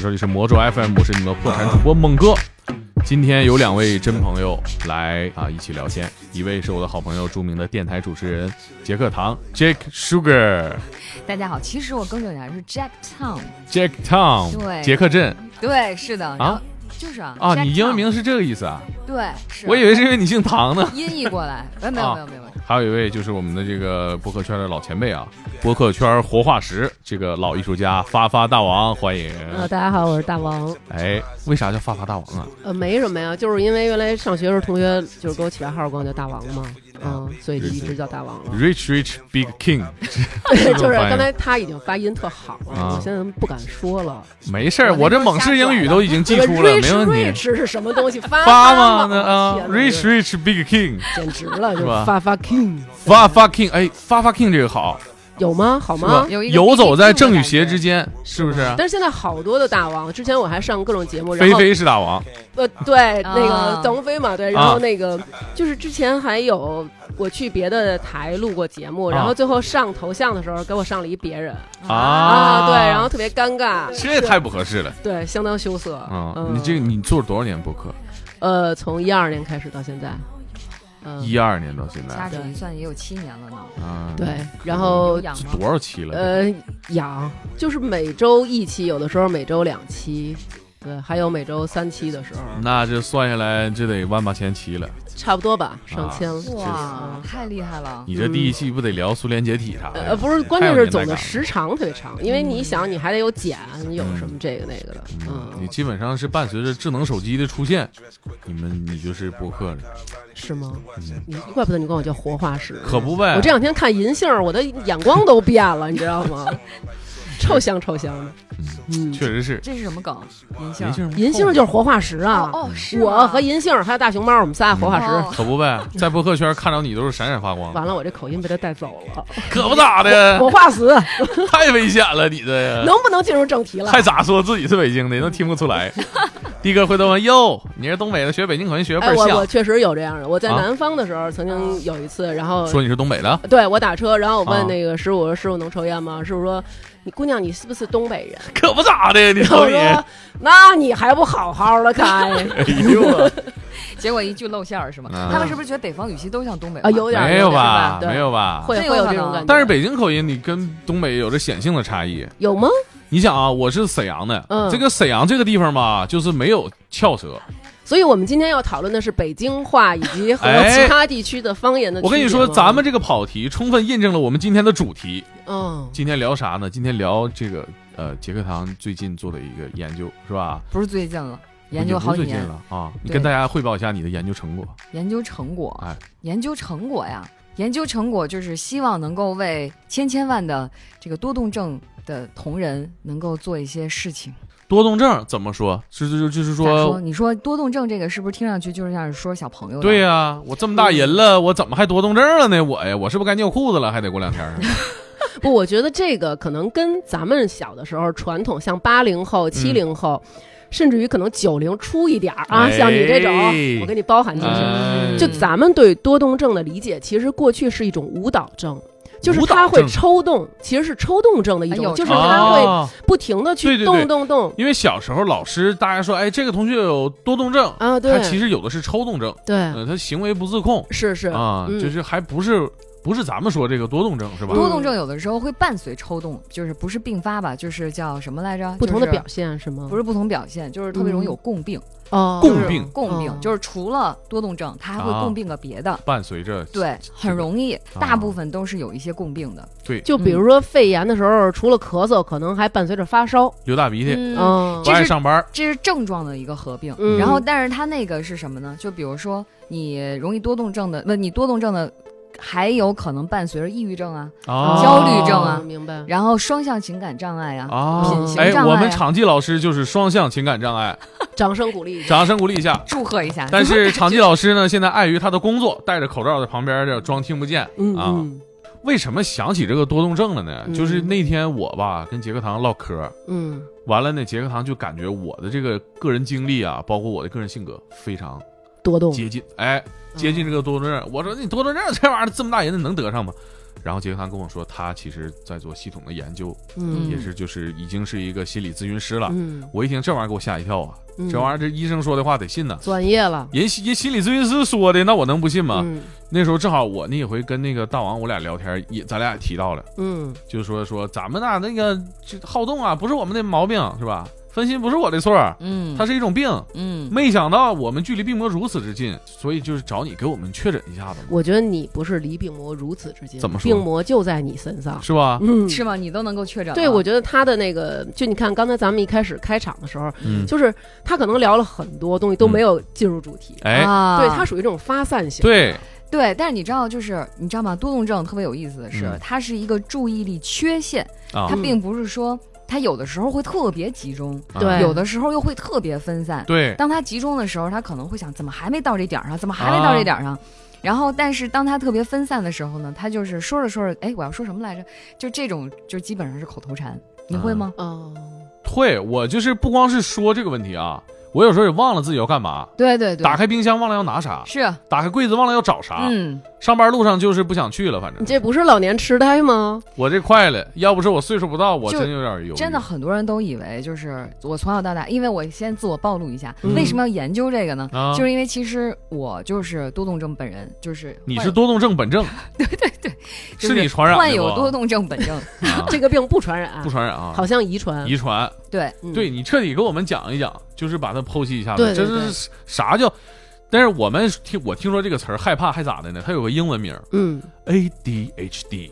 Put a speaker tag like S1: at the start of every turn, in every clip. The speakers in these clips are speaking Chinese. S1: 这里是魔咒 FM，我是你们破产主播猛哥。今天有两位真朋友来啊，一起聊天。一位是我的好朋友，著名的电台主持人杰克唐 （Jake Sugar）、
S2: 大家好，其实我更正一下，是 Jack Town。
S1: Jack Town、
S2: 对
S1: 杰克镇
S2: 对，是的，然后
S1: 啊
S2: 就是啊。
S1: 啊！
S2: Jack
S1: 你英文
S2: Town
S1: 名是这个意思啊？
S2: 对，是。
S1: 我以为是因为你姓唐呢。
S2: 音译过 来，哎，没有没有没有，没有
S1: 还有一位就是我们的这个播客圈的老前辈啊，播客圈活化石，这个老艺术家发发大王，欢迎。
S3: 呃，大家好，我是大王。
S1: 哎，为啥叫发发大王啊？
S3: 呃，没什么呀，就是因为原来上学时候同学就是给我起外号，管我叫大王嘛，嗯，所以就一直叫大王了。
S1: Rich Rich Big King，
S3: 对，
S1: 这
S3: 就
S1: 么
S3: 是
S1: 翻译
S3: 刚才他已经发音特好了，
S1: 啊
S3: 我现在不敢说了。
S1: 没事儿，我这猛士英语都已经记出了，没问
S3: 瑞
S1: 题。
S3: 驰是什么 东西？发
S1: 发
S3: 吗
S1: 吗？？那啊
S3: 天哪
S1: ，Rich Rich Big King，
S3: 简直了，就是
S1: 吧
S3: 发发 king
S1: 发发 King，哎，发发 King 这个好，
S3: 有吗？好
S1: 是吧
S3: 吗？？
S2: 有一个
S1: 游
S2: BB
S1: 走在
S2: 正
S1: 正
S2: 的
S1: 与
S2: 感
S1: 邪
S2: 觉
S1: 之间，是不是？
S3: 但是现在好多的大王，之前我还上各种节目，然
S1: 菲
S3: 后
S1: 菲是大王，
S3: 呃，对，那
S2: 啊
S3: 个邓飞嘛，对，然
S1: 啊
S3: 后那个、就是之前还有我去别的台录过节目，然
S1: 啊
S3: 后最后上头像的时候给我上了一别人
S1: 啊
S3: 对，然后特别尴尬，
S1: 这也太不合适了
S3: 对，相当羞涩。
S1: 啊！
S3: 嗯
S1: 你这个你做了多少年播客？
S3: 呃，从一二年开始到现在，嗯、
S1: 一二年到现在
S2: 掐指一算也有七年了呢。
S1: 啊，
S3: 对，然后
S2: 有养
S1: 这
S2: 吗？
S1: 多少期了？
S3: 呃养就是每周一期，有的时候每周两期。对，还有每周三期的时候，
S1: 那这算下来，这得万八千期了。
S3: 差不多吧，上
S1: 啊
S3: 千。啊
S2: 哇，太厉害了！
S1: 你这第一期不得聊苏联解体啥的？
S3: 嗯呃，不是，关键
S1: 哎太有
S3: 是
S1: 年代
S3: 总
S1: 感
S3: 的
S1: 了
S3: 时长特别长，因为你想，你还得有剪，有什么这个那个的，
S1: 嗯你
S3: 嗯，
S1: 基本上是伴随着智能手机的出现，你们你就是播客了，
S3: 是吗？你怪不得你管我叫活化石，
S1: 嗯可不呗
S3: 我这两天看银杏儿，我的眼光都变了，你知道吗？臭香臭香的，嗯，
S1: 确实是。
S2: 这是什么梗？银杏
S1: 银
S2: 儿。
S1: 杏儿
S3: 银杏儿就是活化石啊，
S2: 哦哦是吗哦
S3: 我和银杏儿还有大熊猫，我们仨活化石。
S1: 可不呗，在播客圈看着你都是闪闪发光，
S3: 完了，我这口音被他带走 了，
S1: 可不咋的
S3: 活，化石，
S1: 太危险了，你 这
S3: 能不能进入正题了？
S1: 还咋说自己是北京的， 都听不出来。的哥回头问哟，你是东北的，学北京口音学倍
S3: 哎，
S1: 儿
S3: 我我
S1: 像，
S3: 确实有这样的，我在
S1: 啊
S3: 南方的时候曾经有一次，然后
S1: 说你是东北的，
S3: 对我打车，然后我
S1: 啊
S3: 问那个师傅，我说师傅能抽烟吗？师傅说，你姑娘你是不是东北人？
S1: 可不咋的，你
S3: 然后
S1: 瞅
S3: 我
S1: 你，
S3: 说，那你还不好好的 开
S1: 哎呦，
S2: 结果一句露馅儿是吗？
S1: 啊
S2: 他们是不是觉得北方语系都像东北
S3: 啊？
S2: 话
S3: 有点儿
S1: 没有
S3: 点儿
S1: 吧，
S3: 对
S1: 没有吧。
S3: 会
S2: 这有
S3: 会有
S2: 可
S3: 这种
S2: 能
S3: 感觉，
S1: 但是北京口音你跟东北有着显性的差异。
S3: 有吗？
S1: 你想啊，我是沈阳的，
S3: 嗯
S1: 这个沈阳这个地方吧，就是没有翘舌。
S3: 所以我们今天要讨论的是北京话以及和
S1: 哎
S3: 其他地区的方言的呃区
S1: 我
S3: 别吗。
S1: 跟你说，咱们这个跑题充分印证了我们今天的主题。
S3: 嗯，
S1: 今天聊啥呢？今天聊这个呃，杰克堂最近做的一个研究，是吧？
S2: 不是最近了，哎研究好几
S1: 最近
S2: 年，
S1: 了啊！你
S2: 对
S1: 跟大家汇报一下你的研究成果。
S2: 研究成果
S1: 哎，
S2: 研究成果呀，研究成果就是希望能够为千千万的这个多动症的同仁能够做一些事情。
S1: 多动症怎么说？是就就就是
S2: 咋
S1: 说，
S2: 说，你说多动症这个是不是听上去就是像是说小朋友的？
S1: 对呀、我这么大人了，我怎么还多动症了呢？我呀，我是不是该尿裤子了？还得过两天儿。啊
S3: 不，我觉得这个可能跟咱们小的时候传统，像八零后、
S1: 嗯
S3: 七零后，甚至于可能九零初一点儿啊，
S1: 哎
S3: 像你这种，我给你包含进去。
S1: 哎
S3: 就咱们对多动症的理解，其实过去是一种舞蹈症，就是它
S1: 舞蹈
S3: 会
S1: 症
S3: 抽动，其实是抽动症的一
S2: 哎呦
S3: 种，就是
S2: 这个
S3: 它会
S1: 哦
S3: 不停的
S1: 对
S3: 去
S1: 对对
S3: 动动动
S1: 因为小时候老师大家说，哎，这个同学有多动症，
S3: 啊，
S1: 他
S3: 对
S1: 其实有的是抽动症，
S2: 嗯
S3: 对，
S1: 呃，他行为不自控
S3: 是是
S1: 啊，
S3: 嗯
S1: 就是还不是不是咱们说这个多动症是吧？
S2: 多动症有的时候会伴随抽动，就是不是并发吧，就是叫什么来着？
S3: 不同
S2: 就
S3: 的
S2: 是
S3: 表嗯现是吗？
S2: 不是不同表现，就是特别容易有共病。
S3: 哦，
S1: 共
S2: 就是
S1: 病
S2: 共病
S3: 哦
S2: 就是除了多动症，它还会
S1: 啊
S2: 共病个别的。
S1: 伴随着
S2: 对，很容易，
S1: 啊
S2: 大部分都是有一些共病的。
S3: 就比如说肺炎的时候，除了咳嗽，可能还伴随着发烧。
S1: 流大鼻涕，
S2: 嗯，
S3: 嗯
S1: 不
S2: 这
S1: 爱
S2: 是
S1: 上班儿，
S2: 这是症状的一个合并。
S3: 嗯
S2: 然后，但是它那个是什么呢？就比如说你容易多动症的，不，你多动症的还有可能伴随着抑郁症啊，
S1: 啊
S2: 焦虑症啊
S3: 哦明白。
S2: 然后双向情感障碍啊，
S1: 啊
S2: 品行
S1: 哎，
S2: 障碍啊
S1: 我们场记老师就是双向情感障碍，
S3: 掌声鼓励一下。
S1: 掌声鼓励一 下。
S2: 祝贺一下。
S1: 但是场记老师呢，现在碍于他的工作，戴着口罩在旁边这装听不见。
S3: 嗯
S1: 啊
S3: 嗯
S1: 为什么想起这个多动症了呢？
S3: 嗯
S1: 就是那天我吧跟杰克堂唠嗑，
S3: 嗯，
S1: 完了呢，杰克堂就感觉我的这个个人经历啊，包括我的个人性格非常
S3: 多动
S1: 接近，哎，接近这个多动症。我说你多动症这玩意儿这么大人能得上吗？然后杰克他跟我说，他其实在做系统的研究，
S3: 嗯
S1: 也是就是已经是一个心理咨询师了。
S3: 嗯，
S1: 我一听这玩意儿给我吓一跳啊！
S3: 嗯
S1: 这玩意儿这医生说的话得信呐、
S3: 专业了
S1: 人心人心理咨询师说的，那我能不信吗？
S3: 嗯
S1: 那时候正好我那回跟那个大王我俩聊天，也咱俩也提到了，
S3: 嗯
S1: 就是说说咱们呐那个这好动啊，不是我们的毛病是吧？分心不是我的错儿，
S2: 嗯，
S1: 它是一种病。
S2: 嗯
S1: 没想到我们距离病魔如此之近，所以就是找你给我们确诊一下子嘛，
S3: 我觉得你不是离病魔如此之近，
S1: 怎么说
S3: 病魔就在你身上。
S1: 是吧？
S3: 嗯，
S2: 是吗？你都能够确诊了？
S3: 对，我觉得他的那个，就你看刚才咱们一开始开场的时候，
S1: 嗯，
S3: 就是他可能聊了很多东西都
S1: 嗯
S3: 没有进入主题，
S1: 哎，
S2: 啊，
S3: 对他属于这种发散型。
S1: 对，
S2: 对，但是你知道，就是你知道吗？多动症特别有意思的是，
S1: 嗯
S2: 它是一个注意力缺陷，
S1: 啊
S2: 它，并不是说它有的时候会特别集中，
S1: 啊
S3: 对
S2: 有的时候又会特别分散。
S1: 对，
S2: 当它集中的时候，它可能会想，怎么还没到这点儿上？怎么还没到
S1: 啊
S2: 这点儿上？然后，但是当它特别分散的时候呢，它就是说着说着，哎，我要说什么来着？就这种，就基本上是口头禅。你
S1: 嗯
S2: 会吗？
S3: 哦，
S1: 会，我就是不光是说这个问题啊，我有时候也忘了自己要干嘛，
S2: 对对对，
S1: 打开冰箱忘了要拿啥，
S2: 是，
S1: 打开柜子忘了要找啥，
S2: 嗯，
S1: 上班路上就是不想去了，反
S3: 你
S1: 正
S3: 这不是老年痴呆吗？
S1: 我这快了，要不是我岁数不到，我
S2: 就
S1: 真有点犹豫。
S2: 真的，很多人都以为就是我从小到大，因为我先自我暴露一下，
S3: 嗯
S2: 为什么要研究这个呢？
S1: 啊
S2: 就是因为其实我就是多动症本人，就是
S1: 你
S2: 患
S1: 是多动症本症，
S2: 就是
S1: 你传染的
S2: 患有
S1: 不
S2: 多动症 本症，
S1: 啊
S3: 这个病不传染啊，
S1: 不传染啊
S3: 好，像遗传。
S1: 遗传。
S2: 对，
S3: 嗯
S1: 对，你彻底给我们讲一讲，就是把它剖析一下子，
S3: 对对
S1: 这
S3: 对
S1: 是啥叫？但是我们听我听说这个词儿害怕还咋的呢？它有个英文名
S3: 嗯，
S1: ADHD，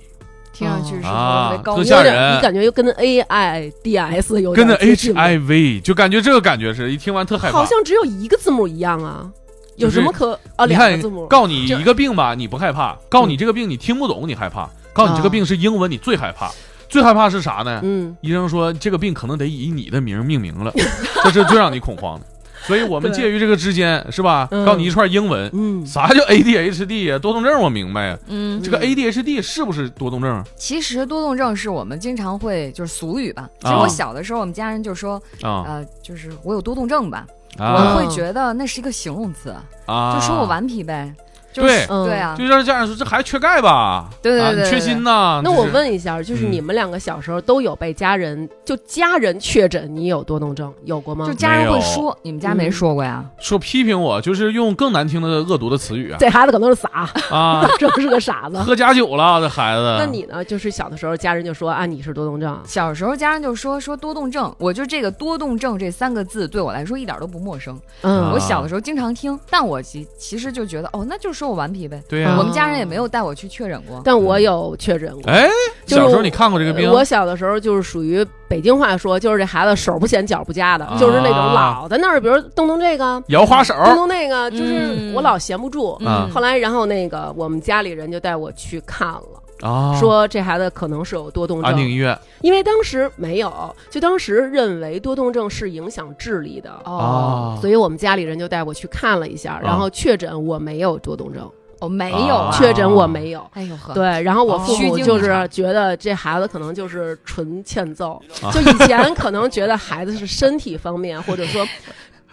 S2: 听上去是
S1: 啊
S2: 特别高
S1: 特
S2: 级
S1: 吓
S3: 有
S1: 人
S3: 点，你感觉又跟 AI DS 有
S1: 跟
S3: 点
S1: 着
S3: 接近
S1: HIV，就感觉这个感觉是一听完特害
S3: 好
S1: 怕。
S3: 像只有一个字母一样啊，有
S1: 就是
S3: 什么可啊
S1: 你
S3: 两个
S1: 看
S3: 字母？，
S1: 告你
S3: 这
S1: 一个病吧，你不害怕；告你这个病你听不懂，你害怕；告你这个
S2: 啊
S1: 病是英文，你最害怕。最害怕是啥呢？
S3: 嗯，
S1: 医生说这个病可能得以你的名儿命名了， 这是最让你恐慌的。所以我们
S3: 对
S1: 介于这个之间，是吧？
S3: 嗯
S1: 告你一串英文，
S3: 嗯，
S1: 啥叫 ADHD 呀？多动症我明白呀。
S2: 嗯，
S1: 这个 ADHD 是不是多动症
S2: 其实多动症是我们经常会就是俗语吧。其实
S1: 啊
S2: 我小的时候，我们家人就说，
S1: 啊？
S2: 呃，就是我有多动症吧，我
S1: 啊
S2: 会觉得那是一个形容词，
S1: 啊！
S2: 就说我顽皮呗。就
S1: 对
S2: 是
S3: 嗯
S2: 对啊
S1: 就，让家长说这孩子缺钙吧？
S2: 对对
S1: 啊
S2: 对
S1: 你
S2: 对
S1: 缺
S2: 对
S1: 锌呐。
S3: 那
S1: 这
S3: 我
S1: 是
S3: 问一下，就是
S1: 嗯
S3: 你们两个小时候都有被家人就家人确诊你有多动症有过吗
S2: 就？家人
S1: 嗯没
S2: 会
S1: 有
S2: 说，你们家没
S3: 嗯
S2: 说过呀？
S1: 说批评我，就是用更难听的恶毒的词 语啊
S3: 这孩子可能是傻，
S1: 啊！嗯
S3: 真是个 傻子。
S1: 喝假酒了，这孩子。
S3: 那你呢？就是小的时候，家人就说啊，你是多动症，
S2: 小时候家人就说说多动症，我就这个多动症这三个字对我来说一点都不陌生。
S1: 啊
S3: 嗯
S2: 我小的时候经常听，但我其其实就觉得哦，那就是说我顽皮呗。
S1: 对呀
S2: 我，们家人也没有带我去确诊过。
S1: 啊
S3: 但我有确诊过。
S1: 哎，
S3: 就是
S1: 小时候
S3: 我
S1: 你看过这个病啊
S3: 我小的时候就是属于北京话说，就是这孩子手不显脚不夹的
S1: 啊，
S3: 就是那种老在那儿，比如动动这个，
S1: 摇花手？
S3: 动动那个，就是
S2: 嗯
S3: 我老闲不住。
S1: 啊
S3: 后来，然后那个我们家里人就带我去看了，
S1: 啊，
S3: 说这孩子可能是有多动
S1: 安定
S3: 症，
S1: 医院
S3: 因为当时没有，就当时认为多动症是影响智力的，
S2: 哦，
S1: 啊
S3: 所以我们家里人就带我去看了一下，然后确诊我没有多动症，
S2: 哦，没有啊
S1: 啊。
S3: 确诊我没有。
S2: 哎呦呵，
S3: 对，然后我父
S2: 虚
S3: 母
S2: 惊
S3: 就
S2: 一
S3: 是
S2: 场
S3: 觉得这孩子可能就是纯欠揍
S2: 哦
S1: 啊，
S3: 就以前可能觉得孩子是身体方面，或者说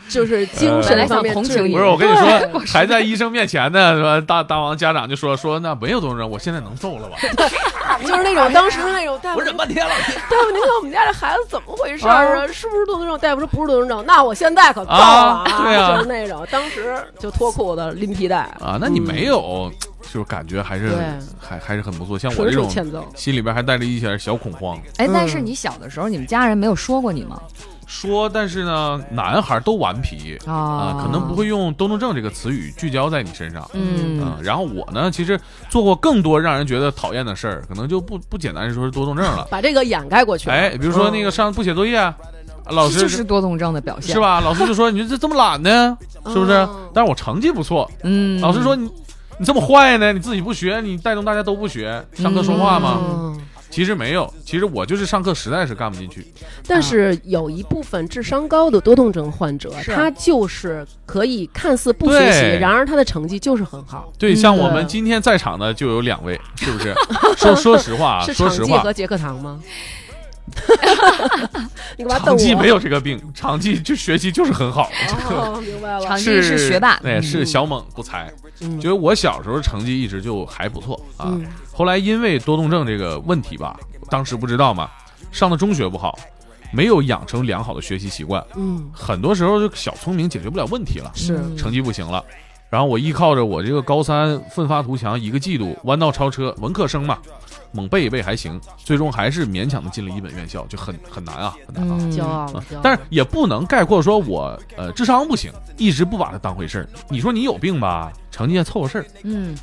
S3: 就是精
S1: 本来
S3: 神
S2: 想
S3: 方面
S2: 同
S3: 智
S2: 情
S3: 力。
S2: 你
S1: 不是，我跟你
S3: 对
S1: 说，还在医生面前呢，说大大王家长就说说那没有多动症，我现在能揍了 吧？
S3: 就是那种当时那种大夫，大
S1: 半天了，
S3: 夫，您看我们家这孩子怎么回事儿啊？是不是多动症？大夫说不是多动症，那我现在可够了
S1: 啊对啊
S3: 就是那种当时就脱裤子拎皮带，
S1: 啊，那你没有，就是感觉还是
S3: 对
S1: 还还是很不错。像我
S3: 纯
S1: 这
S3: 属
S1: 种
S3: 欠揍。
S1: 心里边还带着一点小恐慌，
S2: 哎，但是
S3: 嗯
S2: 你小的时候，你们家人没有说过你吗？
S1: 说但是呢，男孩都顽皮啊
S2: 啊，
S1: 可能不。会用多动症这个词语聚焦在你身上。啊
S2: 嗯，，
S1: 然后我呢，其实做过更多让人觉得讨厌的事儿，可能就不不简单是说是多动症了。
S3: 把这个掩盖过去了。
S1: 哎，比如说那
S3: 嗯
S1: 个上不写作业，啊老师
S2: 这哦就是多动症的表现，
S1: 是？ 吧？老师就说你这这么懒呢，是不是
S3: 哦？
S1: 但是我成绩不错，
S2: 嗯，
S1: 老师说你你这么坏呢，你自己不学，你带动大家都不学，上课说话吗？
S3: 嗯
S1: 其实没有，其实我就是上课实在是干不进去。
S3: 但是有一部分智商高的多动症患者，
S2: 是
S3: 他就是可以看似不学习
S1: 对，
S3: 然而他的成绩就是很好，
S1: 对，
S2: 嗯
S1: 像我们
S3: 对
S1: 今天在 场的就有两位，是不是？说说实话啊，
S3: 是
S1: 说
S3: 场
S1: 实
S3: 记
S1: 话
S3: 和杰克糖吗？ 你干嘛
S1: 长
S3: 瞪
S1: 记
S3: 我？
S1: 没有这个病，长记就学习就是很好。
S3: 哦，明 白了
S2: 长。记是学霸
S1: 对，是
S3: 嗯
S1: 小猛不才。
S3: 嗯
S1: 觉得我小时候成绩一直就还不错啊，
S3: 嗯
S1: 后来因为多动症这个问题吧，当时不知道嘛，上的中学不好，没有养成良好的学习习惯，
S3: 嗯，
S1: 很多时候就小聪明解决不了问题了，
S3: 是
S2: 嗯
S1: 成绩不行了。然后我依靠着我这个高三奋发图强，一个季度弯道超车，文科生嘛，猛背一背还行，最终还是勉强的进了一本院校，就很很难啊，很难啊。
S2: 嗯
S3: 骄傲了
S1: 啊，
S3: 骄傲了。
S1: 但是也不能概括说我呃智商不行，一直不把它当回事儿。你说你有病吧，成绩也凑合事儿；
S2: 嗯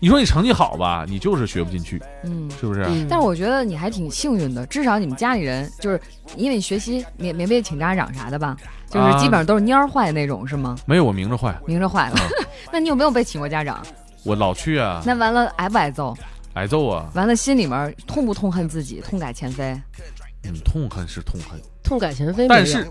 S1: 你说你成绩好吧，你就是学不进去，
S2: 嗯。
S1: 是不啊是？
S3: 嗯，
S2: 但是我觉得你还挺幸运的，至少你们家里人就是因为你学习没没被请家长啥的吧，就是
S1: 啊
S2: 基本上都是蔫儿坏那 种，是吗？
S1: 没有我明着坏，
S2: 明着坏了。
S1: 哦
S2: 那你有没有被请过家长？
S1: 我老去啊，
S2: 那完了挨不挨揍？
S1: 挨揍啊，
S2: 完了心里面痛不痛恨自己，痛改前非？
S1: 嗯，痛恨是痛恨，
S3: 痛改前非没有，
S1: 但是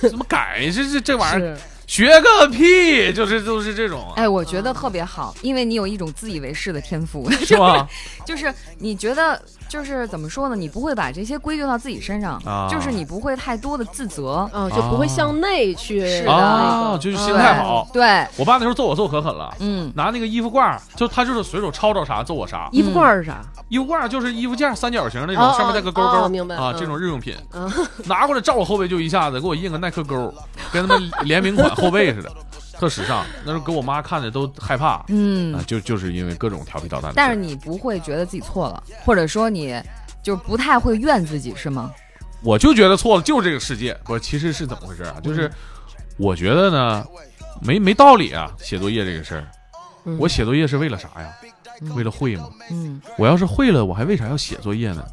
S1: 怎么改？这这这玩意儿
S3: 是
S1: 学个屁，就是就是这种，
S2: 哎，我觉得特别好，因为你有一种自以为 是的天赋，
S1: 是吧？
S2: 就是你觉得就是怎么说呢？你不会把这些归咎到自己身上，
S1: 啊
S2: 就是你不会太多的自责。
S3: 嗯，就不会向内去
S2: 啊哦
S3: 嗯
S2: 是的
S1: 啊，就是心态好。
S2: 对，
S1: 我爸那时候揍我揍可狠了。
S2: 嗯，
S1: 拿那个衣服挂儿，就他就是随手抄着啥揍我啥。
S3: 衣服罐儿是啥？
S1: 衣服挂儿就是衣服架儿三角形那
S3: 哦
S1: 种，上面带个勾
S3: 哦
S1: 勾，
S3: 哦明白
S1: 啊，
S3: 嗯
S1: 这种日用品
S3: 嗯，
S1: 拿过来照我后背就一下子给我印个耐克勾，跟他们联名款后背似的，特时尚。那时候给我妈看的都害怕啊，
S2: 嗯，
S1: 就就是因为各种调皮捣蛋的事儿。
S2: 但是你不会觉得自己错了，或者说你就不太会怨自己，是吗？
S1: 我就觉得错了，就是这个世界。不是，其实是怎么回事
S2: 嗯
S1: 啊？就是我觉得呢，没没道理啊，写作业这个事儿。
S3: 嗯
S1: 我写作业是为了啥呀？
S2: 嗯
S1: 为了会吗？
S2: 嗯
S1: 我要是会了，我还为啥要写作业呢？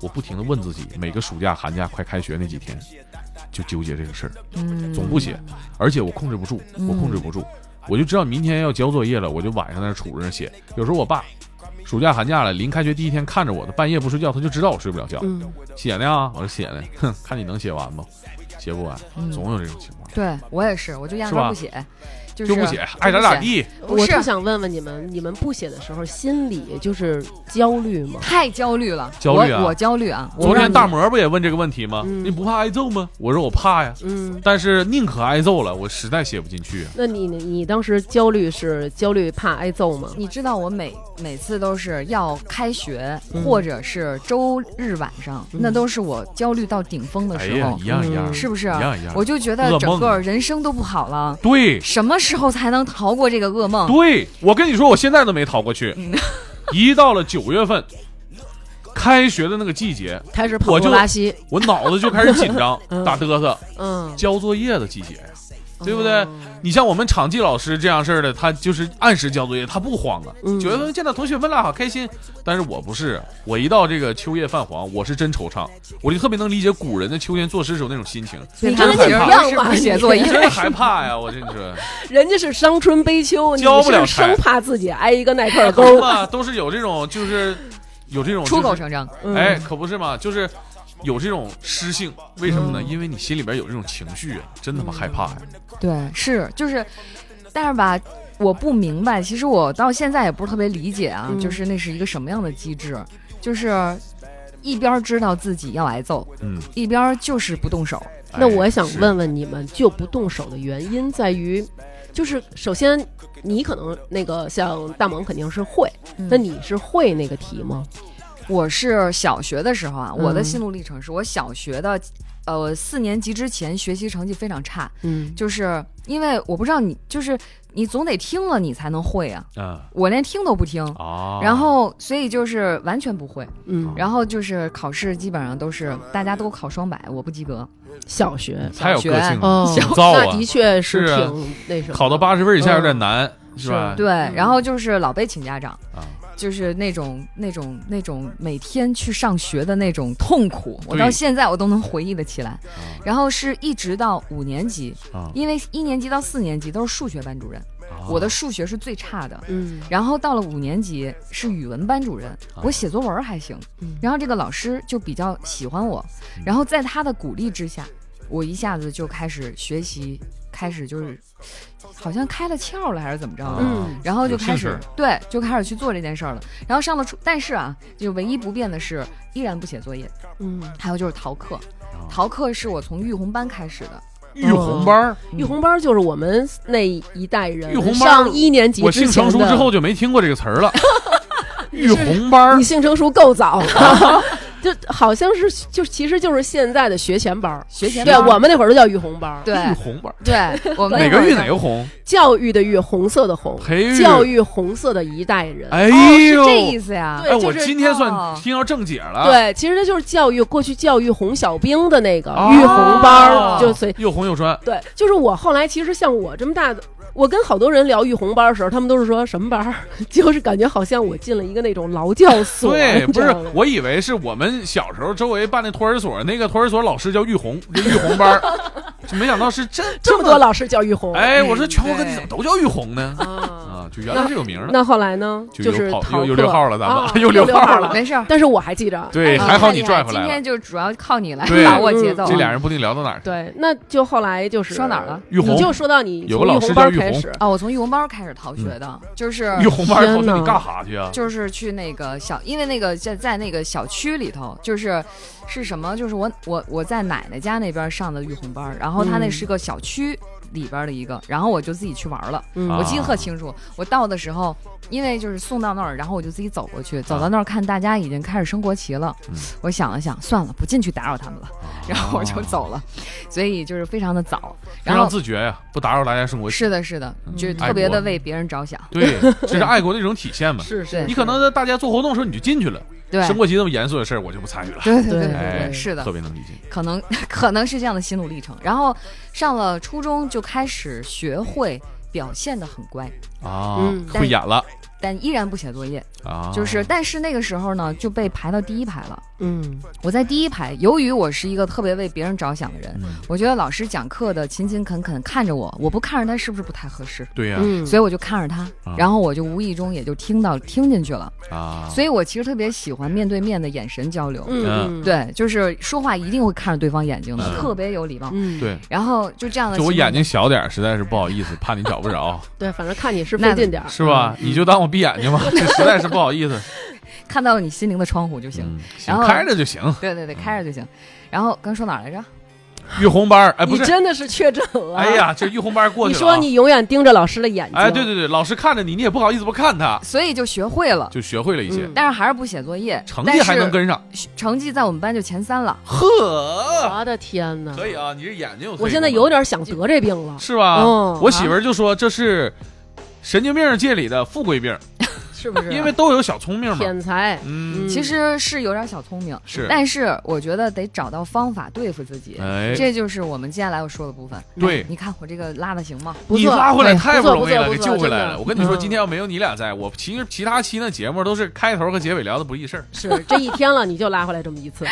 S1: 我不停的问自己，每个暑假、寒假快开学那几天，就纠结这个事儿，
S2: 嗯，
S1: 总不写，而且我控制不住，
S2: 嗯
S1: 我控制不住，我就知道明天要交作业了，我就晚上在那杵着那写。有时候我爸暑假、寒假了，临开学第一天看着我，他半夜不睡觉，他就知道我睡不了觉，
S3: 嗯，
S1: 写呢啊，我说写呢，哼，看你能写完吗？写不完，
S2: 嗯
S1: 总有这种情况，
S2: 对我也是，我就压
S1: 是
S2: 根
S1: 吧
S2: 儿不写，就
S1: 就是不写，爱咋咋地。
S2: 不
S3: 我
S2: 是
S3: 就想问问你们，你们不写的时候心里就是焦虑吗？
S2: 太焦虑了，
S1: 焦虑啊
S2: 我我焦虑啊，我
S1: 昨天
S2: 让你
S1: 大魔不也问这个问题吗？
S3: 嗯
S1: 你不怕挨揍吗？我说我怕呀，
S3: 嗯，
S1: 但是宁可挨揍了，我实在写不进去啊。
S3: 那你呢你当时焦虑是焦虑怕挨揍吗？
S2: 你知道我每每次都是要开学，
S3: 嗯
S2: 或者是周日晚上，
S3: 嗯
S2: 那都是我焦虑到顶峰的
S1: 哎
S2: 时
S1: 呀，
S2: 候
S1: 一，样一样，
S3: 嗯
S2: 是不是？啊
S1: 一样一样。
S2: 我就觉
S1: 噩
S2: 得
S1: 梦啊
S2: 整个人生都不好了，
S1: 对
S2: 什么时候才能逃过这个噩梦？
S1: 对，我跟你说，我现在都没逃过去
S2: 嗯。
S1: 一到了九月份，开学的那个季节，
S3: 开始跑
S1: 我
S3: 步
S1: 就
S3: 拉稀，
S1: 我脑子就开始紧张
S3: 嗯，
S1: 打嘚瑟。
S3: 嗯，
S1: 交作业的季节呀，
S3: 哦
S1: 对不对你像我们场记老师这样事儿的，他就是按时交作业，他不慌啊。
S3: 嗯
S1: 九月份见到同学们了，好开心。但是我不是，我一到这个秋叶泛黄，我是真惆怅，我就特别能理解古人的秋天作诗时候那种心情，
S2: 你
S1: 真
S2: 跟
S1: 害
S2: 几个
S1: 怕
S2: 人是不写作业？
S1: 真害怕呀！我跟你说，
S3: 人家是伤春悲秋，你
S1: 交不了
S3: 是
S1: 差
S3: 生怕自己挨一个耐克
S1: 都
S3: 勾。
S1: 嘛都是有这种，就是有这种
S2: 出口
S1: 就是
S2: 成章，
S3: 嗯
S1: 哎，，可不是嘛，就是。有这种诗性，为什么呢？
S3: 嗯
S1: 因为你心里边有这种情绪，啊真他妈害怕呀！
S2: 对，是就是，但是吧，我不明白，其实我到现在也不是特别理解啊，
S3: 嗯
S2: 就是那是一个什么样的机制，就是一边儿知道自己要挨揍，
S1: 嗯，
S2: 一边儿就是不动手，
S3: 那
S1: 哎
S3: 我也想
S1: 是
S3: 问问你们，就不动手的原因在于，就是首先你可能那个像大萌肯定是会，那
S2: 嗯
S3: 你是会那个题吗？
S2: 我是小学的时候啊，
S3: 嗯
S2: 我的心路历程是我小学的，呃，四年级之前学习成绩非常差，
S3: 嗯，
S2: 就是因为我不知道你，就是你总得听了你才能会啊，
S1: 嗯
S2: 我连听都不听，
S1: 啊，
S2: 然后所以就是完全不会，
S3: 嗯，
S2: 然后就是考试基本上都是大家都考双百，我不及格，
S3: 小学啊
S1: 太有
S2: 小学
S1: 个性了，
S3: 哦
S1: 挺造啊
S3: 那的确是
S1: 是啊
S3: 挺那什么，
S1: 考到八十分以下有点难，
S3: 嗯
S1: 是吧？
S2: 对，然后就是老被请家长，
S1: 啊，
S2: 就是那种那种那种每天去上学的那种痛苦，我到
S1: 对
S2: 现在我都能回忆得起来。
S1: 啊
S2: 然后是一直到五年级，
S1: 啊
S2: 因为一年级到四年级都是数学班主任，我的数学是最差的。
S3: 嗯
S2: 然后到了五年级是语文班主任，
S1: 啊
S2: 我写作文儿还行
S3: 嗯，
S2: 然后这个老师就比较
S1: 嗯
S2: 喜欢我，然后在他的鼓励之下，我一下子就开始学习。开始就是好像开了窍了还是怎么着的，
S3: 嗯
S2: 然后就
S1: 啊有兴
S2: 开
S1: 趣
S2: 始
S1: 儿
S2: 对，就开始去做这件事儿了。然后上了初，但是啊，就唯一不变的是，依然不写作业，
S3: 嗯，
S2: 还有就是逃课。
S1: 哦
S2: 逃课是我从育红班开始的，
S1: 育红班儿，
S3: 育红班就是我们那一代人
S1: 育红班
S3: 上一年级
S1: 我
S3: 之
S1: 性
S3: 前
S1: 成熟
S3: 的
S1: 之后，就没听过这个词 儿了。育红班儿
S3: 你，性成熟够早，就好像是就其实就是现在的学前班儿，
S2: 学前
S3: 对
S2: 班儿
S3: 我们那会儿都叫育红班儿，
S2: 对
S1: 育红班儿，
S2: 对， 我们
S1: 哪
S2: 那会
S1: 个
S2: 儿
S1: 育
S2: 呢
S1: 哪个红？
S3: 教育的育，红色的红，
S1: 培育
S3: 教。育红色的一代人。
S1: 哎
S2: 哦，是
S1: 呦，
S2: 这意思呀？
S3: 对
S1: 哎，
S3: 就
S1: 我
S3: 是
S1: 今天算
S2: 哦
S1: 听到正解了。
S3: 对，其实这就是教育过去教育红小兵的那个
S1: 哦，
S3: 育红班儿，就随
S1: 又红又专。
S3: 对，就是我后来其实像我这么大的，我跟好多人聊育红班儿的时候，他们都是说什么班儿， 就是感觉好像我进了一个那种劳教所，
S1: 对，
S3: 你
S1: 不
S3: 知
S1: 是
S3: 道吗，
S1: 我以为是我们小时候周围办那托儿所，那个托儿所老师叫育红，这育红班儿， 就没想到是这
S3: 这么多。老师教育红，
S1: 哎，我说
S2: 嗯
S1: 全国各地
S2: 对
S1: 怎么都叫育红呢？
S3: 啊，
S1: 啊，就原来是有名儿的，
S3: 那后来呢？
S1: 就是又
S3: 逃
S1: 跑又又
S3: 课
S1: 溜号了，咱们、
S3: 啊
S1: 又
S3: 溜
S1: 溜号
S3: 号了
S2: 没事儿，
S3: 但是我还记着，
S1: 对，
S2: 哎
S1: 还好
S2: 你
S1: 你拽回来
S2: 今
S1: 了
S2: 天。就主要靠你来
S1: 对
S2: 把握节奏
S1: 这
S2: 了。
S1: 俩人不定聊到哪儿去。
S3: 对，那就后来就是
S2: 说哪儿了
S1: 育红
S3: 你就说到你
S1: 有个
S3: 从
S1: 老
S3: 育
S1: 师
S3: 红
S1: 叫
S3: 班
S1: 育
S3: 开
S1: 红
S3: 始，
S2: 哦，我从育红班开始逃学
S1: 嗯
S2: 的，就是
S1: 育红班儿，我说
S3: 天
S1: 你
S3: 哪
S1: 干哈去啊？
S2: 就是去那个小，因为那个在在那个小区里头，就是是什么？就是我我我在奶奶家那边上的育红班儿，然后他那
S3: 嗯
S2: 是个小区里边的一个，然后我就自己去玩儿了。
S3: 嗯
S1: 啊
S2: 我记得特清楚，我到的时候，因为就是送到那儿，然后我就自己走过去，走到那儿看大家已经开始升国旗了，
S1: 啊嗯啊
S2: 我想了想，算了，不进去打扰他们了，然后我就走了，所以就是非常的早，
S1: 非
S2: 然
S1: 常
S2: 后
S1: 自觉呀，不打扰大家生活。
S2: 是的，是的，就是
S1: 爱
S2: 特别
S1: 国
S2: 的为别人着想，
S1: 对，这是爱国的一种体现嘛。
S3: 是
S2: 对
S1: 你可能在大家做活动的时候你就进去了，
S2: 对，
S1: 升国旗那么严肃的事儿我就不参与了。
S2: 对对对对对，
S1: 哎，
S2: 是的
S1: 特，别能理解。
S2: 可能 可能是这样的心路历程。然后上了初中就开始学会表现的很乖，
S1: 啊，
S3: 嗯
S1: 会演了
S2: 但依然不写作业，
S1: 啊，
S2: 就是但是那个时候呢就被排到第一排了。
S3: 嗯
S2: 我在第一排，由于我是一个特别为别人着想的人，
S1: 嗯
S2: 我觉得老师讲课的勤勤恳恳看着我，我不看着他是不是不太合适？
S1: 对啊呀
S3: 嗯，
S2: 所以我就看着他
S1: 啊，
S2: 然后我就无意中也就听到听进去了，
S1: 啊，
S2: 所以我其实特别喜欢面对面的眼神交流，
S1: 嗯
S3: 嗯，
S2: 对，就是说话一定会看着对方眼睛的，
S1: 嗯
S2: 特别有礼貌。
S3: 嗯
S1: 对，
S2: 然后就这样的
S1: 就
S2: 情况，
S1: 我眼睛小点儿，实在是不好意思，怕你找不 着，
S3: 对，反正看你是费劲点儿，
S1: 是吧？
S2: 嗯
S1: 你就当我闭眼睛吧，这实在是不好意思。
S2: 看到你心灵的窗户就行。
S1: 嗯，
S2: 然
S1: 行，
S2: 后
S1: 开着就行。
S2: 对对对，开着就行。然后刚说哪儿来着？啊
S1: 育红班儿，哎，不
S3: 你
S1: 是，
S3: 真的是确诊了。
S1: 哎，呀，这育红班儿过
S3: 啊你
S1: 去了啊。
S3: 说你永远盯着老师的眼睛，
S1: 哎，对对对，老师看着你，你也不好意思不看他，
S2: 所以就学会了，
S1: 就学会了一些
S3: 嗯，
S2: 但是还是不写作业，
S1: 成
S2: 但
S1: 绩
S2: 是
S1: 还能跟嗯上。
S2: 成绩在我们班就前三了。
S1: 呵，
S3: 我的天哪！
S1: 可以啊，你这眼睛有退步吗，
S3: 呃我现在有点想得这病了，
S1: 是吧？
S3: 嗯
S1: 我媳妇儿就说这是神经病界里的富贵病，
S3: 是不是？啊
S1: 因为都有小聪明嘛。
S3: 天才，
S1: 嗯，
S3: 嗯
S2: 其实是有点小聪明，
S1: 是。
S2: 但是我觉得得找到方法对付自己。
S1: 哎，
S2: 这就是我们接下来要说的部分。
S1: 对
S2: 你看我这个拉的行吗？
S3: 哎不
S1: 你
S3: 错
S1: 拉回来
S3: 哎
S1: 太不
S3: 不错
S1: 容易
S3: 不错
S1: 了，给
S3: 不错
S1: 救回来
S3: 真
S1: 了。
S3: 的
S1: 我跟你说，
S3: 嗯
S1: 今天要没有你俩在，我其实其他期的节目都是开头和结尾聊的不易事儿。
S3: 是这一天了，你就拉回来这么一次，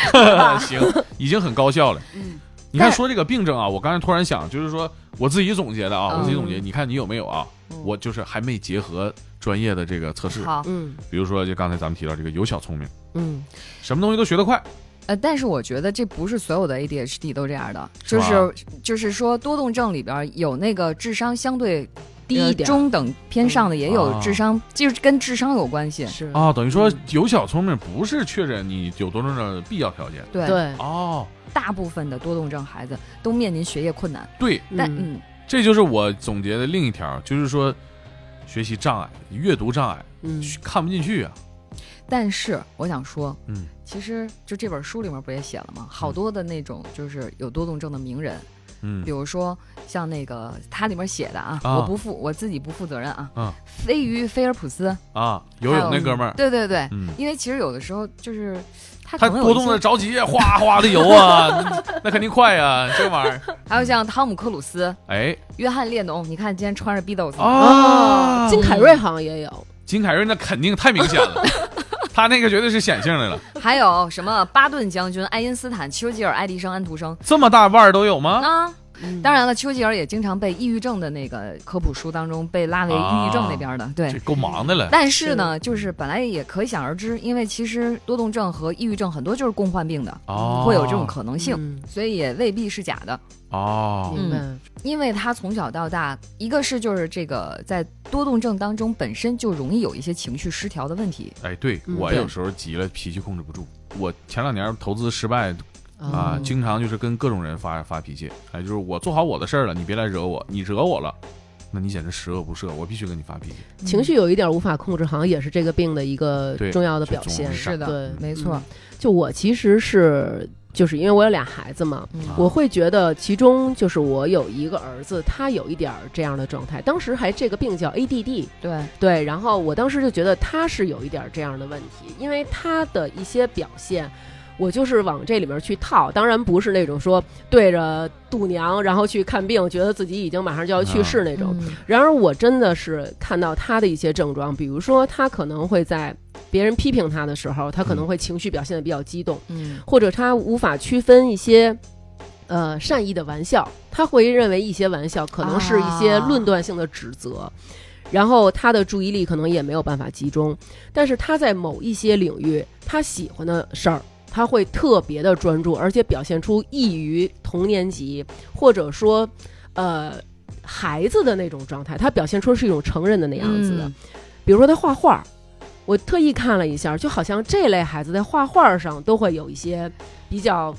S1: 行，已经很高效了。
S3: 嗯
S1: 你看
S2: 但
S1: 说这个病症啊，我刚才突然想，就是说我自己总结的啊，
S2: 嗯
S1: 我自己总结，你看你有没有啊？
S2: 嗯
S1: 我就是还没结合专业的这个测试，
S2: 好，
S3: 嗯
S1: 比如说就刚才咱们提到这个有小聪明，
S3: 嗯，
S1: 什么东西都学得快，
S2: 呃，但是我觉得这不是所有的 ADHD 都这样的，就是
S1: 吧
S2: 是就是说多动症里边有那个智商相对
S3: 低一点
S2: 呃中等偏上的，也有
S1: 啊
S2: 智商，就是跟智商有关系。
S3: 是
S1: 啊，等于说
S2: 嗯
S1: 有小聪明不是确诊你有多动症的必要条件
S2: 对，
S3: 对，嗯
S1: 哦。
S2: 大部分的多动症孩子都面临学业困难，
S1: 对，
S2: 但
S3: 嗯
S2: 嗯，
S1: 这就是我总结的另一条，就是说学习障碍、阅读障碍
S3: 嗯
S1: 看不进去啊。
S2: 但是我想说，
S1: 嗯，
S2: 其实就这本书里面不也写了吗？好多的那种就是有多动症的名人，
S1: 嗯
S2: 比，如说像那个它里面写的啊，
S1: 啊
S2: 我不负我自己不负责任啊，
S1: 啊
S2: 飞鱼菲尔普斯，
S1: 啊，游泳那哥们儿，
S2: 对对对，
S1: 嗯，
S2: 因为其实有的时候就是他
S1: 他
S2: 可能
S1: 多
S2: 有一
S1: 动的
S2: 些，
S1: 着急，哗哗的游啊，那那肯定快啊，这玩意儿。
S2: 还有像汤姆克鲁斯、
S1: 哎
S2: 约翰列侬，你看今天穿着 Beatles，、
S1: 啊，
S3: 哦金凯瑞好像也有，
S1: 金凯瑞那肯定太明显了，他那个绝对是显性的了，
S2: 还有什么巴顿将军、爱因斯坦、丘吉尔、爱迪生、安徒生
S1: 这么大腕儿都有吗？
S2: 啊，
S3: 嗯
S2: 当然了，丘吉尔也经常被抑郁症的那个科普书当中被拉为抑郁症那边的，对
S1: 啊这。够忙的了。
S2: 但是呢，就是本来也可想而知，因为其实多动症和抑郁症很多就是共患病的，
S1: 哦，
S2: 会有这种可能性，
S3: 嗯
S2: 所以也未必是假的。
S1: 哦，
S3: 明白。
S2: 因为他从小到大，一个是就是这个在多动症当中本身就容易有一些情绪失调的问题，
S1: 哎，对
S3: 嗯
S1: 我
S3: 对
S1: 有时候急了，脾气控制不住。我前两年投资失败啊
S3: 哦，
S1: 经常就是跟各种人发发脾气，哎，就是我做好我的事儿了，你别来惹我，你惹我了，那你简直十恶不赦，我必须跟你发脾气。
S3: 情绪有一点无法控制，好像也是这个病的一个
S1: 对
S3: 重要的
S1: 这
S3: 表
S1: 种
S3: 现。
S1: 是
S2: 的
S3: 对，
S2: 没错
S3: 嗯。就我其实是，就是因为我有俩孩子嘛，
S2: 嗯
S1: 啊
S3: 我会觉得其中就是我有一个儿子，他有一点儿这样的状态。当时还这个病叫 ADD，
S2: 对，
S3: 对，然后我当时就觉得他是有一点儿这样的问题，因为他的一些表现。我就是往这里面去套，当然不是那种说对着度娘然后去看病，觉得自己已经马上就要去世那种，
S2: 嗯
S3: 然而，我真的是看到他的一些症状，比如说他可能会在别人批评他的时候，他可能会情绪表现的比较激动，
S2: 嗯
S3: 或者他无法区分一些呃善意的玩笑，他会认为一些玩笑可能是一些
S2: 啊
S3: 论断性的指责。然后他的注意力可能也没有办法集中，但是他在某一些领域，他喜欢的事儿，他会特别的专注，而且表现出异于同年级或者说，呃，孩子的那种状态，他表现出是一种成人的那
S2: 那
S3: 样子的。比如说他画画，我特意看了一下，就好像这类孩子在画画上都会有一些比较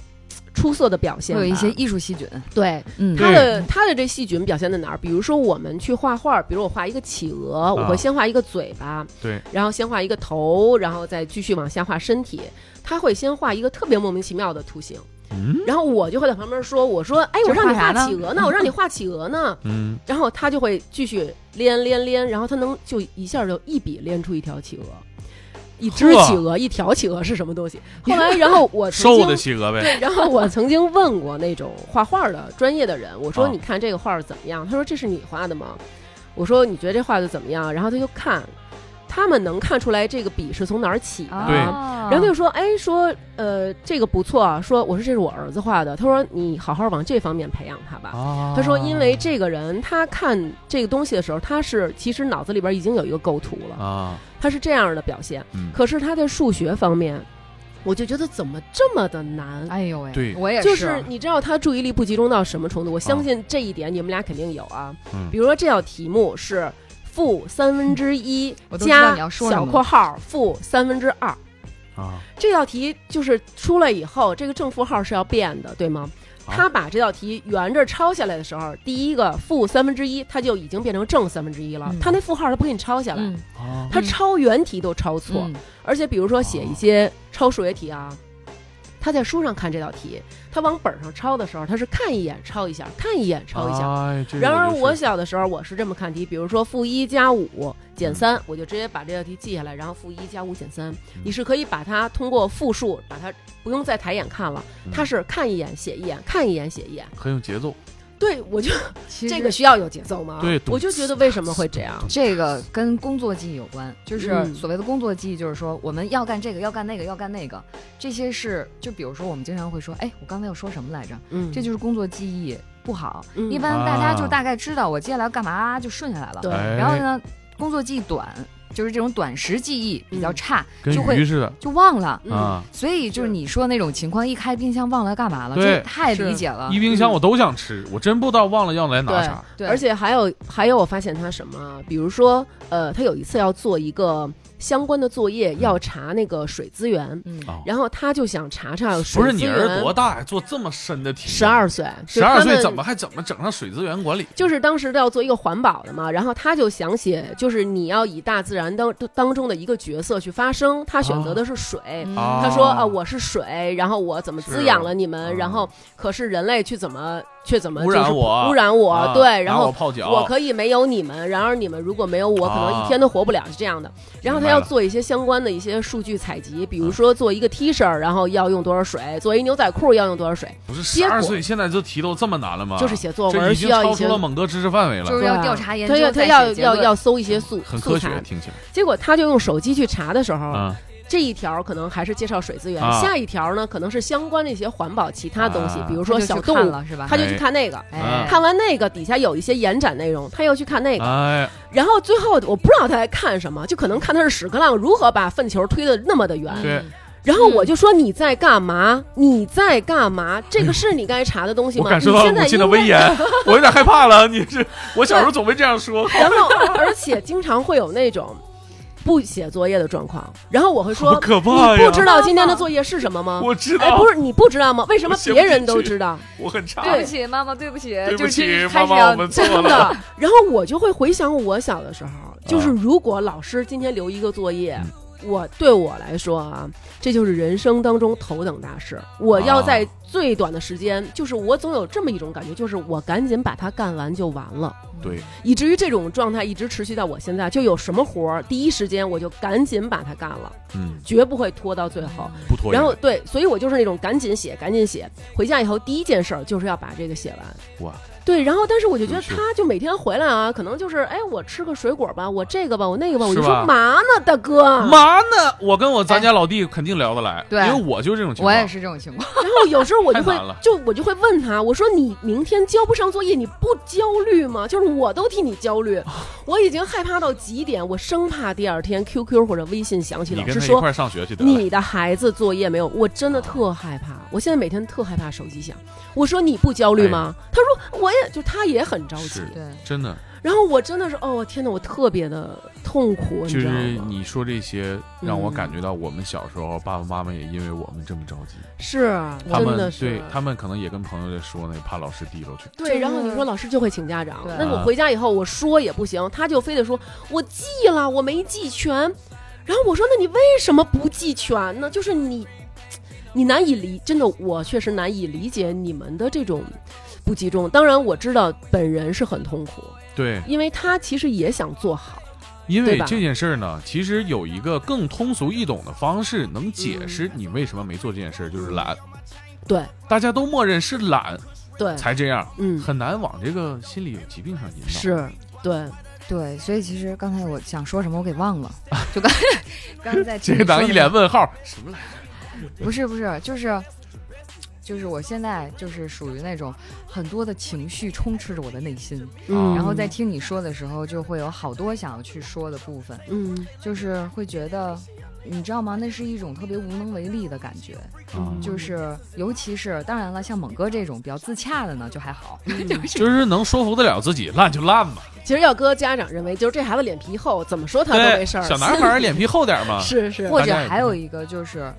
S3: 出色的表现
S2: 会
S3: 吧，
S2: 有一些艺术细菌，
S3: 对
S2: 嗯，
S3: 他的他的这细菌表现在哪儿？比如说我们去画画，比如我画一个企鹅，
S2: 啊
S3: 我会先画一个嘴巴，
S1: 对，
S3: 然后先画一个头，然后再继续往下画身体。他会先画一个特别莫名其妙的图形，
S1: 嗯
S3: 然后我就会在旁边说：“我说，哎，
S2: 这
S3: 我让你
S2: 画啥
S3: 画
S2: 呢
S3: 企鹅呢，我让你画企鹅呢。”
S1: 嗯，
S3: 然后他就会继续连连连，然后他能就一下就一笔连出一条企鹅，一只
S1: 呵
S3: 企鹅，一条企鹅是什么东西？后来，然后我曾
S1: 瘦
S3: 经
S1: 的企鹅呗，
S3: 对，然后我曾经问过那种画画的专业的人，我说
S1: 啊
S3: 你看这个画儿怎么样？他说这是你画的吗？我说你觉得这画的怎么样？然后他就看，他们能看出来这个笔是从哪儿起的。
S1: 对
S2: 然
S3: 然后他就说：“哎，说呃，这个不错啊。说我说这是我儿子画的。他说你好好往呃这方面培养他吧。
S1: 啊
S3: 他说，因为这个人他看这个东西的时候，他是其实脑子里边已经有一个构图了，
S1: 啊，
S3: 他是这样的表现。
S1: 嗯，
S3: 可是他在数学方面，我就觉得怎么这么的难。
S2: 哎呦喂，
S1: 对
S2: 我也嗯
S3: 就是你知道他注意力不集中到什么程度？我相信这一点你们俩肯定有啊。
S1: 嗯
S3: 比如说这道题目是负三分之一
S2: 我都知道你
S3: 加
S2: 要说什么
S3: 小括号负三分之二，
S1: 啊，
S3: 这道题就是出来以后，这个正负号是要变的，对吗？
S1: 啊
S3: 他把这道题原着抄下来的时候，第一个负三分之一，它就已经变成正三分之一了。
S2: 嗯
S3: 他那负号他不给你抄下来，
S2: 嗯
S1: 啊
S3: 他抄原题都抄错，
S2: 嗯
S3: 而且比如说写一些抄数学题啊，他在书上看这道题，他往本上抄的时候，他是看一眼抄一下，看一眼抄一下。
S1: 哎这个
S3: 然而
S1: 就是
S3: 我小的时候我是这么看题，比如说负一加五减
S1: 嗯
S3: 三，我就直接把这道题记下来，然后负一加五减三，你是可以把它通过复述，把它不用再抬眼看了，
S1: 嗯
S3: 它是看一眼写一眼，看一眼写一眼。
S1: 很有节奏，
S3: 对，我就
S2: 其实
S3: 这个需要有节奏吗？
S1: 对懂
S3: 我就觉得为什么会这样？
S2: 这个跟工作记忆有关，就是
S3: 嗯
S2: 所谓的工作记忆，就是说我们要干这个，要干那个，要干那个，这些是就比如说我们经常会说，哎，我刚才要说什么来着？
S3: 嗯，
S2: 这就是工作记忆不好，
S3: 嗯
S2: 一般大家就
S1: 啊
S2: 大概知道我接下来要干嘛就顺下来了。
S3: 对
S1: 哎
S2: 然后呢，工作记忆短，就是这种短时记忆比较差，
S1: 跟
S2: 就会
S1: 鱼似的
S2: 就忘了。
S3: 嗯
S1: 啊，
S2: 所以就是
S3: 是
S2: 你说那种情况，一开冰箱忘了干嘛了，
S1: 对
S2: 这太
S3: 啊是
S2: 理解了
S1: 一。冰箱我都想吃，我真不知道忘了要来拿
S3: 对
S1: 啥，
S2: 对，
S3: 而且还有还有，我发现他什么啊，比如说，呃，他有一次要做一个相关的作业，要查那个水资源，
S2: 嗯
S1: 啊
S3: 然后他就想查查水
S1: 不是
S3: 资
S1: 你
S3: 源。
S1: 儿多大呀？做这么深的题？
S3: 十二，岁，
S1: 嗯十二
S3: 就他
S1: 岁
S3: 们
S1: 怎么还怎么整上水资源管理？
S3: 就是当时都要做一个环保的嘛，然后他就想写，就是你要以大自然当当中的一个角色去发声，他选择的是水。
S2: 嗯
S1: 啊
S3: 他说啊，我是水，然后我怎么滋养了你们，
S1: 是啊
S3: 然后可是人类去怎么却怎么
S1: 污染
S3: 就是
S1: 我
S3: 污染我，
S1: 啊
S3: 对，然
S1: 拿我
S3: 后
S1: 泡脚，
S3: 我可以没有你们，然而你们如果没有我，可
S1: 啊
S3: 能一天都活不了，是这样的。然后他要做一些相关的一些数据采集，比
S1: 嗯
S3: 如说做一个 T 恤，然后要用多少水，做一牛仔裤要用多少水，
S1: 不是十
S3: 结果
S1: 二岁，现在这题都这么难了吗？
S3: 就是写作
S1: 啊这
S3: 文
S1: 已
S3: 需
S1: 经
S3: 要
S1: 超
S3: 一
S1: 出
S3: 些
S1: 了猛哥知识范围
S2: 就
S1: 了，
S2: 是要
S3: 对啊
S2: 调查研究，
S3: 他要他
S2: 再
S3: 要
S2: 写结
S3: 要
S2: 论
S3: 要搜一些素
S1: 嗯很
S3: 素
S1: 科
S3: 材嗯
S1: 学，，听起来
S3: 结果他就用手机去查的时候，
S1: 啊
S3: 这一条可能还是介绍水资源，
S1: 啊
S3: 下一条呢可能是相关的一些环保其他东西，
S1: 啊
S3: 比如
S2: 我
S3: 说小动物，嗯
S2: 了是吧
S3: 他？就去看那个。
S1: 啊
S2: 哎，
S3: 看完那个底下有一些延展内容，他又去看那个，
S1: 哎，
S3: 然后最后我不知道他在看什么，就可能看他是屎壳郎如何把粪球推得那么的
S2: 嗯
S3: 远，
S1: 对
S3: 然后我就说你在干嘛？你在干嘛？这个是你该查的东西
S1: 我
S3: 吗？
S1: 感
S3: 你
S1: 受到了
S3: 现在
S1: 母
S3: 应
S1: 亲的
S3: 该。
S1: 威严， 我有点害怕了。你是我小时候总被这样说，
S3: 然后，而且经常会有那种不写作业的状况。然后我会
S1: 好
S3: 说，
S1: 可怕
S3: 你
S1: 呀
S3: 不！知道今天的作业是什么吗？
S1: 我知
S3: 哎，
S1: 道
S3: 不，是你不知道吗？为什么
S1: 我写不
S3: 别人都
S1: 进去
S3: 知道？
S1: 我很差。
S2: 对不起，妈妈，对不起，
S1: 对不
S2: 就
S1: 起
S2: 是，
S1: 妈
S2: 开始
S1: 妈，我
S2: 要
S1: 们 错
S3: 真
S1: 了。
S3: 的。然后我就会回想我小的时候，就是如果老师今天留一个作业
S1: 啊嗯。
S3: 我对我来说啊，这就是人生当中头等大事。我
S1: 啊
S3: 要在最短的时间，就是我总有这么一种感觉，就是我赶紧把它干完就完了，
S2: 嗯
S1: 对，
S3: 以至于这种状态一直持续到我现在。就有什么活儿，第一时间我就赶紧把它干了，
S1: 嗯，
S3: 绝不会拖到最后。
S1: 不拖延。
S3: 然后对，所以我就是那种赶紧写，赶紧写。回家以后第一件事儿就是要把这个写完。
S1: 哇，
S3: 对，然后嗯但是我就觉得
S1: 优秀
S3: 他就每天回来啊，可能就是哎，我吃个水果吧，我这个吧，我那个吧，我就是
S1: 吧
S3: 说嘛呢，大哥。 然
S1: 嘛呢？我跟我咱家老弟肯定聊得来，
S2: 对
S1: 因为我就这种情
S2: 我
S1: 况。
S2: 也是这种情况，
S3: 后有时候我就
S1: 太
S3: 会
S1: 难了
S3: 就我就会问他，我说你明天交不上作业，你不焦虑吗？就是我都替你焦虑，
S1: 哦
S3: 我已经害怕到极点，我生怕第二天 QQ 或者微信响起，
S1: 你
S3: 老
S1: 跟
S3: 师
S1: 他一
S3: 说
S1: 块儿上学去得了。哦
S3: 你的孩子作业没有，我真的特害怕。我现在每天特害怕手机响。我说你不焦虑吗？他说我也，就他也很着急
S1: 哎是。
S2: 对，
S1: 真的，
S3: 然后我真的是，哦天哪，我特别的痛苦，
S1: 就
S3: 你知道
S1: 是
S3: 吗？
S1: 你说这些，让我
S3: 嗯
S1: 感觉到我们小时候爸爸妈妈也因为我们这么着急，
S3: 是啊，
S1: 他
S3: 真
S1: 们
S3: 的是
S1: 对他们可能也跟朋友在说呢，怕老师提溜去。
S3: 对，然后
S2: 就是
S3: 你说
S1: 嗯
S3: 老师就会请家长
S2: 对，
S3: 那我回家以后我说也不行，他就非得说我记了，我没记全。然后我说那你为什么不记全呢？就是你，你难以理，真的我确实难以理解你们的这种不集中。当然我知道本人是很痛苦，
S1: 对，
S3: 因为他其实也想做好，
S1: 因为
S3: 对吧
S1: 这件事儿呢，其实有一个更通俗易懂的方式能解释你为什么没做这件事儿，就是懒。
S3: 对
S1: 大家都默认是懒
S3: 对，
S1: 才这样，
S3: 嗯，
S1: 很难往这个心理疾病上引导。
S3: 是对，
S2: 对，所以其实刚才我想说什么，我给忘 了，就刚 刚才在听
S1: 这
S2: 你
S1: 个党
S2: 说
S1: 一
S2: 的
S1: 脸问号，什么来？
S2: 不是不是，就是就是我现在就是属于那种很多的情绪充斥着我的内心，
S1: 嗯
S2: 然后在听你说的时候，就会有好多想要去说的部分，
S3: 嗯
S2: 就是会觉得。你知道吗？那是一种特别无能为力的感觉，
S1: 啊
S3: 嗯
S2: 就是尤其是当然了，像猛哥这种比较自洽的 呢，就还好，就是
S1: 就是能说服得了自己，烂就烂吧。
S3: 其实要搁家长认为，就是这孩子脸皮厚，怎么说他都没事儿。。
S1: 小男孩儿啊脸皮厚点儿嘛
S3: 是是，
S2: 或
S1: 大
S2: 者
S1: 概
S2: 还有一个就是，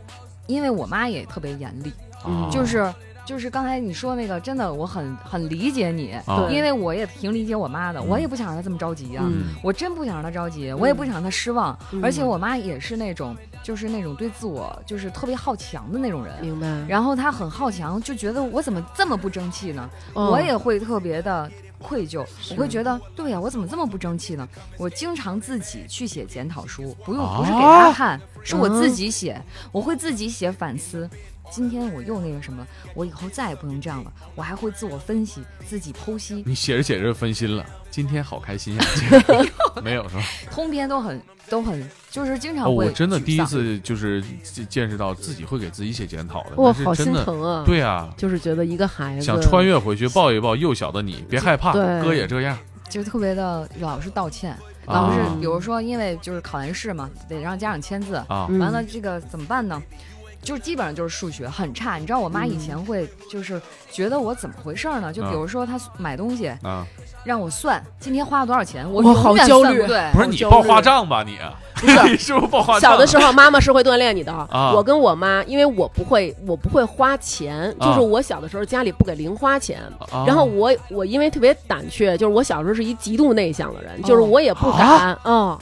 S2: 因为我妈也特别严厉，
S1: 啊
S2: 就是就是刚才你说那个，真的我很很理解你，
S1: 啊
S3: 对
S2: 因为我也挺理解我妈的，
S1: 嗯
S2: 我也不想让她这么着急啊呀、
S3: 嗯
S2: 我真不想让她着急，我也不想让她失望。
S3: 嗯
S2: 而且我妈也是那种，就是那种对自我就是特别好强的那种人。
S3: 明白。
S2: 然后她很好强，就觉得我怎么这么不争气呢？
S1: 嗯
S2: 我也会特别的愧疚，我会觉得对呀、我怎么这么不争气呢？我经常自己去写检讨书，不用不是给
S1: 啊
S2: 他看，是我
S1: 嗯
S2: 自己写，我会自己写反思。今天我又那个什么了，我以后再也不能这样了。我还会自我分析，自己剖析，
S1: 你写着写着分心了，今天好开 心呀！没有是吧？
S2: 通篇都很都很，就是经常
S1: 哦，
S2: 会、
S1: 我真的第一，次就是见见识到自己会给自己写检讨的，
S3: 哇，
S1: 但
S3: 好
S1: 是
S3: 心
S1: 真的，
S3: 疼啊！，
S1: 对啊，
S3: 就是觉得一个孩子
S1: 想穿越回去抱一抱幼小的你，别害怕，
S3: 对
S1: 哥也这样。
S2: 就特别的老是道歉，老
S1: 啊
S2: 是
S3: 嗯
S2: 比如说因为就是考完试嘛，得让家长签字，
S1: 啊，
S3: 嗯
S2: 完了这个怎么办呢？就基本上就是数学很差，你知道我妈以
S3: 嗯
S2: 前会就是觉得我怎么回事儿呢？就比如说她买东西
S3: 嗯
S1: 啊，
S2: 让我算今天花了多少钱，我
S3: 哇
S2: 永远
S3: 好焦
S2: 算
S3: 虑
S2: 不对
S1: 不。是
S3: 好
S1: 你
S3: 焦
S1: 报
S3: 虑
S1: 花账吧你？啊
S3: 不是
S1: 你是不是报花啊账？
S3: 小的时候，妈妈是会锻炼你的。
S1: 啊
S3: 我跟我妈，因为我不会，我不会花钱，
S1: 啊
S3: 就是我小的时候家里不给零花钱。
S1: 候
S3: 然后我我因为特别胆怯，就是我小时候是一极度内向的人，就是我也不敢，嗯，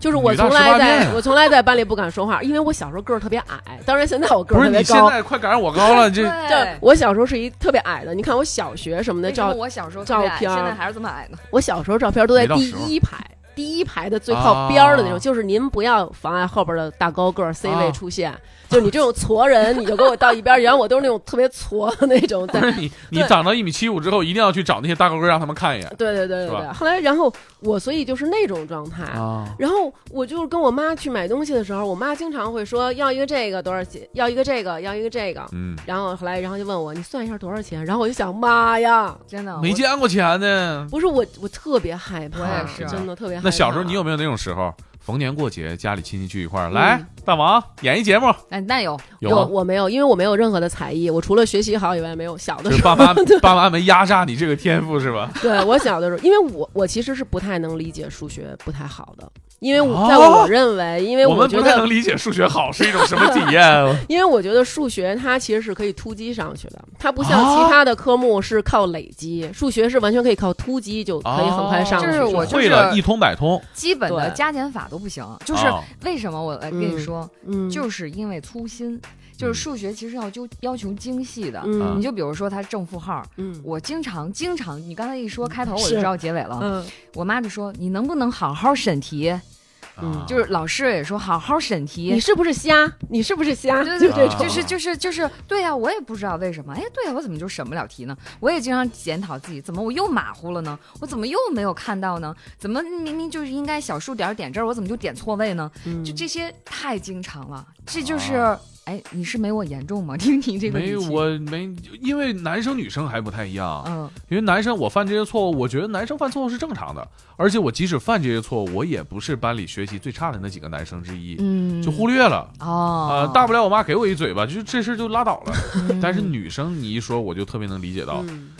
S3: 就是我
S1: 哦啊女大
S3: 从
S1: 十八
S3: 来
S1: 变啊
S3: 在我从来在班里不敢说话，因为我小时候个儿特别矮，当然现在我个
S1: 不
S3: 儿
S1: 是
S3: 特别
S1: 你现
S3: 高，
S1: 在快哎赶上我高了，这
S3: 就是
S2: 对，
S3: 我小时候是一特别矮的，你看我小学什么的
S2: 为什么
S3: 照
S2: 我小时候特别矮
S3: 照片儿
S2: 现在还是这么矮呢？
S3: 我小时候照片都在
S1: 没到
S3: 第
S1: 时候
S3: 一排，第一排的最靠边儿的那种，
S1: 啊
S3: 就是您不要妨碍后边的大高个儿 C
S1: 啊
S3: 位出现。就是你这种矬人，你就给我到一边儿去。然后我都是那种特别矬的那种， 在
S1: 不是你，你
S3: 对
S1: 长到一米七五之后，一定要去找那些大高个儿让他们看一眼
S3: 对对对对
S1: 是
S3: 对。
S1: 吧
S3: 后来，然后我所以就是那种状态。
S1: 啊。
S3: 然后我就是跟我妈去买东西的时候，我妈经常会说要一个这个多少钱，要一个这个，要一个这个。
S1: 嗯，
S3: 然后后来，然后就问我你算一下多少钱？然后我就想，妈呀，
S2: 真的
S1: 没
S2: 啊我
S1: 见过钱呢。
S3: 不是我，我特别害怕，
S2: 我也是
S3: 真的特别害怕。
S1: 啊那小时候你有没有那种时候，逢年过节家里亲戚聚一块儿，来大王演一节目，
S2: 哎，那有
S1: 有
S3: 我
S1: 吗？
S3: 我没有，因为我没有任何的才艺，我除了学习好以外没有。小的
S1: 就是
S3: 时
S1: 爸
S3: 候，
S1: 妈爸妈没压榨你这个天赋是吧？
S3: 对我小的时候，因为我我其实是不太能理解数学不太好的，因为我在
S1: 哦
S3: 我认为，因为
S1: 我们
S3: 觉
S1: 不太
S3: 得
S1: 能，理解数学好是一种什么体验啊
S3: 因为我觉得数学它其实是可以突击上去的，它不像
S1: 哦
S3: 其他的科目是靠累积，数学是完全可以靠突击就可以很
S1: 哦
S3: 快上去。
S2: 就是我就
S1: 会了一通百通，
S2: 基本的
S3: 对
S2: 加减法都不行，就是
S1: 啊
S2: 为什么我来跟
S3: 嗯
S2: 你说，
S3: 嗯，
S2: 就是因为粗心，
S1: 嗯
S2: 就是数学其实要就要求精细的。
S1: 啊
S3: 嗯，
S2: 你就比如说它正负号，
S3: 嗯
S2: 我经常经常，你刚才一说开头我
S3: 是
S2: 就知道结尾了。
S3: 嗯
S2: 我妈就说你能不能好好审题，
S3: 嗯
S1: 啊
S2: 就是老师也说好好审
S3: 你
S2: 题。
S3: 是不是瞎？你是不是瞎？
S2: 对
S3: 就
S2: 对对，
S3: 这种。
S2: 就是就是就是，对呀、我也不知道为什么。哎，对呀、我怎么就审不了题呢？我也经常检讨自己，怎么我又马虎了呢？我怎么又没有看到呢？怎么明明就是应该小数点点这儿，我怎么就点错位呢？
S3: 嗯
S2: 就这些太经常了，这就是、
S1: 啊
S2: 哎，你是没我严重吗？ 听你这个
S1: 没
S2: 语气
S1: 我没，因为男生女生还不太一样，
S2: 嗯
S1: 因为男生我犯这些错误，我觉得男生犯错误是正常的，而且我即使犯这些错误，我也不是班里学习最差的那几个男生之一，
S2: 嗯
S1: 就忽略了。
S3: 嗯
S2: 哦、
S1: 啊、大不了我妈给我一嘴巴，就这事儿就拉倒了。
S2: 嗯
S1: 但是女生你一说，我就特别能理解到，
S3: 嗯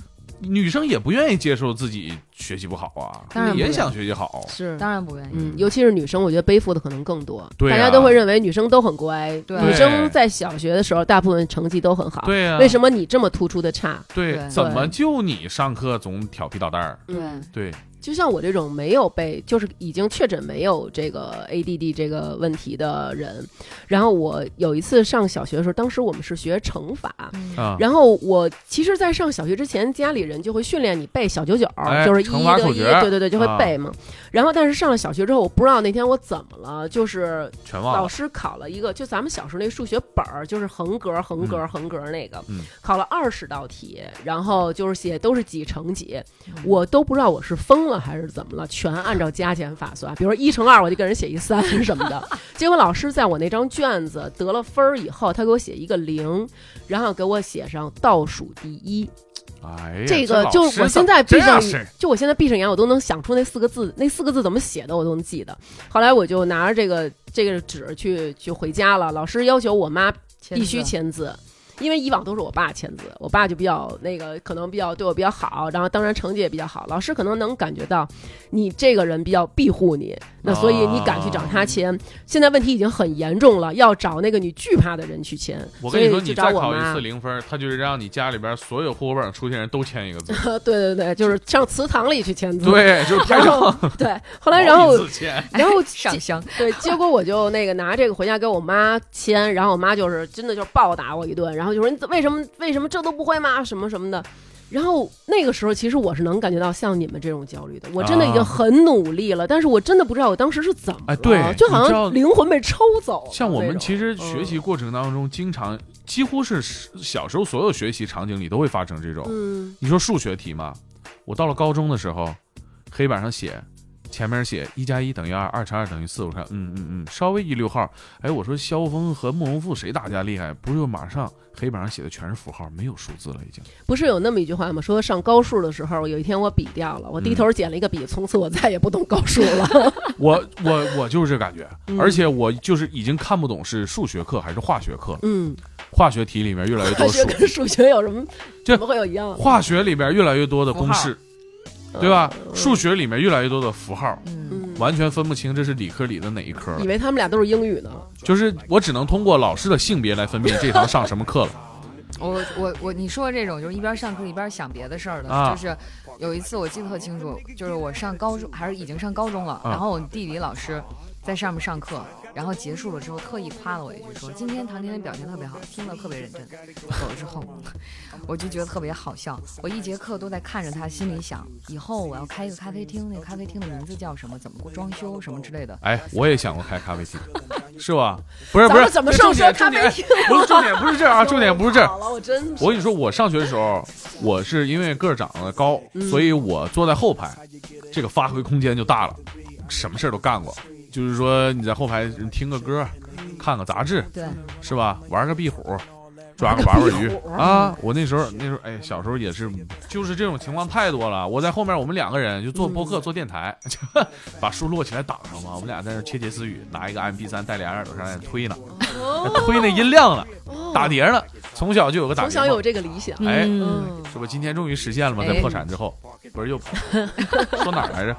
S1: 女生也不愿意接受自己学习不好啊，
S2: 当然不愿意
S1: 也想学习好。
S3: 是
S2: 当然不愿意。
S3: 嗯，尤其是女生，我觉得背负的可能更多。
S1: 对啊
S3: 大家都会认为女生都很乖，
S2: 对
S3: 女生在小学的时候大部分成绩都很好。
S1: 对呀、啊，
S3: 为什么你这么突出的差？
S1: 对，
S2: 对
S1: 怎么就你上课总调皮捣蛋儿？
S2: 对，
S1: 对，
S3: 嗯就像我这种没有被，就是已经确诊没有这个 ADD 这个问题的人，然后我有一次上小学的时候，当时我们是学乘法。
S2: 嗯
S1: 啊，
S3: 然后我其实，在上小学之前，家里人就会训练你背小九九，
S1: 哎
S3: 就是一
S1: 乘法
S3: 得
S1: 口
S3: 一，
S1: 诀
S3: 对对对，就会
S1: 啊
S3: 背嘛。然后，但是上了小学之后，我不知道那天我怎么了，就是
S1: 全忘
S3: 老
S1: 了。
S3: 师考了一个，就咱们小时候那数学本儿，就是横格、横格、横格那个，
S1: 嗯
S3: 考了二十道题，然后就是写都是几乘几，我都不知道我是疯了还是怎么了，全按照加减法算，比如说一乘二，我就给人写一三什么的。结果老师在我那张卷子得了分儿以后，他给我写一个零，然后给我写上倒数第一。
S1: 哎呀，
S3: 这个
S1: 老
S3: 就
S1: 师
S3: 我现
S1: 怎么
S3: 在闭
S1: 这
S3: 上
S1: 样式，
S3: 就我现在闭上眼，我都能想出那四个字，那四个字怎么写的，我都能记得。后来我就拿着这个这个纸去去回家了，老师要求我妈必须
S2: 签
S3: 签字。因为以往都是我爸签字，我爸就比较那个，可能比较对我比较好，然后当然成绩也比较好。老师可能能感觉到你这个人比较庇护你，那所以你敢去找
S1: 哦
S3: 他签。现在问题已经很严重了，要找那个你惧怕的人去签。
S1: 我跟你说，
S3: 所以
S1: 你
S3: 就找
S1: 再
S3: 我
S1: 考一
S3: 妈
S1: 次。零分，他就是让你家里边所有户口本上出现人都签一个字。
S3: 对对对，就是上祠堂里去签字。
S1: 对， 就是拍
S3: 然
S1: 照。
S3: 后对，后来然后
S1: 毛笔字签
S3: 然后
S2: 哎上香，
S3: 对，结果我就那个拿这个回家给我妈签，然后我妈就是真的就是暴打我一顿，然后就说你怎为什么为什么这都不会吗？什么什么的。然后那个时候，其实我是能感觉到像你们这种焦虑的，我真的已经
S1: 啊
S3: 很努力了，但是我真的不知道我当时是怎么了，
S1: 哎对
S3: 就好
S1: 你知道
S3: 像灵魂被抽走了那 种。
S1: 像我们其实
S3: 嗯
S1: 学习过程当中，经常几乎是小时候所有学习场景里都会发生这种。
S3: 嗯，
S1: 你说数学题嘛，我到了高中的时候，黑板上写，前面写一加一等于二，二乘二等于四。我看，嗯嗯嗯，稍微一溜号。哎，我说萧峰和慕容复谁打架厉害？不是就马上黑板上写的全是符号，没有数字了已 经。
S3: 不是有那么一句话吗？说上高数的时候，有一天我笔掉了，我
S1: 嗯
S3: 低头捡了一个笔，从此我再也不动高数 了。
S1: 我我我就是这感觉，
S3: 嗯
S1: 而且我就是已经看不懂是数学课还是化学课了。
S3: 嗯，
S1: 化学题里面越来越
S3: 化
S1: 多
S3: 学
S1: 数，
S3: 跟数学有什么
S1: 这
S3: 怎么会有一样？
S1: 化学里面越来越多的公式，对吧？
S3: 嗯
S1: 数学里面越来越多的符号，
S2: 嗯，
S3: 嗯，
S1: 完全分不清这是理科里的哪一科了
S3: 以。为他们俩都是英语呢。
S1: 就是我只能通过老师的性别来分辨这堂上什么课 了。
S2: 我我我，你说的这种就是一边上课一边想别的事儿的，
S1: 啊
S2: 就是有一次我记得特清楚，就是我上高中还是已经上高中了，
S1: 啊
S2: 然后我地理老师在上面上课，然后结束了之后特意夸了我一句说，今天唐甜甜表现特别好，听得特别认真。走了之后， 我就觉得特别好笑，我一节课都在看着她，心里想以后我要开一个咖啡厅，那个咖啡厅的名字叫什么，怎么装修什么之类的。
S1: 哎，我也想过开咖啡 厅，是吧？不是
S3: 咱
S1: 不
S3: 们
S1: 是，
S3: 怎么
S1: 这
S3: 上
S1: 重点重点
S3: 学咖啡厅
S1: 不是重 点，不是这儿啊，重点不是这儿。
S3: 好了，我真是
S1: 我跟你说，我上学的时候，我是因为个儿长得高，
S3: 嗯
S1: 所以我坐在后排，这个发挥空间就大了，什么事儿都干过。就是说你在后排听个歌，看个杂志，
S2: 对，
S1: 是吧？玩个壁虎，抓个娃娃鱼
S3: 壁虎
S1: 啊！我那时候那时候哎，小时候也是，就是这种情况太多了。我在后面，我们两个人就做播
S3: 嗯
S1: 客、做电台， 把书摞起来挡上嘛，我们俩在那窃窃私语，拿一个 MP 三带俩耳朵上在那推呢，
S3: 哦
S1: 推那音量呢，打碟呢。从小就有个打
S3: 从
S1: 碟
S3: 小
S1: 梦
S3: 有这个理想。
S1: 哎
S3: 嗯，
S1: 这不今天终于实现了吗？在
S2: 哎
S1: 破产之后，不是又说哪儿来着？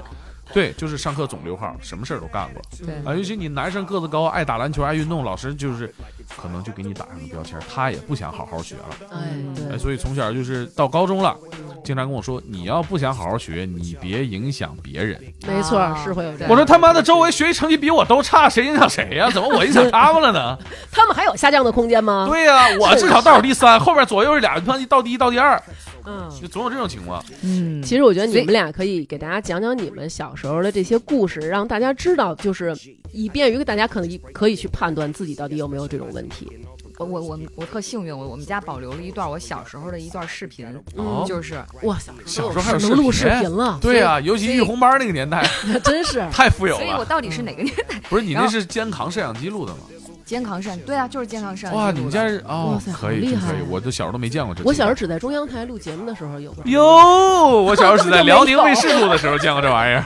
S1: 对，就是上课总溜号，什么事儿都干过
S2: 对
S1: 啊。尤其你男生个子高，爱打篮球，爱运动，老师就是可能就给你打上个标签儿，他也不想好好学了。
S3: 哎，
S1: 哎，
S3: 对，
S1: 所以从小就是到高中了，经常跟我说，你要不想好好学，你别影响别人。
S3: 没错儿，
S2: 啊
S3: 是会有这样。
S1: 我说他妈的，周围学习成绩比我都差，谁影响谁呀、怎么我影 响他们了呢？
S3: 他们还有下降的空间
S2: 嗯
S3: 吗？
S1: 对呀、我至少倒数第 三，后面左右是俩，他妈倒第一倒第二，
S3: 嗯。
S1: 就总有这种情况。
S2: 嗯，
S3: 其实我觉得你
S2: 所以
S3: 们俩可以给大家讲讲你们小时候的这些故事，让大家知道，就是以便于大家可能可以去判断自己到底有没有这种问题。
S2: 我我我们我特幸运，我我们家保留了一段我小时候的一段视频，嗯
S1: 哦
S2: 就是
S3: 哇，小时
S1: 小
S3: 候
S1: 时候还有
S3: 能录视
S1: 视啊
S3: 频了，
S1: 对呀、尤其一红班那个年代，
S3: 真是。
S1: 太富有
S2: 所以我
S1: 了。
S2: 到底是哪个年代？
S1: 不是你
S2: 然
S1: 那
S2: 后
S1: 是肩扛摄像机录的吗？
S2: 肩扛摄像，对啊，就是肩扛摄像机
S1: 哇，
S2: 录
S1: 你们
S2: 的
S1: 家是哦
S3: 哇塞，
S1: 可以，
S3: 好厉
S1: 真
S3: 害
S1: 可以，我都小时候都没见过这。
S3: 我小时候只在中央台录节目的时候有过。
S1: 哟，我小时候只在辽宁卫视录的时候见过这玩意儿。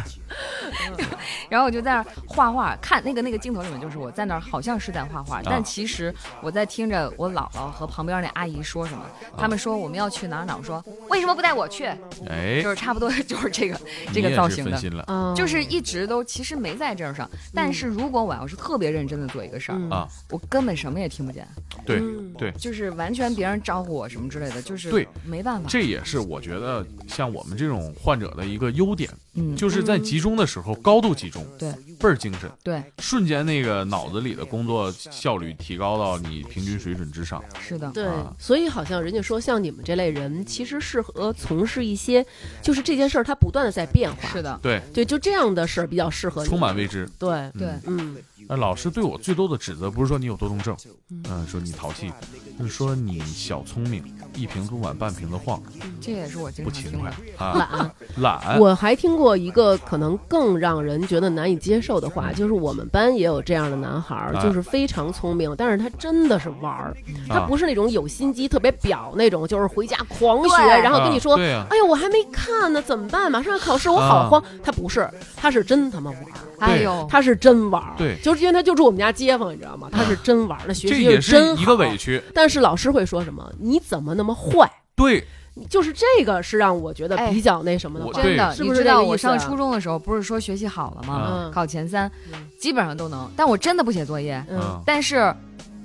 S2: 然后我就在那儿画画，看那个那个镜头里面就是我在那儿好像是在画
S1: 啊
S2: 画，但其实我在听着我姥姥和旁边那阿姨说什么，
S1: 啊
S2: 他们说我们要去哪儿哪儿，我说为什么不带我去？
S1: 哎
S2: 就，是差不多 就是这个
S1: 你
S2: 这
S1: 也
S2: 个造
S1: 是
S2: 型
S1: 分
S2: 的。
S1: 心了
S3: 嗯，
S2: 就是一直都其实没在这儿上，但是如果我要是特别认真的做一个事儿，
S3: 嗯
S1: 啊！
S2: 我根本什么也听不见，
S1: 对
S3: 嗯
S1: 对，
S2: 就是完全别人招呼我什么之类的，就是
S1: 对
S2: 没办法。
S1: 这也是我觉得像我们这种患者的一个优点，
S2: 嗯，
S1: 就是在集中的时候高度集中，
S2: 对
S1: 倍儿精神，
S2: 对，
S1: 瞬间那个脑子里的工作效率提高到你平均水准之上。
S2: 是的，
S3: 对
S1: 啊，
S3: 所以好像人家说，像你们这类人，其实适合从事一些，就是这件事儿它不断的在变化。
S2: 是的，
S1: 对，
S3: 对，就这样的事儿比较适合你。
S1: 充满未知。
S3: 对，
S1: 嗯
S2: 对。
S3: 嗯，
S1: 那老师对我最多的指责不是说你有多动症，嗯、说你淘气，是说你小聪明，一瓶不满半瓶子晃，
S2: 这也是我经
S1: 不
S2: 常
S1: 勤
S2: 听
S1: 快
S2: 的。
S1: 啊，
S3: 懒。
S1: 懒。
S3: 我还听过一个可能更让人觉得难以接受的话，就是我们班也有这样的男孩儿，
S1: 嗯哎
S3: 就是非常聪明，但是他真的是玩儿，他
S1: 啊
S3: 不是那种有心机、特别表那种，就是回家狂学，
S2: 对
S3: 然后跟你
S1: 啊
S3: 说
S1: 对呀。
S3: 哎呀，我还没看呢，怎么办？马上要考试，我
S1: 啊
S3: 好慌。他不是，他是真他妈玩儿，
S2: 哎呦，
S3: 他是真玩儿。
S1: 对啊
S3: 就是因为他就住我们家街坊，你知道吗？他是真玩儿，那学
S1: 这
S3: 习
S1: 也
S3: 是真
S1: 一个
S3: 好
S1: 委。屈，
S3: 但是老师会说什么？你怎么那么坏？
S1: 对，
S3: 就是这个是让我觉得
S2: 哎
S3: 比较那什么的
S1: 我
S3: 话。
S1: 对
S2: 真的，
S3: 是
S2: 你
S3: 不是
S2: 知
S3: 这
S2: 道
S3: 个意
S2: 我
S3: 思
S2: 上
S3: 啊
S2: 初中的时候不是说学习好了吗？
S1: 啊
S3: 嗯
S2: 考前三，基本上都能，但我真的不写作业。
S1: 啊
S3: 嗯
S2: 但是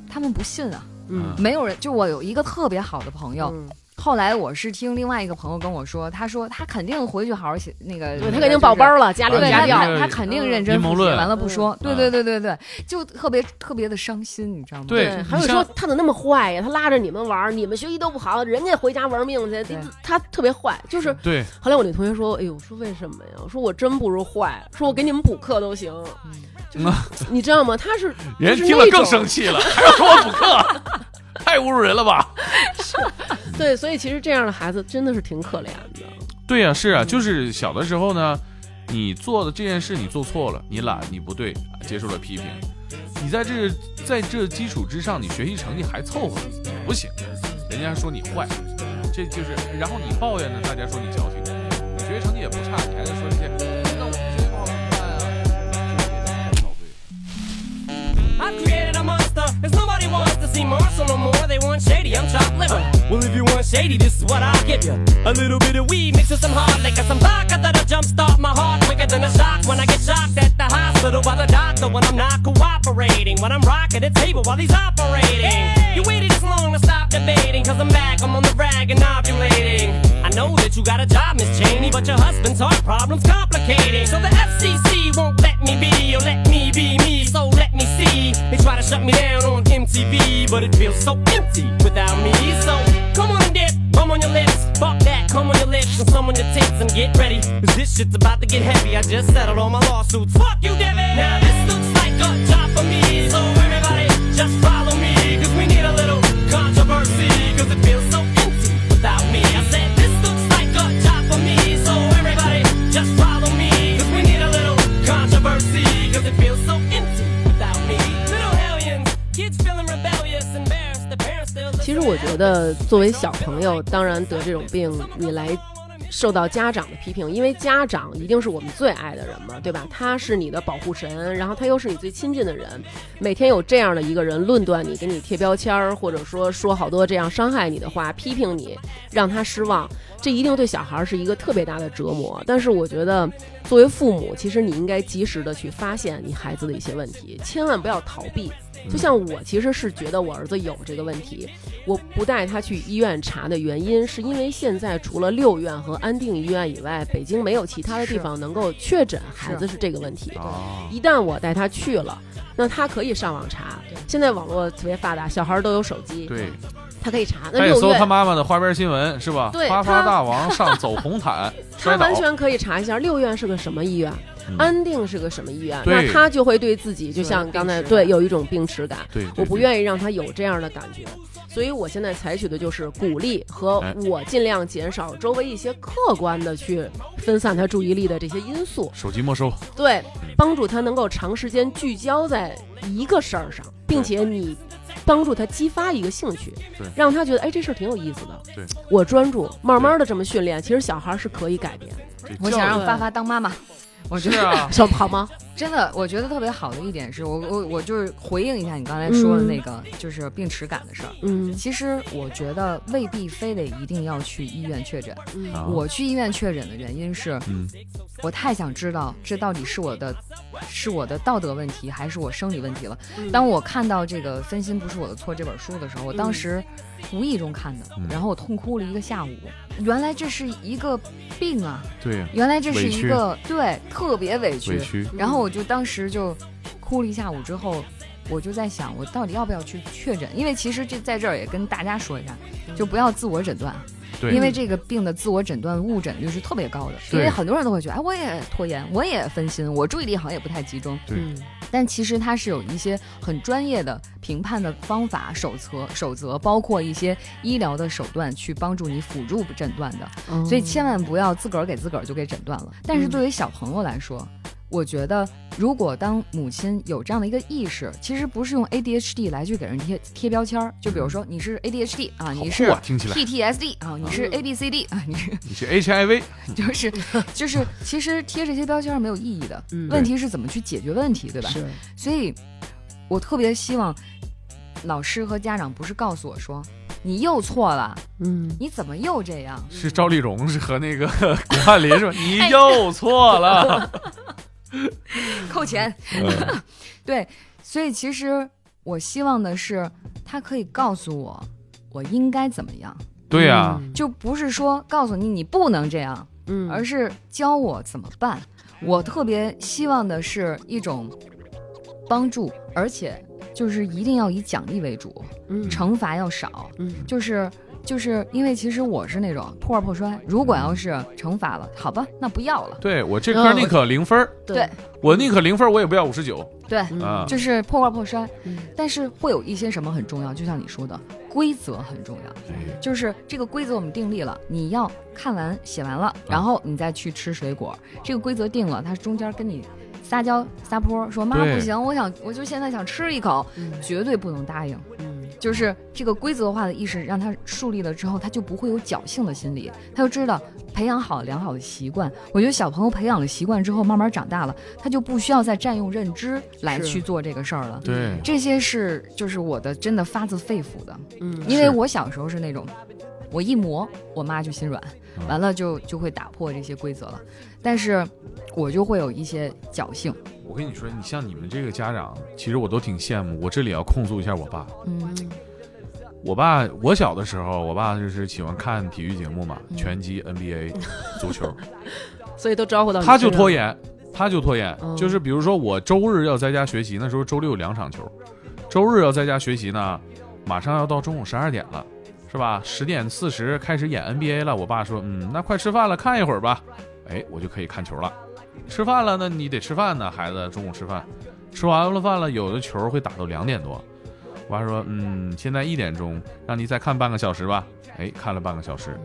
S2: 他们不信啊，
S1: 嗯
S3: 嗯
S2: 没有人。就我有一个特别好的朋友，
S3: 嗯，
S2: 后来我是听另外一个朋友跟我说，他说他肯定回去好好写那个，
S3: 对他肯定报班。了，家里有
S2: 对
S3: 家
S2: 他
S1: 压力
S3: 教。
S1: 啊
S2: 肯，他肯定认
S1: 阴
S2: 真
S1: 谋
S2: 复习，
S1: 论
S2: 完了不说，对
S1: 嗯
S2: 对对对对，就特别特别的伤心，你知道吗？
S1: 对
S3: 还有
S1: 你
S3: 说
S1: 像
S3: 他怎么那么坏呀？他拉着你们玩儿，你们学习都不好，人家回家玩命去，
S2: 对
S3: 他特别坏。就是
S1: 对，
S3: 后来我那同学说：“哎呦，我说为什么呀？我说我真不如坏，说我给你们补课都行。
S2: 嗯”
S3: 就是你知道吗？他是
S1: 人
S3: 就是
S1: 听
S3: 那
S1: 了更
S3: 种
S1: 生气了，还要说我补课， 太侮辱人了吧？
S3: 对，所以其实这样的孩子真的是挺可怜的。
S1: 对呀、是啊，就是小的时候呢，你做的这件事你做错了，你懒，你不对，接受了批评，你在这在这基础之上，你学习成绩还凑合，不行，人家说你坏，这就是，然后你抱怨呢，大家说你矫情，你学习成绩也不差，你还在说这些，那我学习不好怎么办啊？这也不好对
S4: I've created a monster, cause nobody wants to see Marshall no more. They want shady, I'm chopped liver. Well, if you want shady, this is what I'll give you. A little bit of weed mixed with some hard liquor, some vodka that'll jumpstart my heart quicker than a shock when I get shocked at the hospital. hospital by the doctor when I'm not cooperating. When I'm rocking the table while he's operating. You waited this long to stop debating, cause I'm back, I'm on the rag and ovulating. I know that you got a job, Miss Cheney, but your husband's heart problem's complicating. So the FCC won't let me be, or let me be me, so let me see. They try to shut me down on MTV, but it feels so empty without me. So come on and dip. Come on your lips, fuck that, come on your lips and some on your tits and get ready. Cause this shit's about to get heavy. I just settled all my lawsuits. Fuck you, Devin! Now this looks like a job for me. So everybody just follow me. Cause we need a little controversy. Cause it feels so empty without me. I said this looks like a job for me. So everybody just follow me. Cause we need a little controversy. Cause it feels so empty without me. Little hellions, kids feeling rebellious, embarrassed. The parents still
S3: 其实我觉得，作为小朋友，当然得这种病，你来受到家长的批评，因为家长一定是我们最爱的人嘛，对吧？他是你的保护神，然后他又是你最亲近的人，每天有这样的一个人论断你，给你贴标签儿，或者说说好多这样伤害你的话，批评你，让他失望，这一定对小孩儿是一个特别大的折磨。但是我觉得，作为父母，其实你应该及时的去发现你孩子的一些问题，千万不要逃避。就像我其实是觉得我儿子有这个问题，我不带他去医院查的原因，是因为现在除了六院和安定医院以外，北京没有其他的地
S2: 是
S3: 方能够确诊孩子是这个问题。
S1: 啊，
S3: 一旦我带他去了，那他可以上网查。现在网络特别发达，小孩儿都有手机，
S1: 对，
S3: 他可以查。那
S1: 他也
S3: 六
S1: 搜
S3: 院
S1: 他妈妈的花边新闻是吧？
S3: 对
S1: 花花
S3: 他
S1: 大王上走红毯，
S3: 他
S1: 摔倒
S3: 完，全可以查一下六院是个什么医院，
S1: 嗯
S3: 安定是个什么医院，
S1: 对
S3: 那他就会对自己就像刚才
S2: 有病耻感
S3: 对有一种病耻感。
S1: 对，对
S3: 我不
S1: 对
S3: 愿意让他有这样的感觉，所以我现在采取的就是鼓励和
S1: 哎
S3: 我尽量减少周围一些客观的去分散他注意力的这些因素，
S1: 手机没收，
S3: 对，
S1: 嗯
S3: 帮助他能够长时间聚焦在一个事儿上，并且你帮助他激发一个兴趣
S1: 对，
S3: 让他觉得哎这事儿挺有意思的，
S1: 对
S3: 我专注，慢慢的这么训练，其实小孩是可以改变，
S1: 这
S2: 我
S1: 教
S2: 想
S1: 育
S2: 让发发当妈妈。我觉
S1: 是
S2: 得
S1: 啊，
S3: 说好吗？
S2: 真的，我觉得特别好的一点是我我我就是回应一下你刚才说的那个，
S1: 嗯
S2: 就是病耻感的事儿。
S3: 嗯
S2: 其实我觉得未必非得一定要去医院确诊。
S1: 啊
S3: 嗯
S2: 我去医院确诊的原因是
S1: 嗯，
S2: 我太想知道这到底是我的，是我的道德问题还是我生理问题了。
S1: 嗯
S2: 当我看到这个《分心不是我的错》这本书的时候，我当时无意中看的
S1: 嗯，
S2: 然后我痛哭了一个下午。原来这是一个病啊！
S1: 对，
S2: 原来这
S1: 委
S2: 是一
S1: 屈
S2: 个对特别委屈
S1: 委，屈，
S2: 然后我就当时就哭了一下午，之后我就在想，我到底要不要去确诊？因为其实这在这儿也跟大家说一下，就不要自我诊断，
S1: 嗯
S2: 啊
S1: 对，
S2: 因为这个病的自我诊断误诊率是特别高的。因
S1: 对
S2: 为很多人都会觉得，哎，我也拖延，我也分心，我注意力好像也不太集中。
S1: 对
S3: 嗯
S2: 但其实它是有一些很专业的评判的方法、手册、守则，包括一些医疗的手段去帮助你辅助诊断的。
S3: 嗯
S2: 所以千万不要自个儿给自个儿就给诊断了。但是对于小朋友来说，我觉得如果当母亲有这样的一个意识，其实不是用 ADHD 来去给人贴贴标签儿，就比如说你是 ADHD 啊，你
S1: 好酷
S2: 是
S1: 啊听起来
S2: PTSD 啊，你是
S3: 嗯
S2: ABCD 啊，你是
S1: 你是 HIV，
S2: 就是就是，其实贴这些标签儿没有意义的。
S3: 嗯
S2: 问题是怎么去解决问题，对吧？
S3: 是
S2: 所以，我特别希望老师和家长不是告诉我说你又错了，
S3: 嗯
S2: 你怎么又这样？
S1: 是赵丽蓉是和那个 古汉林 是吧？你
S2: 哎
S1: 又错了，
S2: 扣钱。
S1: 嗯
S2: 对，所以其实我希望的是，他可以告诉我我应该怎么样，
S1: 对啊呀，
S2: 就不是说告诉你你不能这样，
S3: 嗯
S2: 而是教我怎么办。我特别希望的是一种帮助，而且就是一定要以奖励为主，
S3: 嗯
S2: 惩罚要少。
S3: 嗯
S2: 就是就是因为其实我是那种破罐破摔，如果要是惩罚了，好吧，那不要了。
S1: 对我这科宁可零分儿，
S2: 对嗯
S1: 我宁可零分儿，我也不要五十九
S2: 对，
S1: 啊，
S2: 就是破罐破摔，
S3: 嗯
S2: 但是会有一些什么很重要，就像你说的，规则很重要。
S1: 哎
S2: 就是这个规则我们定立了，你要看完写完了，然后你再去吃水果。这个规则定了，它中间跟你撒娇撒泼说妈
S1: 对
S2: 不行，我想我就现在想吃一口，绝对不能答应。
S3: 嗯
S2: 就是这个规则化的意识，让他树立了之后，他就不会有侥幸的心理，他就知道培养好良好的习惯。我觉得小朋友培养了习惯之后，慢慢长大了，他就不需要再占用认知来
S3: 是
S2: 去做嗯这个事儿了。
S1: 对，
S2: 这些是就是我的真的发自肺腑的，
S3: 嗯
S2: 因为
S1: 是
S2: 我小时候是那种我一磨，我妈就心软，
S1: 嗯
S2: 完了就就会打破这些规则了。但是我就会有一些侥幸，
S1: 我跟你说，你像你们这个家长，其实我都挺羡慕。我这里要控诉一下我爸，
S2: 嗯
S1: 我爸我小的时候，我爸就是喜欢看体育节目嘛，
S2: 嗯
S1: 拳击、NBA、足球，
S3: 所以都招呼到你
S1: 他就拖
S3: 延，
S1: 延，他就拖延，
S3: 嗯
S1: 就是比如说我周日要在家学习，那时候周六两场球，周日要在家学习呢，马上要到中午十二点了，是吧？十点四十开始演 NBA 了，我爸说，嗯，那快吃饭了，看一会儿吧，哎，我就可以看球了。吃饭了，那你得吃饭呢，孩子，中午吃饭，吃完了饭了，有的球会打到两点多。我爸说，嗯，现在一点钟，让你再看半个小时吧。哎，看了半个小时，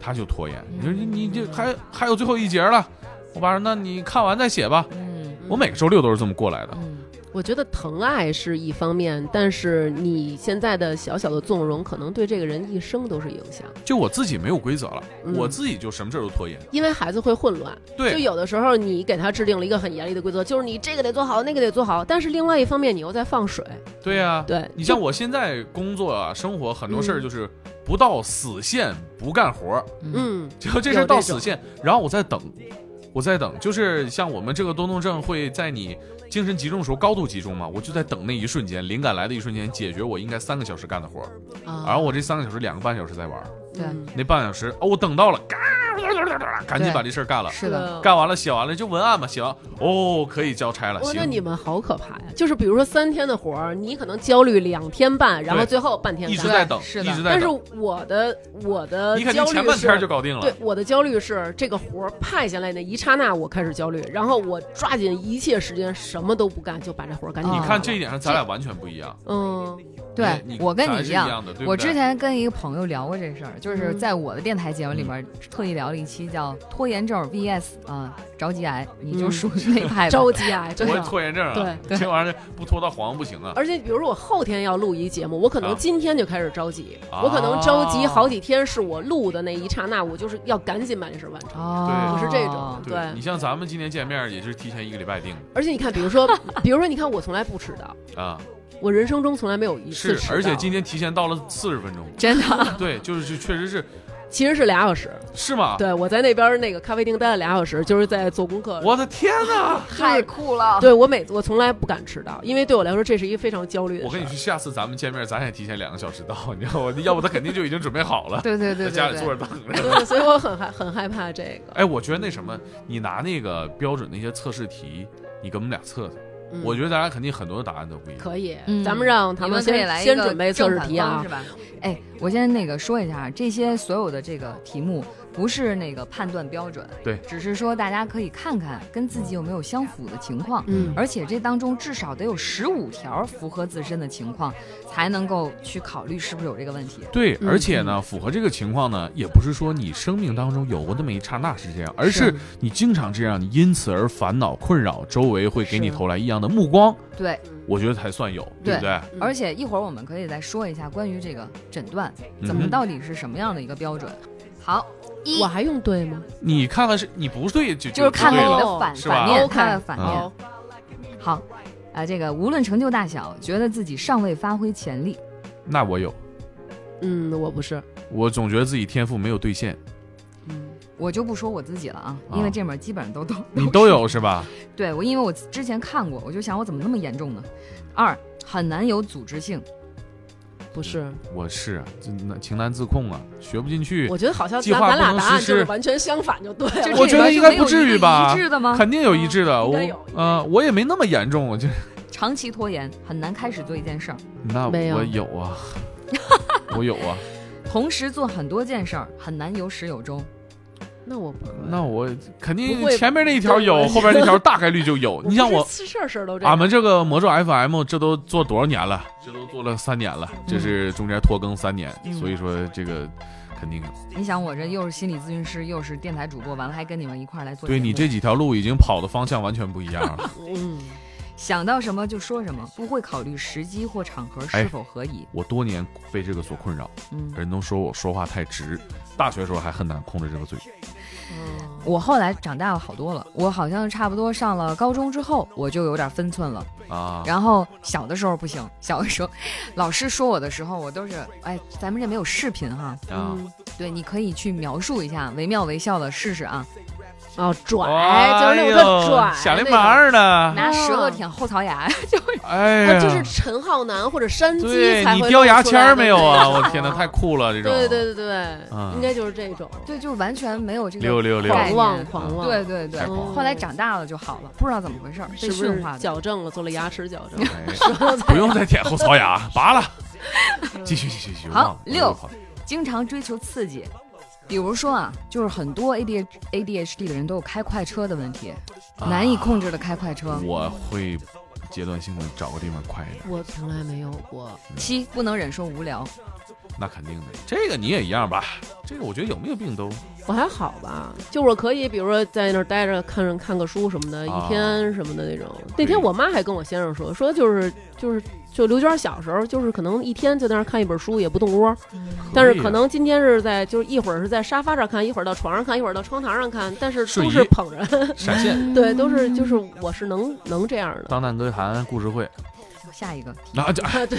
S1: 他就拖延。
S3: 嗯
S1: 你说你你这还还有最后一节了，我爸说那你看完再写吧。
S2: 嗯
S1: 我每个周六都是这么过来的。
S2: 嗯，
S3: 我觉得疼爱是一方面，但是你现在的小小的纵容，可能对这个人一生都是影响，
S1: 就我自己没有规则了，
S3: 嗯
S1: 我自己就什么事儿都拖延。
S3: 因为孩子会混乱。就
S1: 对，
S3: 有的时候你给他制定了一个很严厉的规则，就是你这个得做好，那个得做好，但是另外一方面你又在放水，
S1: 对呀、
S3: 对，
S1: 你像我现在工作啊，生活很多事儿
S3: 嗯
S1: 就是不到死线不干活儿，
S3: 嗯，
S1: 就这事儿到死线，然后我再等，我再等，就是像我们这个多动症会在你精神集中的时候高度集中嘛，我就在等那一瞬间，灵感来的一瞬间，解决我应该三个小时干的活儿，
S3: 啊
S1: 而我这三个小时两个半小时在玩儿，
S2: 对
S3: 嗯
S1: 那半小时哦，我等 到了，嘎赶紧把这事儿干了。
S2: 是的，
S1: 干完了，写完了就文案嘛，写完哦，可以交差了。
S3: 哇，那
S1: 行，
S3: 你们好可怕呀！就是比如说三天的活儿，你可能焦虑两天半，然后最后半天
S1: 一直
S3: 干
S1: 在等，
S2: 是的
S1: 一直在
S3: 但是
S1: 等。
S3: 我的我的
S1: 你肯
S3: 焦
S1: 定
S3: 虑
S1: 前半
S3: 是
S1: 天儿就搞定了
S3: 对。我的焦虑是这个活儿派下来那一刹那，我开始焦虑，然后我抓紧一切时间，什么都不干，就把这活儿赶紧
S2: 对
S1: 你
S3: 干。
S1: 看这一点上，咱俩完全不一样。
S3: 嗯
S2: 对
S1: 你
S2: 我跟
S1: 咱
S2: 你
S1: 是
S2: 一
S1: 一
S2: 样。
S1: 的，对不
S2: 我
S1: 对
S2: 之前跟一个朋友聊过这事儿，就是
S3: 嗯
S2: 在我的电台节目里面特意聊了一期叫“拖延症 VS 啊着急癌”，你就
S3: 嗯
S2: 属于那派吧。
S3: 着急啊，真
S1: 哎我也
S3: 的。
S1: 拖延症啊，
S3: 对
S1: 这玩意儿不拖到黄不行啊。
S3: 而且，比如说我后天要录一节目，我可能
S1: 啊
S3: 今天就开始着急，
S1: 啊
S3: 我可能着急好几天，是我录的那一刹那，我就是要赶紧把这事儿完成。
S2: 哦，，
S3: 我是这种对
S1: 你像咱们今天见面也是提前一个礼拜定
S3: 而且你看，比如说，比如说，你看我从来不迟到，
S1: 的啊，
S3: 我人生中从来没有一次
S1: 是
S3: 迟，到，
S1: 而且 今天提前到了四十分钟
S2: 真的。
S1: 对，就是就确实是
S3: 其实是俩小时。
S1: 是吗？
S3: 对我在那边那个咖啡厅待了俩小时，就是在做功课。
S1: 我的天 哪！
S2: 太酷了！
S3: 对我每我从来不敢迟到，因为对我来说这是一个非常焦虑的事儿。
S1: 我跟你说，下次咱们见面，咱也提前两个小时到，你知道吗？要不他肯定就已经准备好了，
S2: 对对
S1: 在
S2: 对对
S1: 家里坐
S2: 对，
S1: 着等着。
S3: 对，所以我很害很害怕这个。
S1: 哎，我觉得那什么，你拿那个标准那些测试题，你给我们俩测测，
S3: 嗯
S1: 我觉得咱俩肯定很多答案都不一样。
S3: 可以，
S2: 嗯
S3: 咱们让他
S2: 你们可以
S3: 先
S2: 来一
S3: 先
S2: 个
S3: 准备测
S2: 正
S3: 试
S2: 反
S3: 题
S2: 方
S3: 啊
S2: 是。吧？哎，我先那个说一下，啊这些所有的这个题目不是那个判断标准，
S1: 对
S2: 只是说大家可以看看跟自己有没有相符的情况。
S3: 嗯
S2: 而且这当中至少得有十五条符合自身的情况，才能够去考虑是不是有这个问题。
S1: 对，
S3: 嗯
S1: 而且呢，符合这个情况呢，也不是说你生命当中有过那么一刹那是这样，而是你经常这样，你因此而烦恼困扰，周围会给你
S3: 是
S1: 投来异样的目光，
S2: 对，
S1: 我觉得才算有，对不对？
S3: 嗯
S2: 而且一会儿我们可以再说一下关于这个诊断，怎
S1: 嗯
S2: 么
S1: 哼
S2: 到底是什么样的一个标准。好，一
S3: 我还用对吗？
S1: 你看看是你不对就
S2: 就是看看
S1: 不
S2: 你
S1: 对了
S2: 的反
S1: 是吧
S2: 反面，
S3: OK
S2: 看看
S1: 啊
S2: 反面。
S3: 好，
S2: 好，啊、这个无论成就大小，觉得自己尚未发挥潜力，
S1: 那我有，
S3: 嗯，我不是，
S1: 我总觉得自己天赋没有兑现，
S3: 嗯，
S2: 我就不说我自己了啊，
S1: 啊
S2: 因为这门儿基本上都都
S1: 你都。有是吧？
S2: 是对我，因为我之前看过，我就想我怎么那么严重呢？二很难有组织性，
S3: 不是。
S1: 我是啊，这那情难自控啊，学不进去
S3: 我，觉得好像
S1: 计划
S3: 咱咱俩
S1: 不能
S3: 答案
S1: 实
S3: 就是
S1: 施
S3: 完全相反就对
S2: 就
S3: 了。
S1: 我
S2: 这
S1: 觉得
S2: 里边
S1: 应
S2: 就
S1: 该
S2: 没有
S1: 不至
S2: 一
S1: 于
S2: 个
S1: 吧
S2: 一致的吗？
S1: 肯定有一致的，
S3: 啊应
S1: 我
S3: 该有应该
S1: 呃
S3: 有
S1: 我也没那么严重，我就
S2: 长期拖延很难开始做一件事儿，
S1: 那
S3: 没有
S1: 我有 啊，我有啊。
S2: 同时做很多件事儿很难有始有终。
S3: 那我不会
S1: 那我肯
S3: 不
S1: 定
S3: 会
S1: 前面那一条
S3: 不
S1: 有，
S3: 会
S1: 后边那条大概率就 有。你像
S3: 不
S1: 我，
S3: 是事儿事儿都这
S1: 俺
S3: 样。
S1: 们这个魔咒 FM 这都做多少年了？这都做了三年了，
S3: 嗯
S1: 这是中间拖更三年，所以说这个肯定有。
S2: 你想，我这又是心理咨询师，又是电台主播，完了还跟你们一块儿来做节
S1: 对
S2: 目。
S1: 你这几条路已经跑的方向完全不一样了。
S3: 嗯，
S2: 想到什么就说什么，不会考虑时机或场合
S1: 哎
S2: 是否合宜。
S1: 我多年被这个所困扰，
S2: 嗯，
S1: 人都说我说话太直，大学时候还很难控制这个嘴。
S3: 嗯
S2: 我后来长大了好多了，我好像差不多上了高中之后，我就有点分寸了。
S1: 啊，
S2: 然后小的时候不行，小的时候老师说我的时候，我都是哎，咱们这没有视频哈，
S1: 啊，
S3: 嗯
S2: 对，你可以去描述一下，惟妙惟肖的试试啊，
S3: 哦，
S1: 啊
S3: 拽就是那种特拽，
S1: 响铃板儿
S3: 啊
S1: 呢，
S2: 拿舌头舔后槽 牙，
S1: 哎
S3: 那
S1: 呀，
S3: 种。这是陈浩南或者山鸡
S1: 对
S3: 才
S1: 你
S3: 会
S1: 叼
S3: 露
S1: 牙
S3: 出
S1: 签
S3: 来
S1: 儿
S3: 的
S1: 没有
S3: 那
S1: 啊？
S3: 种
S1: 我天 哪，太酷了！这种
S3: 对对对对
S1: 嗯，
S3: 应该就是这种
S2: 对，就完全没有这
S1: 溜
S2: 个
S1: 溜溜，
S2: 概
S3: 狂
S2: 念
S3: 妄狂妄，
S2: 对对对
S1: 太。狂，
S2: 后来长大了就好了，不知道怎么回事儿，被
S3: 是不是
S2: 驯化的。
S3: 矫正了，做了牙齿矫正
S1: 哎不用再舔后槽牙，拔 了。继续继续继续，
S2: 好
S1: 忘了
S2: 六，
S1: 忘了
S2: 经常追求刺激，比如说啊，就是很多 A D H A D H D 的人都有开快车的问题，
S1: 啊
S2: 难以控制的开快车。
S1: 我会阶段性的找个地方快一点，
S3: 我从来没有过。
S2: 七，不能忍受无聊。
S1: 那肯定的。这个你也一样吧？这个我觉得有没有病都
S3: 我还好吧，就我可以，比如说在那儿待着，看着看个书什么的，
S1: 啊
S3: 一天什么的那种。那天我妈还跟我先生说，说就是就是就刘娟小时候，就是可能一天就在那儿看一本书，也不动窝，但是可能今天是在就是一会儿是在沙发上看，一会儿到床上看，一会儿到窗台上看，但是
S1: 瞬
S3: 都
S1: 移
S3: 是捧着，
S1: 闪现。
S3: 对，都是就是
S2: 嗯
S3: 我是能能这样的。
S1: 当代歌坛故事会，
S2: 下一个，
S1: 然后就哎
S3: 对，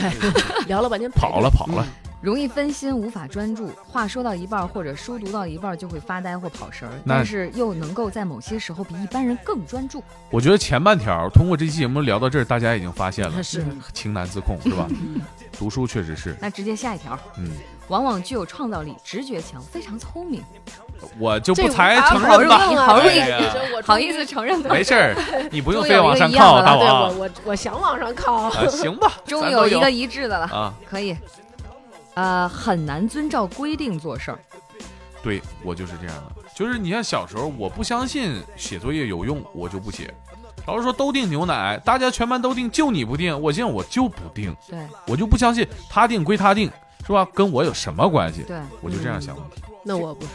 S3: 聊了半天
S1: 跑了跑了，
S2: 容易分心，无法专注，话说到一半儿或者书读到一半儿就会发呆或跑神儿，
S1: 那
S2: 但是又能够在某些时候比一般人更专注。
S1: 我觉得前半条通过这期节目聊到这儿，大家已经发现了，
S3: 是
S1: 情难自控是吧？读书确实是，
S2: 那直接下一条，
S1: 嗯，
S2: 往往具有创造力，直觉强，非常聪明。
S1: 我就
S3: 这啊
S1: 不才
S3: 我
S1: 承
S3: 好
S1: 认吧，
S3: 容易
S2: 好容易
S1: 哎呀
S3: 啊这我
S2: 好
S3: 终于
S2: 意思承认 的，
S1: 没事儿，你不用
S2: 终于
S1: 非
S2: 有
S1: 往
S2: 一个
S1: 上
S2: 一样
S1: 靠，
S2: 的
S1: 大
S2: 了
S3: 对
S1: 王
S3: 我我我想往上靠，
S1: 啊，行吧，
S2: 终
S1: 咱
S2: 于
S1: 都
S2: 有一个一致的了，
S1: 啊，
S2: 可以。呃，很难遵照规定做事儿，
S1: 对我就是这样的，就是你像小时候，我不相信写作业有用，我就不写。老师说都订牛奶，大家全班都订，就你不订。我现在我就不订，
S2: 对
S1: 我就不相信他订归他订，是吧？跟我有什么关系？
S2: 对，
S1: 我就这样想问题。
S3: 那我不是，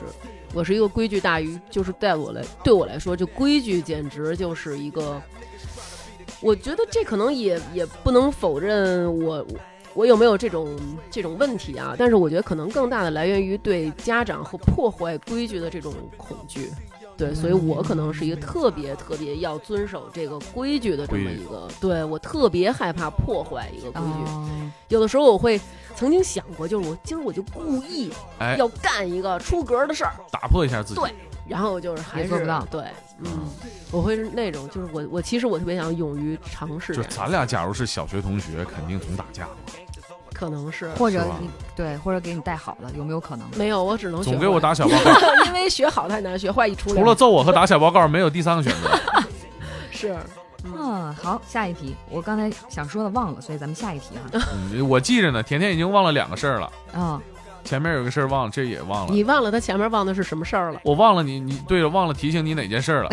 S3: 我是一个规矩大于，就是在我来对我来说，就规矩简直就是一个，我觉得这可能也也不能否认我我有没有这种这种问题啊，但是我觉得可能更大的来源于对家长和破坏规矩的这种恐惧。对，所以我可能是一个特别特别要遵守这个规矩的这么
S1: 规矩
S3: 一个，对我特别害怕破坏一个规矩。
S2: 哦
S3: 有的时候我会曾经想过，就是我今儿我就故意
S1: 哎
S3: 要干一个出格的事儿，
S1: 打破一下自己，
S3: 对然后就是还
S2: 也
S3: 是
S2: 做不到
S3: 对，嗯，我会是那种，就是我我其实我特别想勇于尝试
S1: 就
S3: 这
S1: 是
S3: 样，
S1: 咱俩假如是小学同学，肯定总打架嘛，
S3: 可能是
S2: 或者
S1: 是吧
S2: 你对，或者给你带好了，有没有可能？
S3: 没有，我只能学
S1: 总给我
S3: 坏，
S1: 打小报告，
S3: 因为学好太难，学坏一出
S1: 除
S3: 来
S1: 了揍我和打小报告，没有第三个选择。
S3: 是嗯
S2: 嗯，好，下一题，我刚才想说的忘了，所以咱们下一题哈。
S1: 嗯我记着呢，甜甜已经忘了两个事儿了，
S2: 嗯，
S1: 前面有个事儿忘了，这也忘了。
S3: 你忘了他前面忘的是什么事儿了，
S1: 我忘了你，你对了，忘了提醒你哪件事儿了。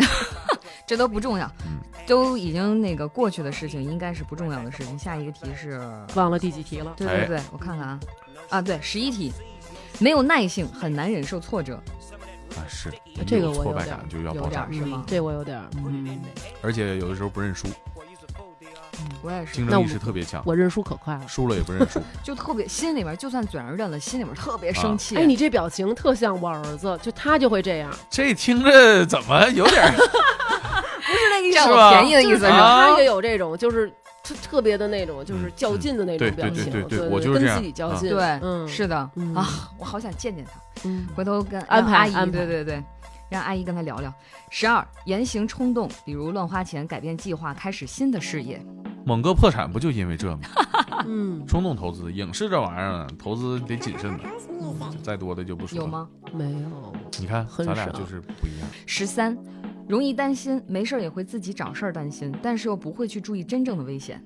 S2: 这都不重要
S1: 嗯，
S2: 都已经那个过去的事情，应该是不重要的事情。下一个题是，
S3: 忘了第几题了，
S2: 对
S1: 哎
S2: 对对，我看看啊，啊对，十一题，没有耐性，很难忍受挫折，
S1: 啊，是
S3: 这个
S1: 有
S3: 我
S1: 挫
S3: 有
S1: 败
S3: 点儿
S1: 感就要
S3: 有
S1: 爆
S3: 点
S1: 炸
S3: 儿，
S2: 是
S3: 嗯
S2: 吗
S3: 这我有点儿，嗯，
S1: 而且有的时候不认输，
S2: 我也是，
S1: 竞
S3: 那
S1: 争
S3: 我
S1: 意
S3: 们
S1: 识特别强，
S3: 我认输可快了。
S1: 输了也不认输。
S2: 就特别心里面，就算嘴上认了，心里面特别生气。
S3: 哎，你这表情特像我儿子，就他就会这样，
S1: 这听着怎么有点儿
S2: 不是那个
S1: 是
S2: 占
S1: 吧
S2: 我便宜的意
S3: 就是
S2: 思
S1: 啊
S2: 是吧？
S3: 他也有这种，就是特特别的那种，就是较劲的那
S1: 嗯
S3: 种
S1: 对
S3: 表情，
S1: 对对对对
S3: 对，
S1: 我就是这
S3: 跟
S1: 样啊
S3: 自己较劲，
S2: 对，
S3: 嗯，
S2: 是的
S3: 嗯
S2: 啊，我好想见见他，
S3: 嗯，
S2: 回头跟
S3: 安
S2: 让
S3: 排
S2: 阿姨，
S3: 安排
S2: 对对对，让阿姨跟他聊聊。十二，言行冲动，比如乱花钱、改变计划、开始新的事业。
S1: 猛哥破产不就因为这吗？
S3: 嗯，
S1: 冲动投资，影视这玩意儿呢投资得谨慎的，再多的就不说了
S2: 有？吗？
S3: 没有，
S1: 你看
S3: 很
S1: 咱俩
S3: 少
S1: 就是不一样。
S2: 十三，容易担心，没事儿也会自己找事儿担心，但是又不会去注意真正的危险。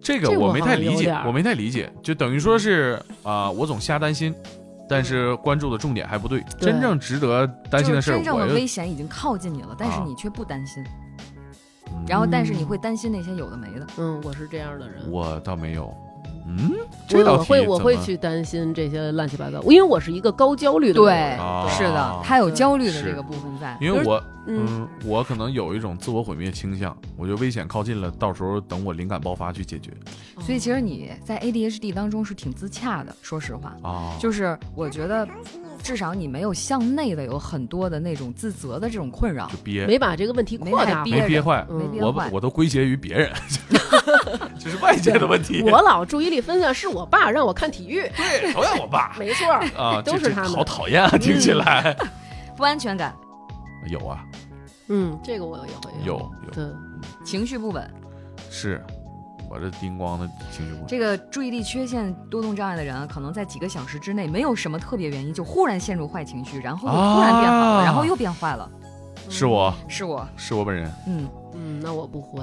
S1: 这个
S3: 这
S1: 我
S3: 我
S1: 没
S3: 好
S1: 太
S3: 像
S1: 理
S3: 有
S1: 解
S3: 点，儿
S1: 我没太理解，就等于说是啊、我总瞎担心，但是关注的重点还不对。
S3: 对
S1: 真正值得担心
S2: 就是
S1: 的事儿，
S2: 真正
S1: 我
S2: 的危
S1: 又
S2: 险已经靠近你了，但是
S1: 啊
S2: 你却不担心，
S1: 嗯
S2: 然后但是你
S3: 嗯
S2: 会担心那些有的没的。
S3: 嗯，我是这样的人，
S1: 我倒没有，嗯，这
S3: 我
S1: 道
S3: 我
S1: 题
S3: 会我
S1: 怎
S3: 会
S1: 么
S3: 去担心这些乱七八糟，因为我是一个高焦虑的人，
S1: 啊
S2: 是的，他有焦虑的这个部分在。
S1: 因为
S3: 就是
S1: 我，
S3: 嗯，
S1: 嗯，我可能有一种自我毁灭倾向，我觉得危险靠近了，到时候等我灵感爆发去解决
S2: 所以其实你在 ADHD 当中是挺自洽的，说实话。
S1: 啊。
S2: 就是我觉得，至少你没有向内的有很多的那种自责的这种困扰
S1: 就，憋，
S3: 没把这个问题扩大
S2: 没太
S3: 化，
S2: 憋
S1: 没憋
S2: 着
S1: 坏，
S2: 没憋
S1: 我
S2: 坏
S1: 我都归结于别人， 这是外界的问题。
S3: 我老注意力分散是我爸让我看体育，
S1: 对，都让我爸
S3: 没错儿，
S1: 啊，
S3: 都
S1: 这
S3: 是
S1: 这
S3: 他们嗯
S1: 好讨厌啊！听起 来
S2: 不安全感，
S1: 有啊，
S3: 嗯，这个我也会
S1: 有有
S3: 对，
S2: 情绪不稳，
S1: 是，我这叮咣的情绪不
S2: 这个注意力缺陷多动障碍的人啊，可能在几个小时之内没有什么特别原因，就忽然陷入坏情绪，然后又突然变好了，
S1: 啊
S2: 然后又变坏了。
S1: 是我
S2: 是我，
S1: 是我本人，
S2: 嗯，
S3: 嗯，那我不会，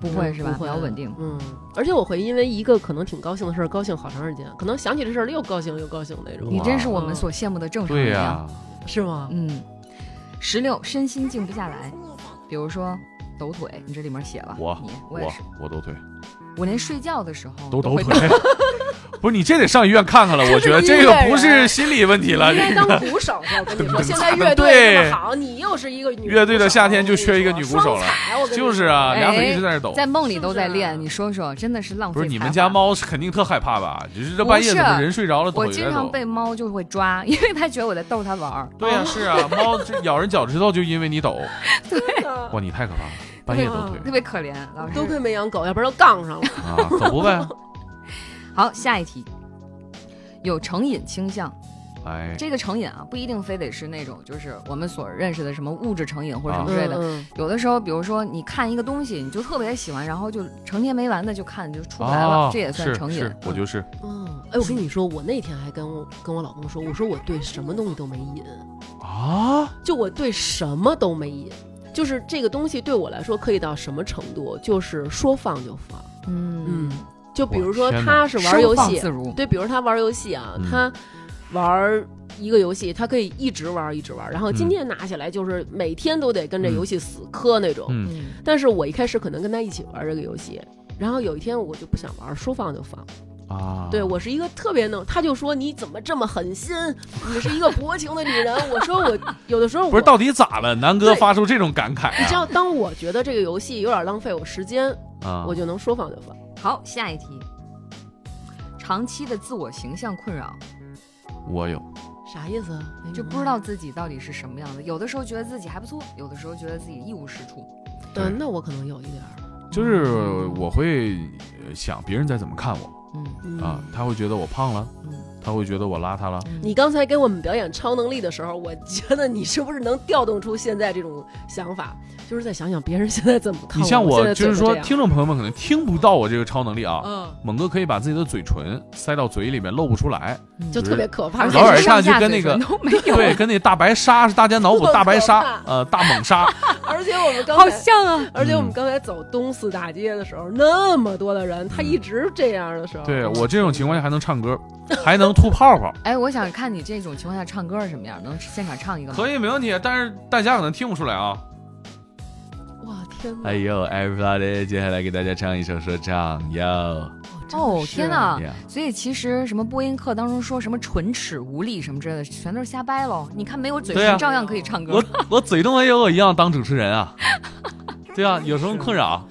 S2: 不会是吧？
S3: 不
S2: 比
S3: 会
S2: 较稳定。
S3: 嗯，而且我会因为一个可能挺高兴的事儿高兴好长时间，可能想起这事儿又高兴又高兴那种，
S2: 你
S1: 哇
S2: 真是我们所羡慕的正常
S1: 对
S2: 人
S1: 呀、
S2: 啊。
S3: 是吗？
S2: 嗯，十六身心静不下来，比如说抖腿，你这里面写了，
S1: 我
S2: 你我也
S1: 我
S2: 是，
S1: 我抖腿，
S2: 我连睡觉的时候
S1: 都抖
S2: 会
S1: 腿。 不是你这得上医院看看了，我觉 得
S3: 这是
S1: 这
S3: 音乐
S1: 个
S3: 人
S1: 不是心理问题了，
S3: 应
S1: 啊这
S3: 该
S1: 个
S3: 当鼓手去，我 跟你说，现在乐队这么好，你又是一个女鼓手哦
S1: 乐队的夏天就缺一个女鼓手了
S3: 双踩我跟你说
S1: 就是啊，
S2: 哎
S1: 俩腿一直在那抖。
S2: 在梦里都在
S3: 是不是啊
S2: 练，你说说，真的是浪费。
S1: 不是你们家？猫是肯定特害怕吧？只是这
S2: 不
S1: 半夜怎么
S2: 是
S1: 人睡着了，抖
S2: 我
S1: 一下
S2: 经常
S1: 抖。
S2: 被猫就会抓，因为它觉得我在逗它玩儿。
S1: 对呀、是啊，猫这咬人脚趾头就因为你抖，
S3: 真的
S1: 哇，你太可怕了，半夜抖腿
S2: 特别可怜，老师。
S3: 都快没养狗，要不然都杠上了。
S1: 啊，走不 呗？
S2: 好，下一题，有成瘾倾向。
S1: 哎，
S2: 这个成瘾啊，不一定非得是那种就是我们所认识的什么物质成瘾或者什么之类
S3: 嗯
S2: 的。
S3: 嗯，
S2: 有的时候，比如说你看一个东西，你就特别喜欢，然后就成天没完的就看，就出不来了，
S1: 啊，
S2: 这也算
S1: 是
S2: 成瘾
S1: 是。我就是
S3: 嗯，哎，我跟你说，我那天还跟我跟我老公说，我说我对什么东西都没瘾，
S1: 啊，
S3: 就我对什么都没瘾，就是这个东西对我来说可以到什么程度，就是说放就放。
S2: 嗯
S3: 嗯，就比如说
S1: 哇天哪
S3: 他是玩游
S2: 收放
S3: 戏
S2: 自，如。
S3: 对，比如他玩游戏啊，
S1: 嗯
S3: 他玩一个游戏，他可以一直玩一直玩，然后
S1: 嗯
S3: 今天拿起来就是每天都得跟这游戏死磕那种。
S1: 嗯，
S2: 嗯，
S3: 但是我一开始可能跟他一起玩这个游戏。然后有一天我就不想玩，说放就放。
S1: 啊，
S3: 嗯对我是一个特别能，他就说你怎么这么狠心，你是一个薄情的女人。我说我有的时候我
S1: 不是到底咋了？南哥
S3: 对
S1: 发出这种感慨
S3: 你知
S1: 啊
S3: 道，当我觉得这个游戏有点浪费我时间，
S1: 啊，
S3: 我就能说放就放。
S2: 好，下一题，长期的自我形象困扰，
S1: 我有，
S3: 啥意思啊？没
S2: 就
S3: 明
S2: 不知
S3: 白
S2: 道自己到底是什么样的。有的时候觉得自己还不错，有的时候觉得自己一无是处。
S1: 对
S3: 嗯，那我可能有一点儿嗯
S1: 就是我会呃想别人再怎么看我
S2: 嗯
S1: 啊，
S3: 嗯
S1: 他会觉得我胖了，
S2: 嗯，
S1: 他会觉得我邋遢了，
S3: 你刚才给我们表演超能力的时候，我觉得你是不是能调动出现在这种想法？就是再想想别人现在怎么看
S1: 你像
S3: 我，现在
S1: 就是
S3: 怎么
S1: 说，
S3: 这样
S1: 听众朋友们可能听不到我这个超能力啊。
S3: 嗯，
S1: 猛哥可以把自己的嘴唇塞到嘴里面露不出来，
S3: 就特别可怕
S2: 而。
S1: 老
S2: 且
S1: 远
S2: 是
S1: 一看
S2: 上
S1: 就
S2: 下
S1: 跟
S2: 嘴
S1: 那个
S2: 唇都没 有，
S1: 对，跟那大白鲨是大家脑补大白鲨，呃，大猛 鲨，
S3: 而且我们刚
S2: 好
S3: 才，
S2: 像啊。
S3: 而且我们刚才走东四大街的时候，那么多的人，他一直这样的时候，
S1: 对我这种情况下还能唱歌，还能吐泡泡，
S2: 哎，我想看你这种情况下唱歌是什么样，能现场唱一个吗？
S1: 可以没问题，但是大家可能听不出来啊。
S3: 哇天哪！
S1: 哎呦，everybody，接下来给大家唱一首说唱哟。
S2: 哦天
S3: 哪！
S2: 哪！所以其实什么播音课当中说什么唇齿无力什么之类的，全都是瞎掰喽。你看没有嘴
S1: 对啊
S2: 唇，照样可以唱歌
S1: 我。我嘴动的也有我一样当主持人啊， 对啊，有什么困扰？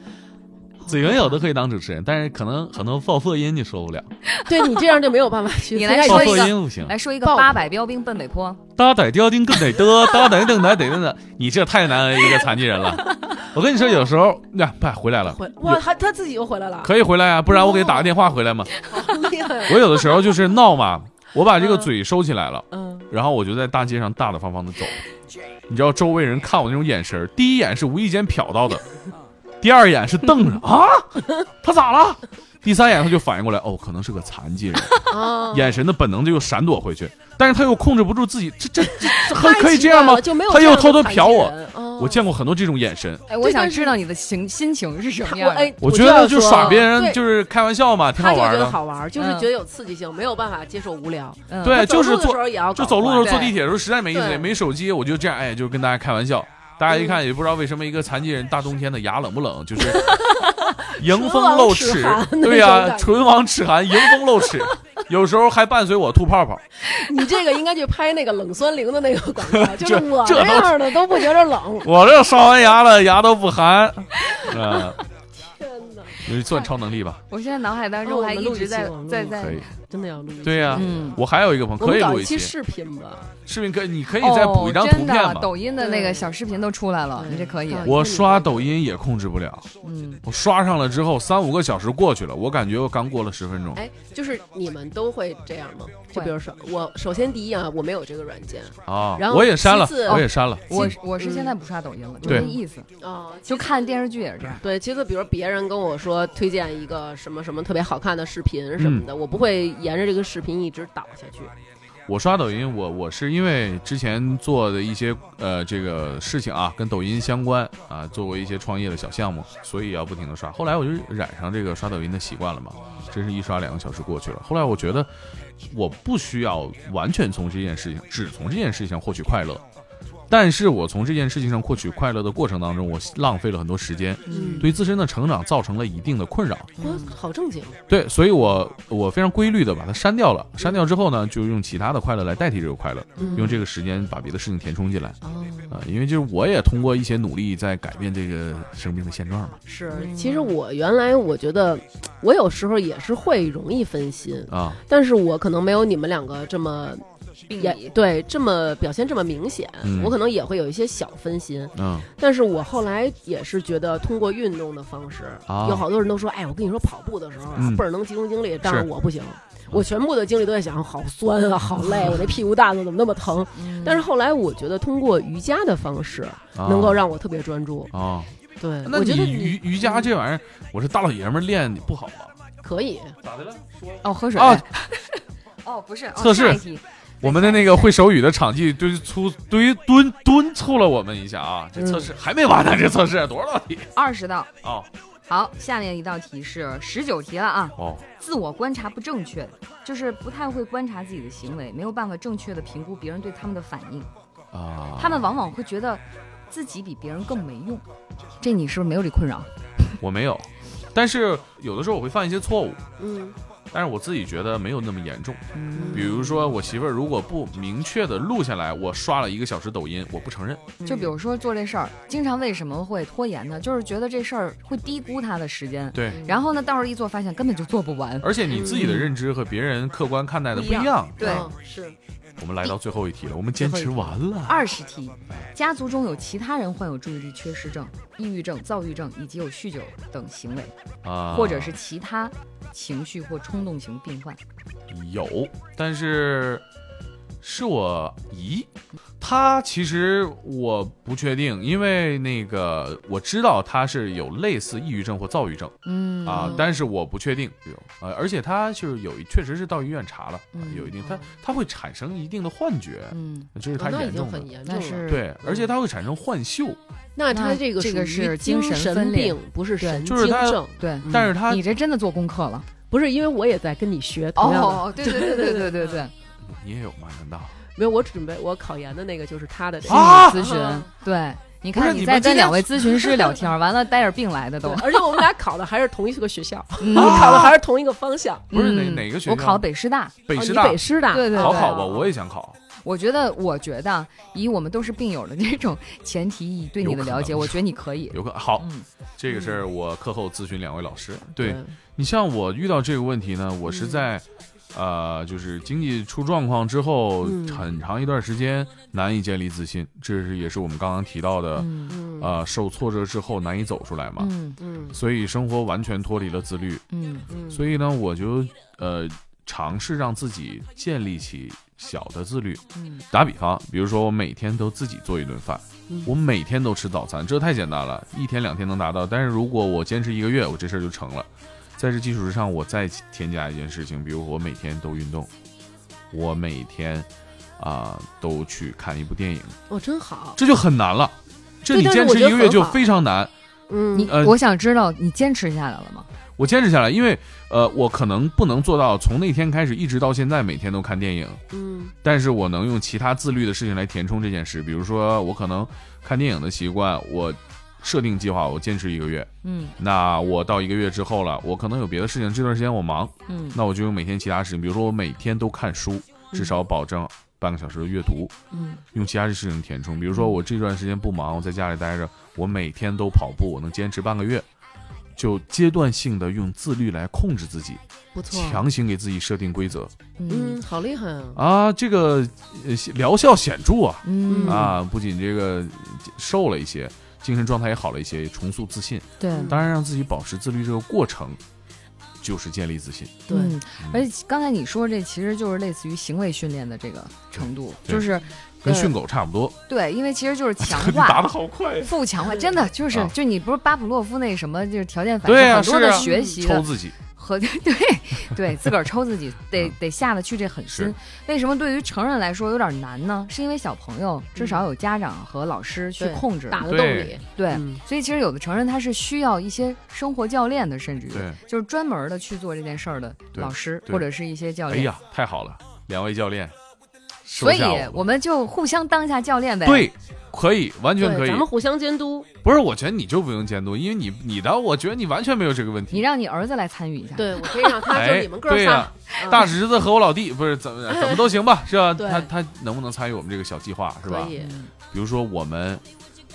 S1: 嘴唇有的可以当主持人，但是可能很多爆破音你说不了，
S3: 对你这样就没有办法 去
S2: 你
S3: 参
S2: 来
S3: 加哎
S2: 说
S3: 一
S1: 爆
S3: 个。
S1: 破 音不行。
S2: 来说一个
S3: 爆
S2: 八百标兵奔北坡，
S1: 哒嘚雕丁更得得，哒嘚噔得得噔的，你这太难为一个残疾人了。我跟你
S3: 哦
S1: 说，有时候呀，爸回来了，
S3: 回哇，他他自己又回来了，
S1: 可以回来啊，不然我给打个电话回来嘛。
S3: 好 厉害！
S1: 我有的时候就是闹嘛，我把这个嘴收起来了，
S3: 嗯，
S1: 然后我就在大街上大大方方的走，你知道周围人看我那种眼神儿，第一眼是无意间瞟到的，第二眼是瞪着啊，他咋了？第三眼他就反应过来，哦，可能是个残疾人，
S3: 啊，
S1: 眼神的本能就又闪躲回去，但是他又控制不住自己，这这这这
S3: 太
S1: 可可以
S3: 奇
S1: 这样
S3: 怪
S1: 吗
S3: 了？就没有
S1: 他
S3: 这
S1: 又
S3: 样的
S1: 偷偷
S3: 残
S1: 瞟
S3: 疾
S1: 我
S3: 人，哦
S1: 我见过很多这种眼神，
S2: 哎，我想
S3: 但是
S2: 知道你的情心情是什么
S3: 我
S2: 样的。
S3: 哎，
S1: 我
S3: 我
S1: 觉
S3: 就
S1: 得
S3: 要
S1: 就
S3: 说
S1: 耍别人
S3: 对
S1: 就是开玩笑嘛，挺
S3: 他
S1: 好
S3: 就觉
S1: 玩
S3: 得
S1: 的。
S3: 好玩儿，就是觉得有刺激性，没有办法接受无聊。
S2: 嗯
S1: 对，就是
S3: 嗯走路的时
S1: 坐
S3: 候也要
S1: 就
S3: 搞
S1: 走路的时候
S3: 怪
S1: 坐
S2: 对
S1: 地铁的时候实在没意思，
S3: 对
S1: 也没手机，我就这样哎，就跟大家开玩笑。大家一看也不知道为什么一个残疾人大冬天的牙冷不冷，就是 迎风露齿
S3: 唇亡齿寒，
S1: 对
S3: 那种
S1: 呀，
S3: 感觉
S1: 唇亡齿寒，迎风露 齿，有时候还伴随我吐泡泡。
S3: 你这个应该去拍那个冷酸灵的那个广 告，就是
S1: 这
S3: 我
S1: 这
S3: 这
S1: 能
S3: 样的都不觉着 冷。
S1: 我这刷完牙了，牙都不寒，啊，
S3: 天哪！
S1: 你算超能力吧？
S2: 我现在脑海当中还一直在
S3: 哦我们录一期
S2: 在
S3: 我
S2: 在
S3: 们录一期
S1: 可
S2: 在
S1: 以，
S3: 真的要录一期。
S1: 对呀、
S2: 嗯，
S1: 我还有一个朋友可
S3: 我们
S1: 以
S3: 搞
S1: 录
S3: 一期
S1: 期，嗯
S3: 视频吧。
S1: 视频可以，你可以
S2: 哦，
S1: 再补一张图
S2: 真
S1: 片
S2: 的，
S1: 吧。
S2: 抖音的那个小视频都出来了，
S3: 对
S2: 你这可以。
S3: 对
S1: 我刷抖音也控制不了，
S2: 嗯，
S1: 我刷上了之后三五个小时过去了，我感觉我刚过了十分钟。
S3: 哎，就是你们都会这样吗？就比如说，我首先第一啊，我没有这个软件
S1: 啊
S3: 然，后
S1: 我也删了
S3: 其次，哦
S1: 我也删了。
S2: 我我是现在
S3: 嗯
S2: 不刷抖音了，就
S1: 对
S2: 那意思，
S3: 哦，
S2: 就看电视剧也是这样。
S3: 对，其次，比如别人跟我说推荐一个什么什么特别好看的视频
S1: 嗯
S3: 什么的，我不会沿着这个视频一直倒下去。
S1: 我刷抖音，我我是因为之前做的一些呃这个事情啊，跟抖音相关啊，做过一些创业的小项目，所以要不停的刷。后来我就染上这个刷抖音的习惯了嘛，真是一刷两个小时过去了。后来我觉得我不需要完全从这件事情，只从这件事情上获取快乐，但是我从这件事情上获取快乐的过程当中，我浪费了很多时间，
S3: 嗯
S1: 对自身的成长造成了一定的困扰。
S3: 我好正经，啊
S1: 对，所以我我非常规律的把它删掉了。删掉之后呢，就用其他的快乐来代替这个快乐，
S3: 嗯
S1: 用这个时间把别的事情填充进来
S3: 哦，
S1: 啊、因为就是我也通过一些努力在改变这个生命的现状嘛
S3: 是。其实我原来我觉得，我有时候也是会容易分心，
S1: 啊，
S3: 但是我可能没有你们两个这么也
S2: 也
S3: 对这么表现这么明显，
S1: 嗯
S3: 我可能也会有一些小分心，
S1: 嗯
S3: 但是我后来也是觉得通过运动的方式，
S1: 啊
S3: 有好多人都说，哎，我跟你说跑步的时候啊
S1: 嗯
S3: 倍儿、能集中精力，但
S1: 是嗯
S3: 是我不行。我全部的精力都在想，好酸啊，好累，我那屁股蛋子怎么那么疼？
S2: 嗯
S3: 但是后来我觉得通过瑜伽的方式，
S1: 啊
S3: 能够让我特别专注。
S1: 啊，
S3: 对，
S1: 那
S3: 我觉得
S1: 你瑜瑜伽这玩意儿，我是大老爷们儿练不好啊吗？
S3: 可以，
S2: 哦，喝水
S1: 啊。
S2: 哦，不是哦
S1: 测试
S2: 下一题
S1: 我们的那个会手语的场记堆粗堆蹲敦促了我们一下啊！这
S3: 嗯
S1: 测试还没完呢，这测试多少道题
S2: 二十道。
S1: 哦
S2: 好，下面一道题是十九题了啊。
S1: 哦，
S2: 自我观察不正确，就是不太会观察自己的行为，没有办法正确的评估别人对他们的反应。
S1: 啊，
S2: 他们往往会觉得自己比别人更没用。这你是不是没有这困扰？
S1: 我没有，但是有的时候我会犯一些错误，
S3: 嗯
S1: 但是我自己觉得没有那么严重。
S2: 嗯
S1: 比如说，我媳妇儿如果不明确的录下来，我刷了一个小时抖音，我不承认。
S2: 就比如说做这事儿，经常为什么会拖延呢？就是觉得这事儿会低估他的时间，
S1: 对，
S2: 然后呢，到时候一做发现根本就做不完。
S1: 而且你自己的认知和别人客观看待的不一样。
S2: 对
S1: 啊，
S3: 嗯是
S1: 我们来到最后一题了，我们坚持完了。
S2: 二十题，家族中有其他人患有注意力缺失症、抑郁症、躁郁症以及有酗酒等行为，
S1: 啊，
S2: 或者是其他情绪或冲动型病患。
S1: 有，但是是我姨，她其实我不确定，因为那个我知道她是有类似抑郁症或躁郁症。
S2: 嗯
S1: 啊，但是我不确定，呃，而且他就是有一，确实是到医院查了，啊
S2: 嗯
S1: 有一定，他他会产生一定的幻觉，
S2: 嗯，
S1: 这是
S3: 啊
S1: 他
S3: 那已
S1: 严
S3: 经
S1: 重的
S3: 很，严重
S2: 但
S3: 了。嗯
S2: 是
S1: 对，而且他会产生幻嗅，
S3: 那他
S2: 那
S3: 这个
S2: 这个
S3: 属于
S2: 是
S3: 精
S2: 精神分裂
S3: 病，不是
S2: 对
S3: 神
S1: 就是
S3: 经
S1: 他
S3: 症。
S2: 对。
S3: 嗯
S1: 但是他
S2: 你这真的做功课了
S3: 不是因为我也在跟你学同样的
S2: 哦！对对对对对对对，
S1: 你也有吗？难道
S3: 没有，我准备我考研的那个就是他的这个
S2: 心理
S1: 啊
S2: 咨询，对，你
S1: 不是
S2: 看
S1: 你
S2: 你
S1: 们今
S2: 在跟
S1: 天
S2: 两位咨询师聊天儿，完了带点病来的
S3: 对啊
S2: 都，
S3: 而且我们俩考的还是同一个学校，
S2: 嗯
S3: 考的还是同一个方向。
S1: 不是哪
S2: 嗯
S1: 哪个学
S2: 我
S1: 校
S2: 考北师大，
S1: 北
S3: 哦
S1: 师
S3: 你
S1: 大
S3: 北师大，
S2: 对对对
S1: 好考吧？我也想考，
S2: 我觉得，我觉得啊以我们都是病友的这种前提，以对你的了解，
S1: 有可能
S2: 我觉得你可以。
S1: 有个好，
S2: 嗯，
S1: 这个事儿我课后咨询两位老师。对
S3: 嗯对嗯
S1: 你像我遇到这个问题呢，我是在。呃，就是经济出状况之后，
S3: 嗯
S1: 很长一段时间难以建立自信，这是也是我们刚刚提到的，
S2: 嗯
S3: 嗯
S1: 呃，受挫折之后难以走出来嘛，
S2: 嗯
S3: 嗯
S1: 所以生活完全脱离了自律。
S2: 嗯
S3: 嗯，
S1: 所以呢，我就呃尝试让自己建立起小的自律。
S2: 嗯
S1: 打比方，比如说我每天都自己做一顿饭
S3: 嗯，
S1: 我每天都吃早餐，这太简单了，一天两天能达到。但是如果我坚持一个月，我这事儿就成了。在这基础之上，我再添加一件事情，比如我每天都运动，我每天啊、都去看一部电影，
S3: 哦，真好。
S1: 这就很难了。这
S3: 对
S1: 你
S3: 但是
S1: 坚
S3: 我
S1: 持一
S3: 觉得
S1: 个月
S3: 很
S1: 就
S3: 好
S1: 非常难。
S3: 嗯，
S2: 你
S1: 呃
S2: 我想知道你坚持下来了吗？
S1: 我坚持下来，因为呃，我可能不能做到从那天开始一直到现在每天都看电影，
S3: 嗯
S1: 但是我能用其他自律的事情来填充这件事，比如说我可能看电影的习惯，我设定计划，我坚持一个月，
S2: 嗯
S1: 那我到一个月之后了，我可能有别的事情，这段时间我忙，
S2: 嗯
S1: 那我就用每天其他事情，比如说我每天都看书，至少保证半个小时的阅读，
S2: 嗯
S1: 用其他事情填充，比如说我这段时间不忙，我在家里待着，我每天都跑步，我能坚持半个月。就阶段性的用自律来控制自己，
S3: 不错，
S1: 强行给自己设定规则
S3: 嗯，好厉害啊！
S1: 啊，这个呃疗效显著啊
S2: 嗯
S1: 啊！不仅这个瘦了一些，精神状态也好了一些，重塑自信。
S2: 对，
S1: 当然，让自己保持自律这个过程，就是建立自信。
S3: 对，
S2: 嗯，而且刚才你说这其实就是类似于行为训练的这个程度，
S1: 对
S2: 就是
S1: 跟
S2: 对
S1: 训狗差不多。
S2: 对，因为其实就是 强
S1: 答
S2: 化
S1: 的。好快呀！
S2: 负强化真的就是
S1: 啊，
S2: 就你不是巴甫洛夫那什么，就是条件反
S1: 对
S2: 射
S1: 啊
S2: 很多
S1: 是
S2: 的
S1: 啊
S2: 学习
S1: 抽
S2: 的
S1: 自己，
S2: 和 对对自个儿抽自己，得得下得去这狠心
S1: 嗯是。
S2: 为什么对于成人来说有点难呢？是因为小朋友至少有家长和老师去
S3: 嗯对
S2: 控制，
S3: 打得动
S1: 对
S3: 你，
S2: 对，
S3: 嗯
S2: 所以其实有的成人他是需要一些生活教练的，甚至于
S1: 对
S2: 就是专门的去做这件事儿的
S1: 对
S2: 老师
S1: 对
S2: 或者是一些教
S1: 哎
S2: 练。
S1: 呀，太好了，两位教练，
S2: 所
S1: 收
S2: 以
S1: 下
S2: 我们就互相当一下教练呗。，
S1: 对，可以，完全可
S3: 对，
S1: 以
S3: 咱。们互相监督，
S1: 不是，我觉得你就不用监督，因为你你的，我觉得你完全没有这个问
S2: 你
S1: 题。
S2: 让你儿子来参与一下。，
S3: 对我可以让他就是
S1: 哎
S3: 你们，哥
S1: 对
S3: 仨
S1: 呀，
S3: 嗯
S1: 大侄子和我老弟不是怎么怎么都行吧，是吧？
S3: 对
S1: 他他能不能参与我们这个小计划是吧
S3: 可？以，
S2: 嗯
S1: 比如说我们，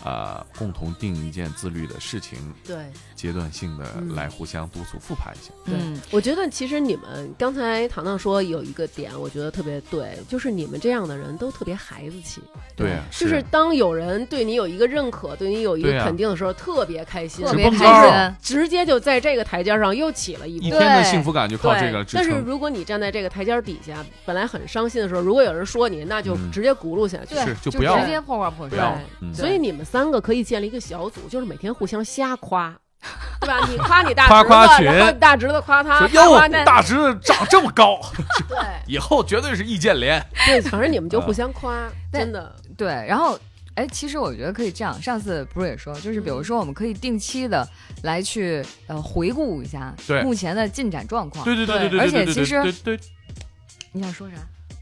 S1: 呃，共同定一件自律的事情，
S3: 对。
S1: 阶段性的
S3: 嗯
S1: 来互相督促复盘一下。
S2: 嗯，
S3: 我觉得其实你们刚才糖糖说有一个点，我觉得特别对，就是你们这样的人都特别孩子气，
S1: 对啊，
S3: 就是当有人对你有一个认可、对你有一个
S1: 对啊
S3: 肯定的时候，特别开心，
S2: 特
S1: 直
S2: 别
S1: 蹦
S2: 开
S1: 高
S2: 心
S1: 啊。
S3: 直接就在这个台阶上又起了一
S1: 一
S3: 步
S1: 天。的幸福感就靠这个
S3: 对，
S1: 支
S3: 但是
S1: 撑。
S3: 如果你站在这个台阶底下，本来很伤心的时候，如果有人说你，那就
S1: 嗯
S3: 直接轱辘下去。
S1: 是就
S2: 就
S1: 不要
S2: 直接破罐破
S1: 不
S2: 摔。
S1: 要
S3: 对，
S1: 嗯
S3: 所以你们三个可以建立一个小组，就是每天互相瞎夸，对吧？你夸你大
S1: 夸
S3: 侄
S1: 夸
S3: 子，
S1: 群
S3: 然后你大侄子夸他，
S1: 说
S3: 他夸
S1: 哟
S3: 那，
S1: 大侄子长这么高，
S3: 对
S1: 以后绝对是易建联。
S3: 对，反正你们就互相夸，
S2: 嗯
S3: 真的，
S2: 对，然后。哎，其实我觉得可以这样，上次不是也说，就是比
S1: 嗯
S2: 如说，我们可以定期的来去呃回顾一下
S1: 对
S2: 目前的进展状况。
S1: 对对对对对，
S2: 而且
S1: 对对
S2: 其实
S1: 对对，对
S2: 你想说啥？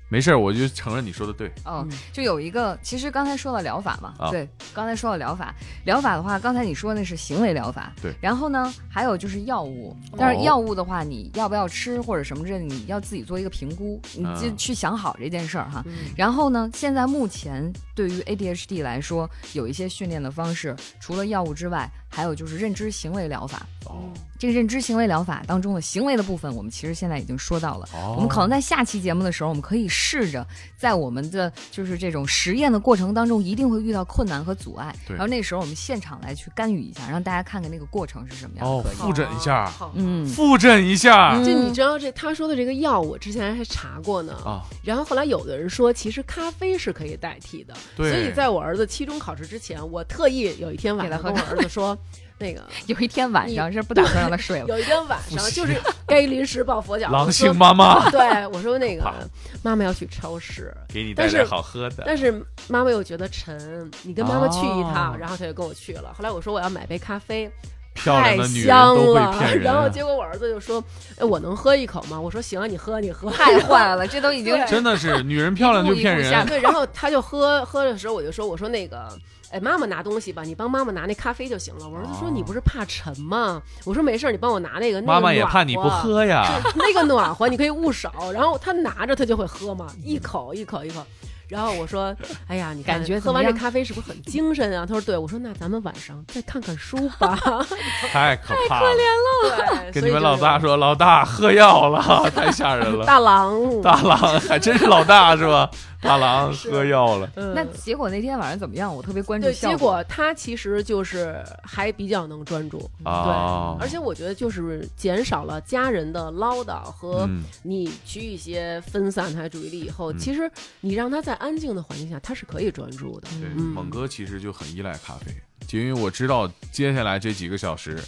S1: 没事儿，我就承认你说的对。
S2: 哦
S3: 嗯，
S2: 就有一个，其实刚才说了疗法嘛，
S1: 啊
S2: 对，刚才说了疗法，疗法的话，刚才你说那是行为疗法，
S1: 对
S2: 然后呢，还有就是药物，但
S1: 哦
S2: 是药物的话，你要不要吃或者什么这，你要自己做一个评估，你就
S1: 嗯
S2: 去想好这件事儿哈。
S3: 嗯
S2: 然后呢，现在目前对于 ADHD 来说，有一些训练的方式，除了药物之外，还有就是认知行为疗法。
S1: 哦
S2: 这个认知行为疗法当中的行为的部分，我们其实现在已经说到了。
S1: 哦，
S2: 我们可能在下期节目的时候，我们可以试着在我们的就是这种实验的过程当中，一定会遇到困难和阻碍，
S1: 对
S2: 然后那时候我们现场来去干预一下，让大家看看那个过程是什么样的。
S1: 哦复诊一下，
S3: 好啊
S2: 嗯，
S1: 复诊一下
S2: 嗯
S3: 就你知道这他说的这个药，我之前还查过呢。
S1: 啊，
S3: 然后后来有的人说，其实咖啡是可以代替的。
S1: 对
S3: 所以在我儿子期中考试之前，我特意有一天晚上
S2: 给他
S3: 跟
S2: 喝
S3: 我儿子说，那 个
S2: 有一天晚上是不打算让他睡了。
S3: 有一天晚
S1: 不
S3: 上
S1: 行
S3: 就是该临时抱佛脚，
S1: 狼
S3: 我说
S1: 性妈 妈
S3: 对我说那个
S1: 好
S3: 妈妈要去超市，
S1: 给你
S3: 但是
S1: 喝的。
S3: 但是妈妈又觉得沉，你跟妈妈去一趟，
S1: 哦
S3: 然后她就跟我去了。后来我说我要买杯咖啡，
S1: 漂亮的
S3: 太
S1: 女人
S3: 香
S1: 都会
S3: 了
S1: 骗人
S3: 然后结果我儿子就说：“哎，我能喝一口吗？”我说：“行啊，你喝，你喝。”
S2: 太坏 了，这都已经
S3: 对
S1: 真的是女人漂亮就骗
S2: 一步一步下
S1: 人，
S3: 对，然后他就喝喝的时候，我就说：“我说那个，哎，妈妈拿东西吧，你帮妈妈拿那咖啡就行了。”我儿子说：“
S1: 哦
S3: 你不是怕沉吗？”我说：“没事儿，你帮我拿那个。那个
S1: 妈妈也
S3: 暖
S1: 怕你不
S3: 和。
S1: 喝呀。
S3: 那个暖和，你可以捂手，然后他拿着他就会喝嘛，一口一口一口。然后我说：“哎呀，你看
S2: 感觉怎
S3: 喝
S2: 么
S3: 完这
S2: 样
S3: 咖啡是不是很精神啊？”他说：“对。”我说：“那咱们晚上再看看书吧。
S1: 太可怕了！”
S3: 对，
S1: 跟
S3: 所
S1: 你
S3: 以
S1: 们
S3: 就
S1: 老
S3: 是
S1: 大说，老大喝药了， 太吓人了。
S3: 大郎，
S1: 大郎还真是老大是吧？ 大郎喝药了，
S3: 嗯
S2: 那结果那天晚上怎么样？我特别关注
S3: 对，
S2: 效
S3: 结果他其实就是还比较能专注，
S1: 哦
S3: 对，而且我觉得就是减少了家人的唠叨和
S1: 嗯
S3: 你去一些分散他注意力以后，
S1: 嗯
S3: 其实你让他在安静的环境下，他是可以专注的。
S1: 对，
S3: 嗯
S1: 猛哥其实就很依赖咖啡，就因为我知道接下来这几个小时，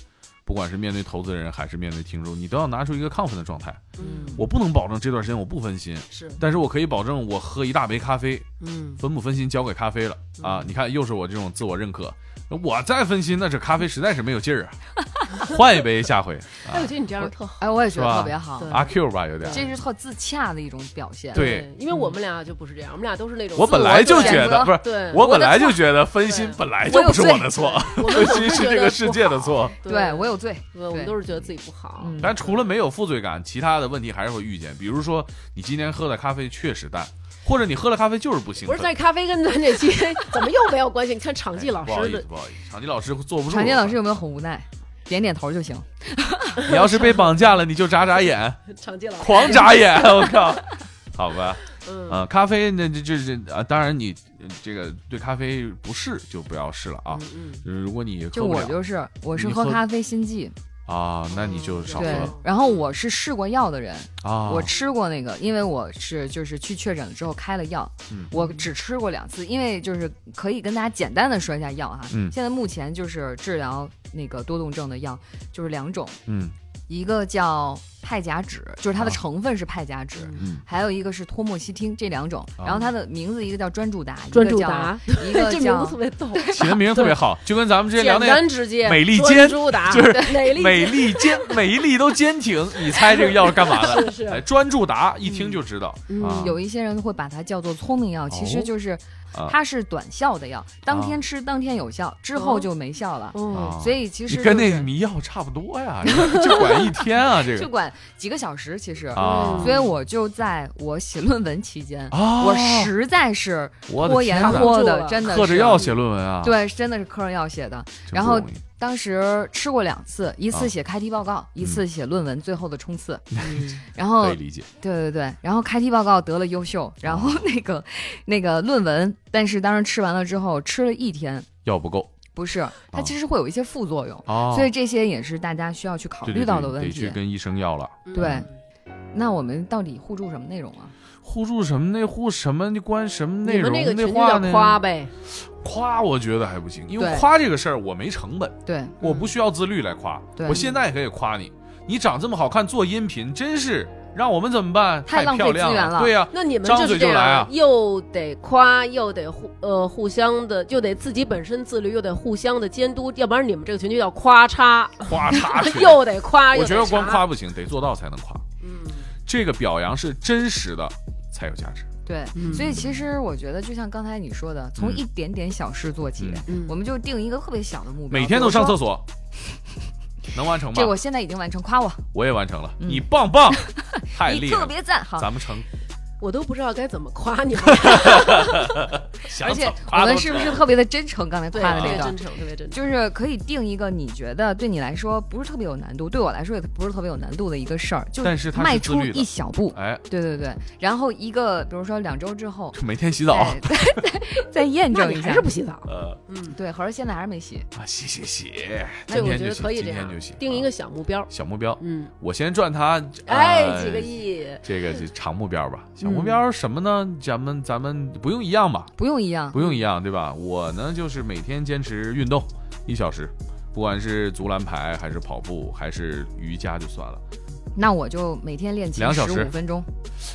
S1: 不管是面对投资人还是面对听众，你都要拿出一个亢奋的状态。
S3: 嗯，
S1: 我不能保证这段时间我不分心，
S3: 是，
S1: 但是我可以保证我喝一大杯咖啡，
S3: 嗯，
S1: 分不分心交给咖啡了啊！你看，又是我这种自我认可。我再分心，那这咖啡实在是没有劲儿啊！换一杯，下回
S3: 哎，我觉得你这样特好。
S2: 哎，我也觉
S1: 是
S2: 得
S1: 吧
S2: 特别好
S3: 对，
S1: 阿 Q 吧，有点
S2: 这是特自洽的一种表现。
S1: 对
S3: 哎因为我们俩就不是这样，我们俩都是那种
S1: 我本来就
S3: 自我
S1: 觉
S3: 对
S1: 得不是，
S3: 对
S1: 我本
S2: 我的
S1: 来就
S2: 错
S1: 觉得分心
S3: 对
S1: 本来就不是我的错，
S3: 我们
S1: 分
S3: 总
S1: 心是
S3: 觉
S1: 这
S3: 得
S1: 个
S3: 不
S1: 世界的
S3: 好
S1: 错。
S2: 对我有罪。
S3: 对，我们
S2: 对
S3: 都是觉得自己不好。
S2: 嗯
S1: 但除了没有负罪感，其他的问题还是会遇见。比如说，你今天喝的咖啡确实淡，或者你喝了咖啡就是不兴
S3: 不
S1: 奋
S3: 是。在咖啡跟咱这期 怎么又没有关系？你看场记老
S1: 哎不好
S3: 师
S1: 意思，
S3: 的，
S1: 不好意思，场记老师坐不住了。
S2: 常杰老师有没有很无奈？点点头就行。
S1: 你要是被绑架了，你就眨眨眼，
S3: 长期老师
S1: 狂眨眼，我靠，好吧，
S3: 嗯
S1: 啊，咖啡那这这这啊，当然你呃这个对咖啡不适就不要试了啊。
S3: 嗯
S1: 就是如果你
S2: 就
S1: 喝不
S2: 我
S1: 了
S2: 就是，我是
S1: 你
S2: 喝
S1: 喝
S2: 咖啡心悸，
S1: 啊，那你就少
S2: 对
S1: 喝。
S2: 然后我是试过药的人，
S1: 啊。
S2: 我吃过那个，因为我是就是去确诊了之后开了药，
S1: 嗯
S2: 我只吃过两次，因为就是可以跟大家简单的说一下药哈。
S1: 嗯
S2: 现在目前就是治疗那个多动症的药就是两种，
S1: 嗯
S2: 一个叫派甲酯，就是它的
S1: 啊
S2: 成分是派甲酯。
S1: 嗯，
S2: 还有一个是托莫西汀，这两种，
S1: 啊
S2: 然后它的名字一个叫专注达，
S3: 专注达，
S2: 一
S3: 嗯，
S2: 个叫，
S3: 这
S2: 一
S3: 名
S2: 个叫
S3: 字特 别逗，
S1: 起的名儿特别好，就跟咱们之前聊
S3: 简
S1: 那个
S3: 单直接，
S1: 美利坚
S3: 专注达，
S1: 就是
S3: 对美利
S1: 美 丽坚美丽都坚挺，你猜这个药是干嘛的？
S3: 是
S1: 哎，专注达一听就知道
S3: 嗯
S1: 啊。
S2: 有一些人会把它叫做聪明药，其
S1: 哦
S2: 实就是
S1: 啊
S2: 它是短效的药，当
S1: 啊
S2: 天吃当天有效，之
S3: 哦
S2: 后就没效了。
S1: 啊
S3: 哦，
S2: 所以其
S1: 你
S2: 实
S1: 跟
S2: 就
S1: 那
S2: 是
S1: 迷药差不多呀，就管一天啊，这
S2: 就
S1: 个
S2: 管几个小时，其实。
S1: 啊
S3: 嗯
S2: 所以我就在我写论文期间，
S1: 啊！
S2: 我实在是
S1: 我的
S2: 拖
S1: 天
S2: 延
S1: 哪，
S2: 拖
S3: 扛不住
S2: 的，
S3: 了
S2: 真的
S1: 喝着
S2: 是
S1: 药写论文啊？
S2: 对，真的是嗑着药写的。
S1: 真不
S2: 然后
S1: 容易
S2: 当时吃过两次，一
S1: 啊
S2: 次写开题报告，一次写论文最后的冲刺。
S3: 嗯
S2: 然后
S1: 嗯可以理解
S2: 对对对，然后开题报告得了优秀，然后那个那个论文，但是当时吃完了之后吃了一天，
S1: 药不够
S2: 不是，它
S1: 哦
S2: 其实会有一些副作用，
S1: 啊，
S2: 所以这些也是大家需要去考
S1: 对
S2: 虑
S1: 对
S2: 到
S1: 对
S2: 的问
S1: 得
S2: 题
S1: 去。跟医生要了。
S3: 嗯
S2: 对那我们到底互助什么内容啊？
S1: 互助什么内互什么那关什么内
S3: 你
S1: 容
S3: 们那个
S1: 那
S3: 群就
S1: 话
S3: 叫
S1: 呢？
S3: 夸呗，
S1: 夸我觉得还不行，因为
S2: 对
S1: 夸这个事儿我没成本，
S2: 对，
S1: 我不需要自律来夸，
S2: 对
S1: 我现在也可以夸你，你长这么好看做音频真是让我们怎么办？
S2: 太浪
S1: 漂
S2: 费
S1: 亮
S2: 资源了
S1: 对呀、
S3: 那你们
S1: 张
S3: 就是
S1: 嘴就
S3: 这样，
S1: 来啊
S3: 又得夸，又得互呃互相的，又得自己本身自律，又得互相的监督，要不然你们这个群就叫夸叉，
S1: 夸 嚓群，
S3: 又得夸，
S1: 我
S3: 又
S1: 觉
S3: 得
S1: 得光
S3: 查，
S1: 夸不行，得做到才能夸。
S3: 嗯，
S1: 这个表扬是真实的才有价值。
S2: 对，
S3: 嗯
S2: 所以其实我觉得，就像刚才你说的，从
S1: 嗯
S2: 一点点小事做起，
S3: 嗯
S2: 我们就定一个特别小的目标，
S1: 每天都上厕
S2: 所。
S1: 所，能完成吗？
S2: 这我现在已经完成，夸我，
S1: 我也完成了，
S2: 嗯
S1: 你棒棒， 太
S2: 你
S1: 厉
S2: 特
S1: 害了，
S2: 别赞哈。
S1: 咱们成
S3: 我都不知道该怎么夸你们，
S1: 想
S2: 而且
S1: 怎么
S2: 我
S1: 夸
S2: 们
S1: 都
S2: 是
S1: 成
S2: 不是特别的真诚？刚才
S3: 对，
S2: 夸的
S3: 特
S2: 那
S3: 别
S2: 个
S3: 真，诚，特别真诚，
S2: 就是可以定一个你觉得对你来说不是特别有难度，对我来说也不是特别有难度的一个事儿，就
S1: 但是它是
S2: 迈
S1: 自
S2: 出
S1: 律的
S2: 一小步。
S1: 哎，
S2: 对对对，然后一个比如说两周之后，哎
S1: 每天洗 澡，
S2: 再再再验
S3: 那
S2: 证
S3: 你
S2: 一
S3: 还
S2: 下
S3: 是。不洗澡，
S1: 呃
S3: 嗯，
S2: 对，合着现在还是没洗。
S1: 啊，洗洗洗，
S3: 所
S1: 今
S3: 以我
S1: 天
S3: 觉
S1: 就
S3: 得
S1: 洗，
S3: 可以
S1: 今
S3: 这
S1: 天
S3: 样
S1: 就洗，，
S3: 定一个小目标
S1: 啊，小目标，
S3: 嗯，
S1: 我先赚它，
S3: 哎，
S1: 呃
S3: 几个亿，
S1: 这 个是长目标
S2: 嗯
S1: 吧？小目标什么呢？咱们咱们不用一样吧？
S2: 不用一样，
S1: 不用一样，对吧？我呢就是每天坚持运动一小时，不管是足篮排还是跑步还是瑜伽就算了。
S2: 那我就每天练琴
S1: 两小
S2: 十
S1: 时
S2: 五分钟，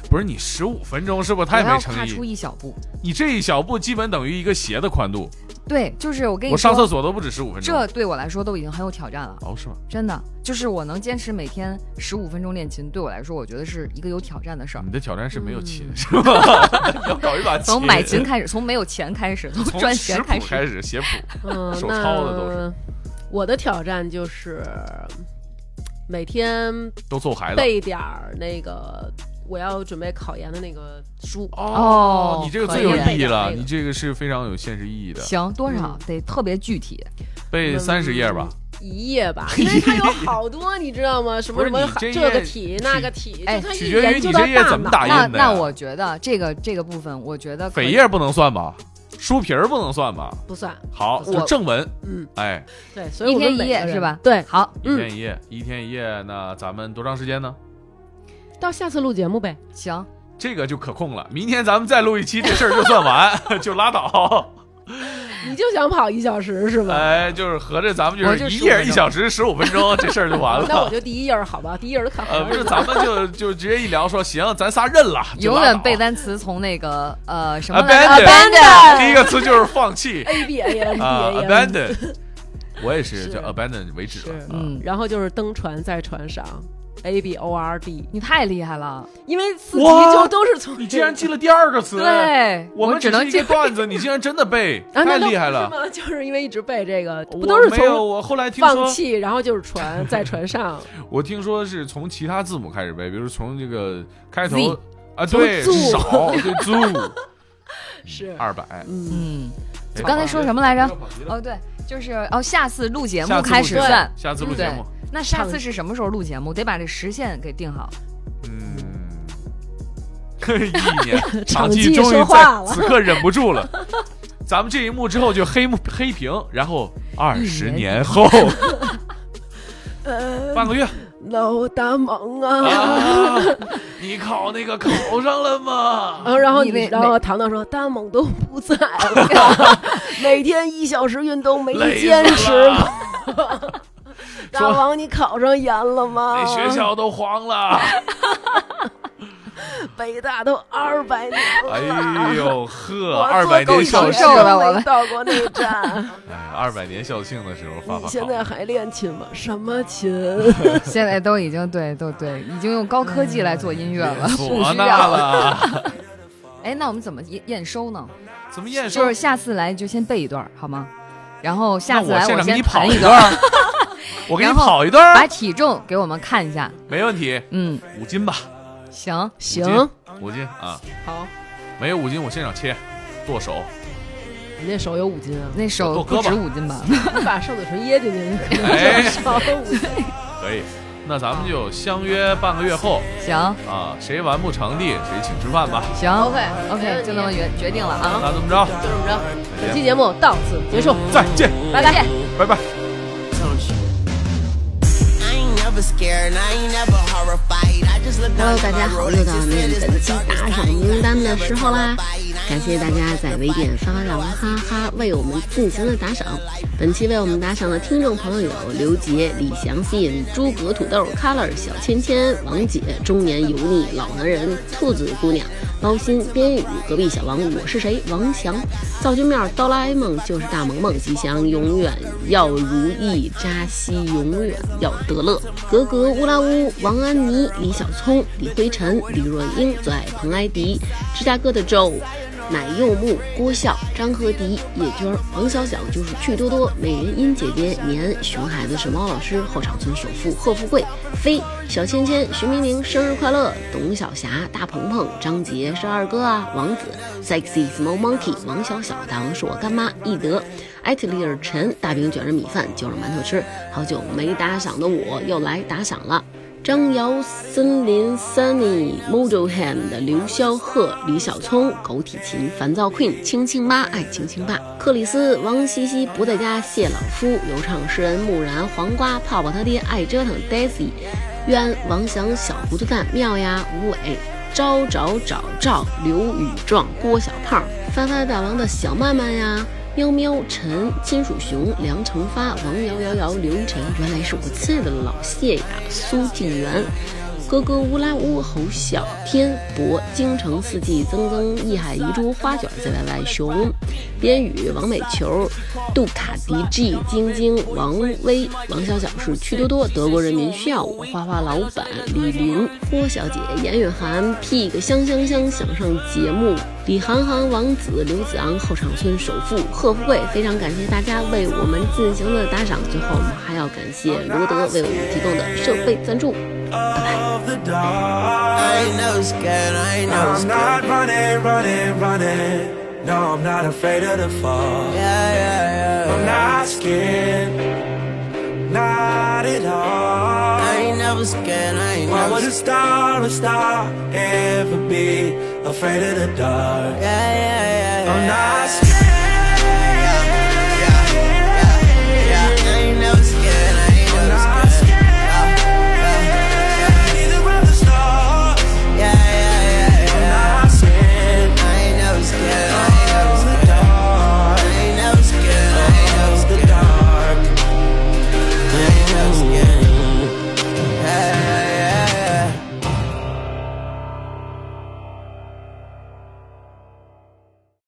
S1: 不是你十五分钟是不是
S2: 我
S1: 太
S2: 要
S1: 没
S2: 跨
S1: 诚
S2: 出
S1: 意？
S2: 一小步。
S1: 你这一小步基本等于一个鞋的宽度，
S2: 对，就是我跟你
S1: 我上厕
S2: 说，
S1: 所都不止十五分钟。
S2: 这对我来说都已经很有挑战了，
S1: 哦是吗？
S2: 真的。就是我能坚持每天十五分钟练琴，对我来说，我觉得是一个有挑战的事儿
S1: 你。的挑战是没有琴、
S3: 嗯
S1: 是吗？ 要搞一把琴。
S2: 嗯 从买琴开始，从没有钱开始，从
S1: 从
S2: 赚
S1: 食
S2: 钱
S1: 谱
S2: 开
S1: 开
S2: 始。
S1: 始写谱，
S3: 嗯，
S1: 手
S3: 那
S1: 抄的都是
S3: 我的挑战就是每天
S1: 都揍孩子。
S3: 备点儿那个我要准备考研的那个书。
S2: 哦
S1: 你这个
S2: 可
S1: 最
S2: 以
S1: 有
S3: 背
S1: 意义
S3: 点
S1: 了，
S3: 那个
S1: 你这个是非常有现实意义的，
S2: 行，多少
S3: 嗯
S2: 得特别具体。
S1: 背三十页
S2: 嗯
S1: 吧。
S3: 一 页吧，因为它有好多，你知道吗？什么什么
S1: 不是你这
S3: 这
S1: 页
S3: 个题那个题，
S2: 哎
S3: 就它
S1: 取
S3: 一
S1: 决于
S3: 研究
S1: 你
S3: 到
S1: 这页
S3: 大
S1: 怎么
S3: 脑。
S1: 打印
S2: 那
S1: 的呀
S2: 那我觉得这个这个部分，我觉得可
S1: 扉
S2: 以
S1: 页不能算吧？书皮儿不能算吧？
S3: 不算，
S1: 好，
S2: 我
S1: 就正文，
S3: 嗯，
S1: 哎，
S3: 对，所以
S2: 一
S3: 我们
S2: 天一
S3: 每个
S2: 夜
S3: 人
S2: 是？吧？
S3: 对，
S2: 好，
S1: 一
S3: 嗯
S1: 天一夜，一天一夜，那咱们多长时间呢？
S3: 到下次录节目呗。
S1: 啊
S2: 行，
S1: 这个就可控了，明天咱们再录一期，这事儿就算完， 就拉 倒。
S3: 你就想跑一小时是吧？
S1: 哎，就是合着咱们
S2: 我
S1: 就是
S2: 就
S1: 一
S2: 15
S1: 页
S2: 分
S1: 一
S2: 钟
S1: 小时十五分钟，这事儿就 完
S3: 那我
S1: 了。
S3: 就第一页儿好吧，第一页儿看
S1: 呃，
S3: 好
S1: 不是，咱们就就直接一聊说，行，咱仨认了，就
S2: 永
S1: 拉
S2: 远
S1: 倒啊
S2: 背单词从那个呃什么来着
S1: abandon，
S3: Abandon
S1: 第一个词就是放弃
S3: A B A 了，B
S1: 啊
S3: A 了。
S1: ，abandon。我 也是
S3: 是
S1: 叫 abandon 为止
S3: 是
S1: 了，啊
S2: 嗯，
S3: 然后就是登船在船上，A B O R D，
S2: 你太厉害了，
S3: 因为四级
S1: 哇
S3: 就都是从啊
S1: 你 竟然记了第二个词，
S2: 对
S1: 我们
S2: 只能
S1: 是一个
S2: 这
S1: 段子，你竟然真的背，
S3: 啊，
S1: 太
S3: 那都
S1: 厉害
S3: 不是
S1: 了！
S3: 吗？就是因为一直背这个，
S1: 我
S3: 不都是
S1: 没有？
S3: 从
S1: 我后来听
S3: 放
S1: 说，
S3: 弃，然后就是 船在船上，
S1: 我听说是从其他字母开始背，比如从这个开头
S2: Z
S1: 啊，对，
S3: 从 zoo
S1: 少对 zoo
S3: 是
S1: 二百，
S3: 嗯，
S2: 嗯，
S1: 哎
S2: 刚才说什么来着？哦，对，就是哦，下次录节
S1: 下
S2: 目
S1: 次
S2: 开
S1: 录
S2: 始
S1: 节目
S2: 算。
S1: 下次录节目，
S2: 那下
S3: 唱
S2: 次是什么时候录节目？得把这时限给定 好。
S1: 嗯，一年，
S3: 场
S1: 记
S3: 记
S1: 终于
S3: 说话
S1: 在
S3: 了
S1: 此刻忍不住 了。咱们这一幕之后就黑幕黑屏，然后二十年后，半个月
S3: 老大忙嗯啊。
S1: 啊，你考那个考上了吗？
S3: 然后，然后
S2: 你以
S3: 你，
S2: 为
S3: 然
S2: 每
S3: 后糖糖说：“大猛都不在 了，每天一小时运动没
S1: 累
S3: 坚
S1: 死
S3: 持过。
S1: 了，
S3: 大王，你考上研了吗？
S1: 那学校都黄了。
S3: 北大都二百年了，
S1: 哎呦呵，
S3: 我
S1: 二百
S3: 坐
S1: 年
S3: 地
S1: 校
S3: 铁
S1: 庆
S2: 受，了
S3: 都
S2: 我
S3: 没
S2: 们
S3: 到过那站。
S1: 哎，二百年校庆的时候发
S3: 你
S1: 发
S3: 现
S1: 好
S3: 在还练琴吗？什么琴？
S2: 现在都已经对，都对，已经用高科技来做音乐了， 不
S1: 嗯唢
S2: 需
S1: 呐
S2: 要。
S1: 了，
S2: 哎，那我们怎么验验收呢？
S1: 怎么验收？
S2: 就是下次来就先背一段儿好吗？然后
S1: 那
S2: 下次
S1: 我
S2: 来
S1: 现场给
S2: 先
S1: 你跑
S2: 弹一段
S1: 段
S2: 儿，
S1: 儿，我给你
S2: 然后
S1: 跑一段
S2: 把
S1: 儿，
S2: 体重给我们看一下。
S1: 没问题，
S2: 嗯，
S1: 五斤吧，
S2: 行，，
S3: 行，
S1: 五斤啊，
S3: 好，
S1: 没有五斤我现场切，剁手，
S3: 你那手有五斤啊
S2: 那
S1: 我
S2: 手
S1: 胳膊
S2: 不止五斤吧？
S3: 你把上嘴唇掖进去，可
S1: 哎
S3: 能就少了五斤。
S1: 可以。那咱们就相约半个月后
S2: 行
S1: 啊，谁完不成的谁请吃饭吧。
S2: 行
S3: 没问
S2: OK，
S3: 题
S2: 就这么决决定了啊，
S1: 那这么着，
S3: 就这么着，本期节目到此结束，
S1: 再见，
S2: 拜拜。
S1: 拜拜。
S5: I ain't never scared, I ain't never horrified. I just look
S6: Hello，大家好，又到了我们本期打赏名单的时候啦！感谢大家在微店发发大王哈哈为我们进行了打赏。本期为我们打赏的听众朋友有刘杰、李祥信、诸葛土豆、Color、小芊芊、王姐、中年油腻老男人、兔子姑娘、包心、边宇、隔壁小王、我是谁、王翔、灶君面、哆啦 A 梦就是大萌萌、吉祥，永远要如意、扎西，永远要得乐、格格、乌拉乌、王安妮、李小聪、李辉晨、李若英、最爱彭艾迪、芝加哥的 Joe。奶柚木、郭笑、张和迪、叶娟、王小小，就是趣多多、美人音姐姐、年、熊孩子、沈猫老师、后场村首富贺富贵、飞、小芊芊、徐明明生日快乐、董小霞、大鹏鹏、张杰是二哥啊、王子、sexy small monkey、王小小、大王是我干妈、易德、艾特利尔陈、大饼卷着米饭就让馒头吃，好久没打赏的我又来打赏了。张瑶、森林、Sunny、Model Hand、刘肖鹤、李小聪、狗体琴、烦躁 Queen、青青妈、爱青青爸、克里斯、王西西不在家、谢老夫、有唱诗人木然、黄瓜、泡泡他爹、爱折腾、Daisy、渊、王翔、小糊涂蛋、妙呀、吴伟、招找找赵、刘宇壮、郭小胖、发发大王的小曼曼呀。喵喵、陈、金属熊、梁成发、王瑶瑶瑶、刘一晨，原来是我亲爱的老谢呀，苏静媛。哥哥乌拉乌侯小天博京城四季曾曾一海遗珠花卷 ZYY 熊边宇王美球杜卡迪 G 晶晶王威王小小是趣多多德国人民需要我花花老板李林郭小姐严雨涵 Pig 香香香想上节目李航航王子刘子昂后场村首富贺富贵非常感谢大家为我们进行的打赏，最后我们还要感谢罗德为我们提供的设备赞助。
S7: of the dark.
S5: I ain't never scared, I ain't never
S7: I'm not
S5: scared.
S7: running, running, running. No, I'm not afraid of the fall.
S5: Yeah, yeah,
S7: I'm
S5: yeah.
S7: not scared, not at all.
S5: I ain't never scared, I ain't
S7: Why
S5: never
S7: would a
S5: scared.
S7: star, a star, ever be afraid of the dark?
S5: Yeah, yeah, yeah, yeah.
S7: I'm not scared.